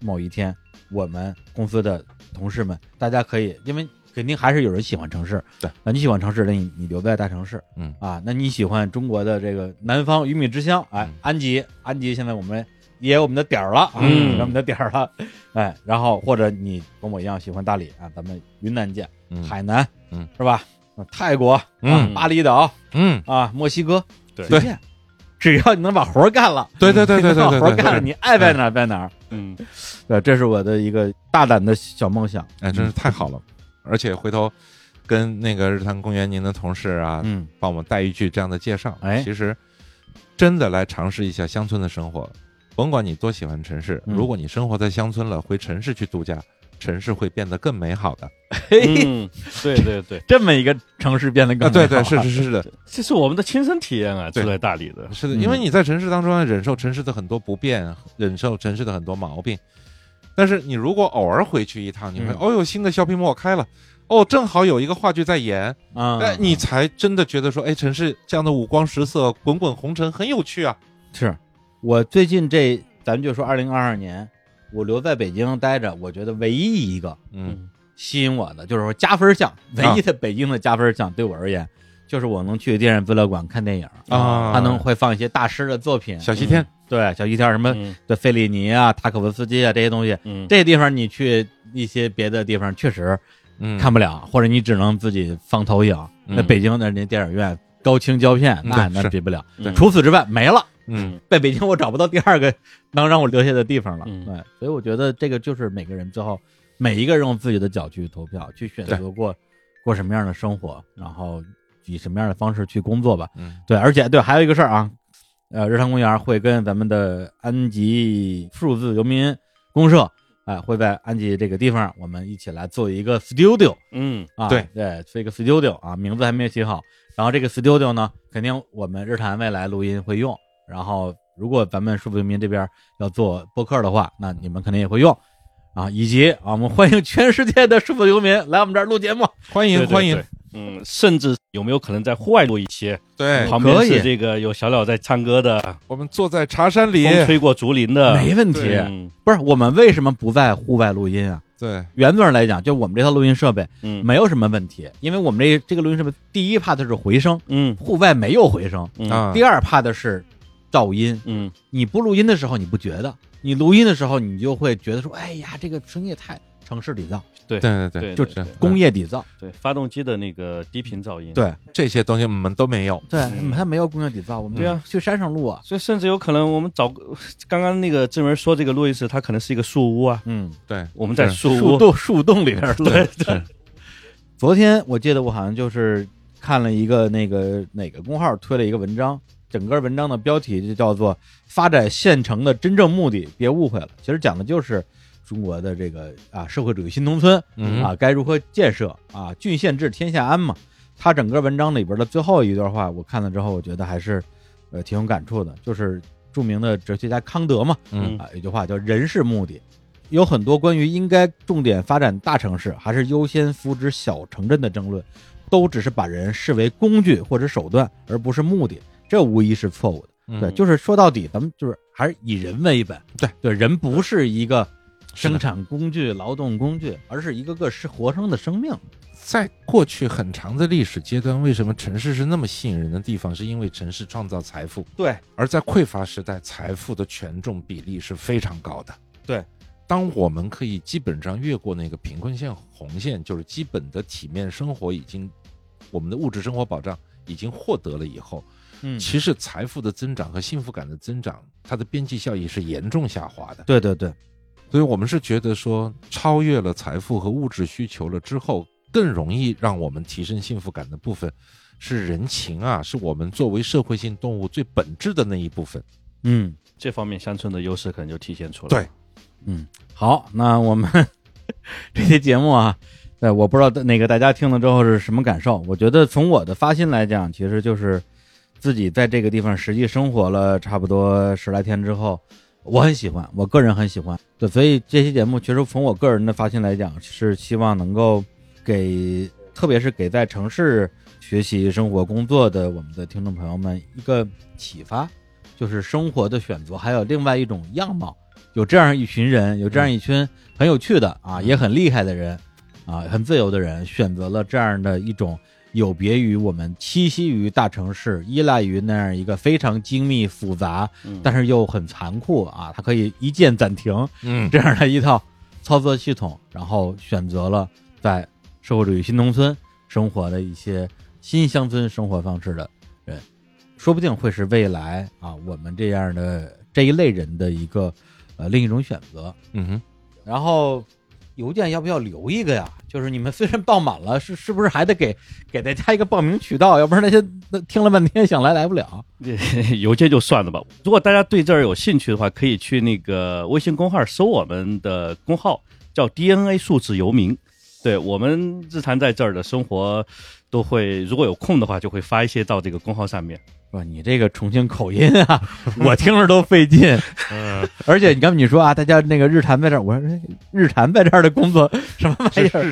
Speaker 1: 某一天我们公司的同事们，大家可以，因为肯定还是有人喜欢城市，
Speaker 2: 对，
Speaker 1: 那你喜欢城市，那你你留在大城市，
Speaker 2: 嗯
Speaker 1: 啊，那你喜欢中国的这个南方鱼米之乡，哎
Speaker 2: 嗯，
Speaker 1: 安吉，安吉现在我们也有我们的点儿了，啊
Speaker 3: 嗯
Speaker 1: 有我们的点儿了，哎，然后或者你跟我一样喜欢大理啊，咱们云南见，
Speaker 2: 嗯
Speaker 1: 海南，
Speaker 2: 嗯，
Speaker 1: 是吧？啊泰国，啊
Speaker 2: 嗯
Speaker 1: 巴厘岛
Speaker 2: 嗯，
Speaker 1: 啊，墨西哥，
Speaker 3: 对
Speaker 1: 随便，只要你能把活儿干了，
Speaker 2: 对对对对
Speaker 1: 你能 *laughs* 把
Speaker 2: 对对
Speaker 1: 活儿
Speaker 2: 对，
Speaker 1: 干了，你爱在哪儿在哪儿。
Speaker 3: 嗯，
Speaker 1: 对，呃这是我的一个大胆的小梦想。
Speaker 2: 哎，真是太好了，而且回头跟那个日坛公园您的同事啊，
Speaker 1: 嗯，
Speaker 2: 帮我们带一句这样的介绍。
Speaker 1: 哎
Speaker 2: 其实真的来尝试一下乡村的生活，甭管你多喜欢城市，
Speaker 1: 嗯
Speaker 2: 如果你生活在乡村了，回城市去度假，城市会变得更美好
Speaker 1: *laughs*
Speaker 2: 的。
Speaker 3: 嗯 *laughs* 对对对，
Speaker 1: 这么一个城市变得
Speaker 2: 啊，
Speaker 1: 更
Speaker 2: 对
Speaker 1: 美
Speaker 2: 对，
Speaker 1: 好
Speaker 2: 是是
Speaker 1: *laughs*
Speaker 2: 是的，
Speaker 3: 这是我们的亲身体验啊，
Speaker 2: 对
Speaker 3: 住在大理的，
Speaker 2: 是的，
Speaker 1: 嗯
Speaker 2: 因为你在城市当中要忍受城市的很多不便，忍受城市的很多毛病。但是你如果偶尔回去一趟，你会、
Speaker 1: 嗯
Speaker 2: 哦哟，新的 shopping mall 开了，哦，正好有一个话剧在演，
Speaker 1: 啊，
Speaker 2: 哎、你才真的觉得说，哎，城市这样的五光十色、滚滚红尘很有趣啊。
Speaker 1: 是我最近这，咱们就说二零二二年，我留在北京待着，我觉得唯一一个
Speaker 2: 嗯
Speaker 1: 吸引我的，就是说加分项，唯一的北京的加分项，对我而言，就是我能去电影资料馆看电影，
Speaker 2: 啊，
Speaker 1: 嗯它能会放一些大师的作品，
Speaker 2: 小西天，
Speaker 1: 对小一天什么
Speaker 3: 嗯
Speaker 1: 对费里尼啊、塔可夫斯基啊这些东西，
Speaker 3: 嗯，
Speaker 1: 这些地方你去一些别的地方确实
Speaker 2: 嗯，
Speaker 1: 看不了，或者你只能自己放投影。那
Speaker 2: 嗯
Speaker 1: 北京的那电影院高清胶片，那
Speaker 2: 嗯
Speaker 1: 那
Speaker 2: 是
Speaker 1: 比不了。
Speaker 3: 嗯
Speaker 1: 除此之外没了。
Speaker 2: 嗯
Speaker 1: 在北京我找不到第二个能让我留下的地方了。
Speaker 3: 嗯
Speaker 1: 对，所以我觉得这个就是每个人最后每一个人用自己的脚去投票，去选择过过什么样的生活，然后以什么样的方式去工作吧。
Speaker 2: 嗯
Speaker 1: 对，而且对，还有一个事儿啊，呃，日常公园会跟咱们的安吉数字游民公社。哎、会在安吉这个地方，我们一起来做一个 studio，
Speaker 3: 嗯
Speaker 1: 啊，
Speaker 2: 对
Speaker 1: 对，是一个 studio 啊，名字还没有起好。然后这个 studio 呢，肯定我们日坛未来录音会用。然后如果咱们数字游民这边要做播客的话，那你们肯定也会用啊。以及啊，我们欢迎全世界的数字游民来我们这儿录节目，
Speaker 2: 欢
Speaker 3: 对
Speaker 2: 迎
Speaker 3: 对
Speaker 2: 欢迎
Speaker 3: 对，嗯，哎甚至有没有可能在户外录一些，
Speaker 2: 对
Speaker 3: 旁边
Speaker 1: 可以
Speaker 3: 是这个有小鸟在唱歌的，
Speaker 2: 我们坐在茶山里，
Speaker 3: 风吹过竹林的，
Speaker 1: 没问题。
Speaker 2: 对
Speaker 3: 嗯
Speaker 1: 不是我们为什么不在户外录音啊？
Speaker 2: 对，
Speaker 1: 原则上来讲，就我们这套录音设备
Speaker 3: 嗯
Speaker 1: 没有什么问题，因为我们这这个录音设备第一怕的是回声，
Speaker 3: 嗯
Speaker 1: 户外没有回声；
Speaker 3: 嗯
Speaker 2: 啊，
Speaker 1: 第二怕的是噪音，
Speaker 3: 嗯
Speaker 1: 你不录音的时候你不觉得，你录音的时候你就会觉得说，哎呀，这个声音也太城市底噪、
Speaker 2: 对对
Speaker 3: 对，
Speaker 2: 对，
Speaker 1: 就
Speaker 3: 对
Speaker 1: 工业底噪，
Speaker 3: 对发动机的那个低频噪音，
Speaker 1: 对
Speaker 2: 这些东西我们都没有。
Speaker 1: 对，
Speaker 3: 嗯
Speaker 1: 它没有工业底噪，我们
Speaker 3: 对啊
Speaker 1: 去山上录啊，
Speaker 3: 所以甚至有可能我们找刚刚那个志文说这个录音室，它可能是一个树屋啊，
Speaker 1: 嗯，
Speaker 2: 对，
Speaker 3: 我们在
Speaker 2: 是
Speaker 3: 树
Speaker 1: 树
Speaker 3: 屋，
Speaker 1: 洞树洞里边录。
Speaker 3: 对
Speaker 2: 是
Speaker 1: 昨天我记得我好像就是看了一个那个哪个公号推了一个文章，整个文章的标题就叫做“发展县城的真正目的”，别误会了，其实讲的就是中国的这个啊社会主义新农村，
Speaker 2: 嗯
Speaker 1: 啊，该如何建设啊？郡县治天下安嘛。他整个文章里边的最后一段话，我看了之后，我觉得还是呃挺有感触的，就是著名的哲学家康德嘛，
Speaker 2: 嗯
Speaker 1: 啊，有句话叫“人是目的”，有很多关于应该重点发展大城市还是优先扶植小城镇的争论，都只是把人视为工具或者手段，而不是目的，这无疑是错误的。
Speaker 2: 嗯
Speaker 1: 对，就是说到底，咱们就是还是以人为本。
Speaker 2: 对
Speaker 1: 对，人不是一个
Speaker 2: 是的
Speaker 1: 生产工具、劳动工具，而是一个个是活生的生命。
Speaker 2: 在过去很长的历史阶段，为什么城市是那么吸引人的地方？是因为城市创造财富，
Speaker 1: 对，
Speaker 2: 而在匮乏时代，财富的权重比例是非常高的。
Speaker 1: 对，
Speaker 2: 当我们可以基本上越过那个贫困线红线，就是基本的体面生活已经，我们的物质生活保障已经获得了以后，
Speaker 1: 嗯
Speaker 2: 其实财富的增长和幸福感的增长，它的边际效益是严重下滑的。
Speaker 1: 对对对，
Speaker 2: 所以我们是觉得说，超越了财富和物质需求了之后，更容易让我们提升幸福感的部分，是人情啊，是我们作为社会性动物最本质的那一部分。
Speaker 1: 嗯，
Speaker 3: 这方面乡村的优势可能就体现出来。
Speaker 2: 对
Speaker 1: 嗯好，那我们这期节目啊，呃，我不知道那个大家听了之后是什么感受。我觉得从我的发心来讲，其实就是自己在这个地方实际生活了差不多十来天之后，我很喜欢，我个人很喜欢。对，所以这期节目其实从我个人的发心来讲，是希望能够给，特别是给在城市学习、生活、工作的我们的听众朋友们一个启发，就是生活的选择，还有另外一种样貌。有这样一群人，有这样一群很有趣的啊，也很厉害的人，啊，很自由的人，选择了这样的一种有别于我们栖息于大城市、依赖于那样一个非常精密复杂，
Speaker 3: 嗯
Speaker 1: 但是又很残酷啊，它可以一键暂停 *laughs*
Speaker 2: 嗯，
Speaker 1: 这样的一套操作系统，然后选择了在社会主义新农村生活的一些新乡村生活方式的人，说不定会是未来啊我们这样的这一类人的一个呃另一种选择。
Speaker 2: 嗯哼，
Speaker 1: 然后邮件要不要留一个呀？就是你们虽然报满了，是是不是还得给给大家一个报名渠道？要不然那些那听了半天想来来不了。
Speaker 3: 邮件就算了 *laughs* 吧。如果大家对这儿有兴趣的话，可以去那个微信公号搜我们的公号，叫 DNA 数字游民。对我们日常在这儿的生活，都会如果有空的话，就会发一些到这个公号上面。
Speaker 1: 哇，你这个重庆口音啊，我听着都费劲。
Speaker 3: 嗯，
Speaker 1: 而且你刚才你说啊，大家那个日常在这儿，我说哎日常在这儿的工作什么玩意儿？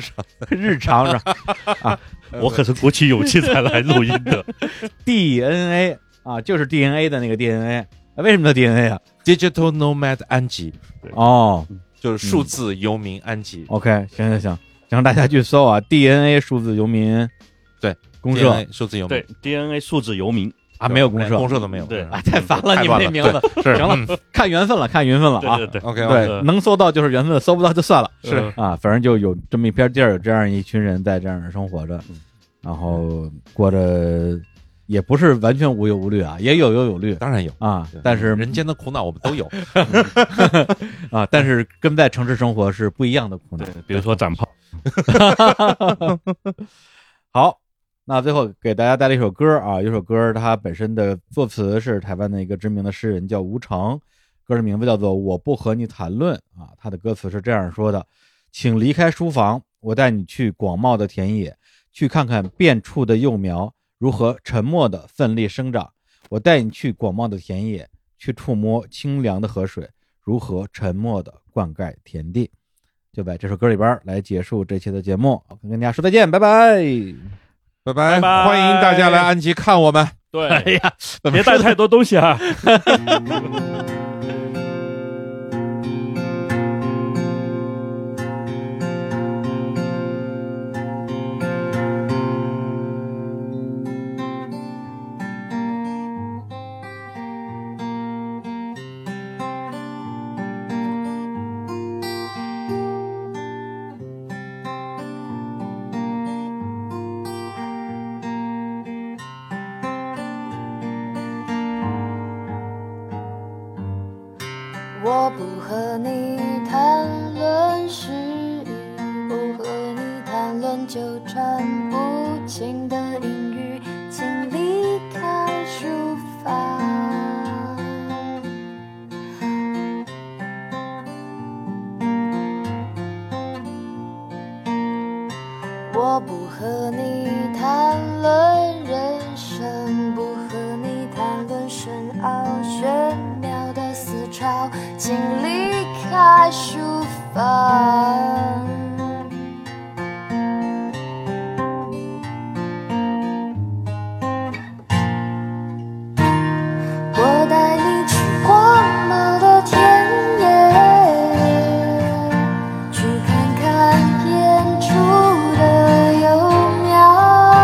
Speaker 1: 日常是吧
Speaker 3: *laughs*
Speaker 2: 呃
Speaker 3: 我可是鼓起勇气才来录音的。
Speaker 1: DNA 啊，就是 DNA 的那个 DNA。啊为什么叫 DNA 啊？
Speaker 2: ，Digital Nomad 安吉
Speaker 1: 哦
Speaker 2: 就是数字游民安吉，
Speaker 1: ，OK，行行行，让大家去搜啊，DNA 数字游民
Speaker 2: 对
Speaker 1: 公社
Speaker 2: DNA 数字游民
Speaker 3: *laughs* 对 DNA 数字游民，
Speaker 1: 啊，没有公社
Speaker 2: 公社都没有，
Speaker 3: 对
Speaker 1: 啊，太烦了，
Speaker 2: 太
Speaker 1: 你们
Speaker 2: 烦
Speaker 1: 这
Speaker 2: 了
Speaker 1: 名字。
Speaker 2: 是嗯
Speaker 1: 行了，看缘分了，看缘分了啊。
Speaker 3: 对呃对对，
Speaker 2: OK
Speaker 1: 对，能搜到就是缘分，搜不到就算了
Speaker 2: 是
Speaker 3: *laughs* 嗯
Speaker 1: 啊。反正就有这么一片地儿，有这样一群人在这样生活着，然后过着也不是完全无忧无虑啊，也有忧有虑
Speaker 2: 当然有，
Speaker 1: 啊，但是
Speaker 2: 人间的苦恼我们都有。
Speaker 1: 啊，但是跟在城市生活是不一样的苦恼。
Speaker 3: 比如说长胖，
Speaker 1: *laughs* 好，那最后给大家带来一首歌啊，有首歌它本身的作词是台湾的一个知名的诗人叫吴成，歌的名字叫做《我不和你谈论》啊，它的歌词是这样说的：请离开书房，我带你去广袤的田野，去看看遍处的幼苗如何沉默的奋力生长；我带你去广袤的田野，去触摸清凉的河水如何沉默的灌溉田地。就在这首歌里边儿来结束这期的节目，好跟大家说再见，拜拜。
Speaker 2: 拜拜，
Speaker 3: 拜拜
Speaker 2: 欢迎大家来安吉看我们。
Speaker 3: 对，
Speaker 1: 哎呀，
Speaker 3: *laughs*
Speaker 1: 怎么
Speaker 3: 别带太多东西啊。
Speaker 5: 我不和你谈论是与不和你谈论纠缠不清的阴雨，请离开书房。我不和你谈论人生，不和你谈论深奥玄妙的思潮，请离开书房。我带你去广袤的田野，去看看远处的幼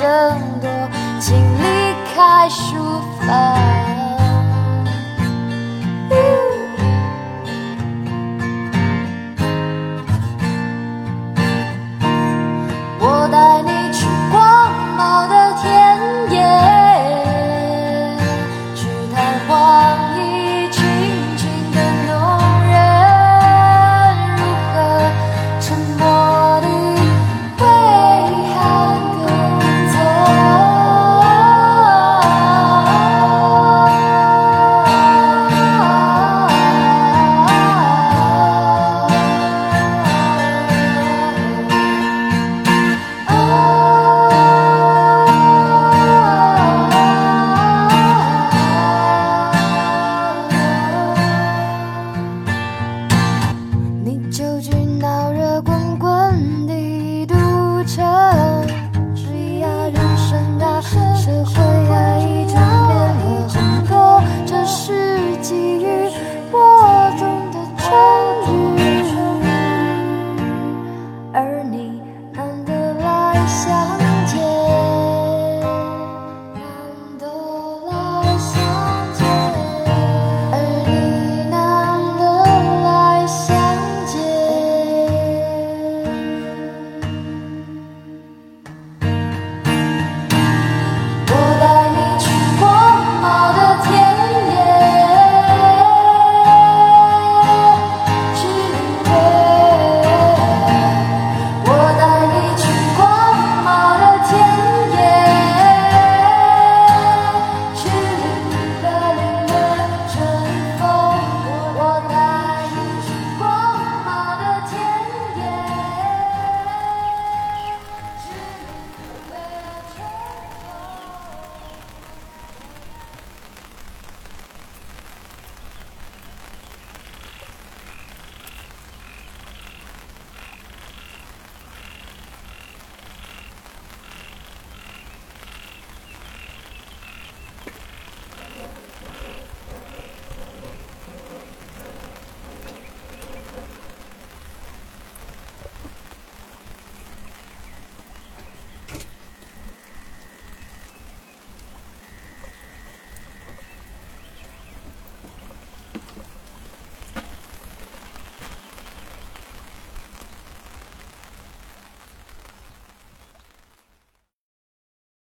Speaker 5: 更多，请离开书房。哦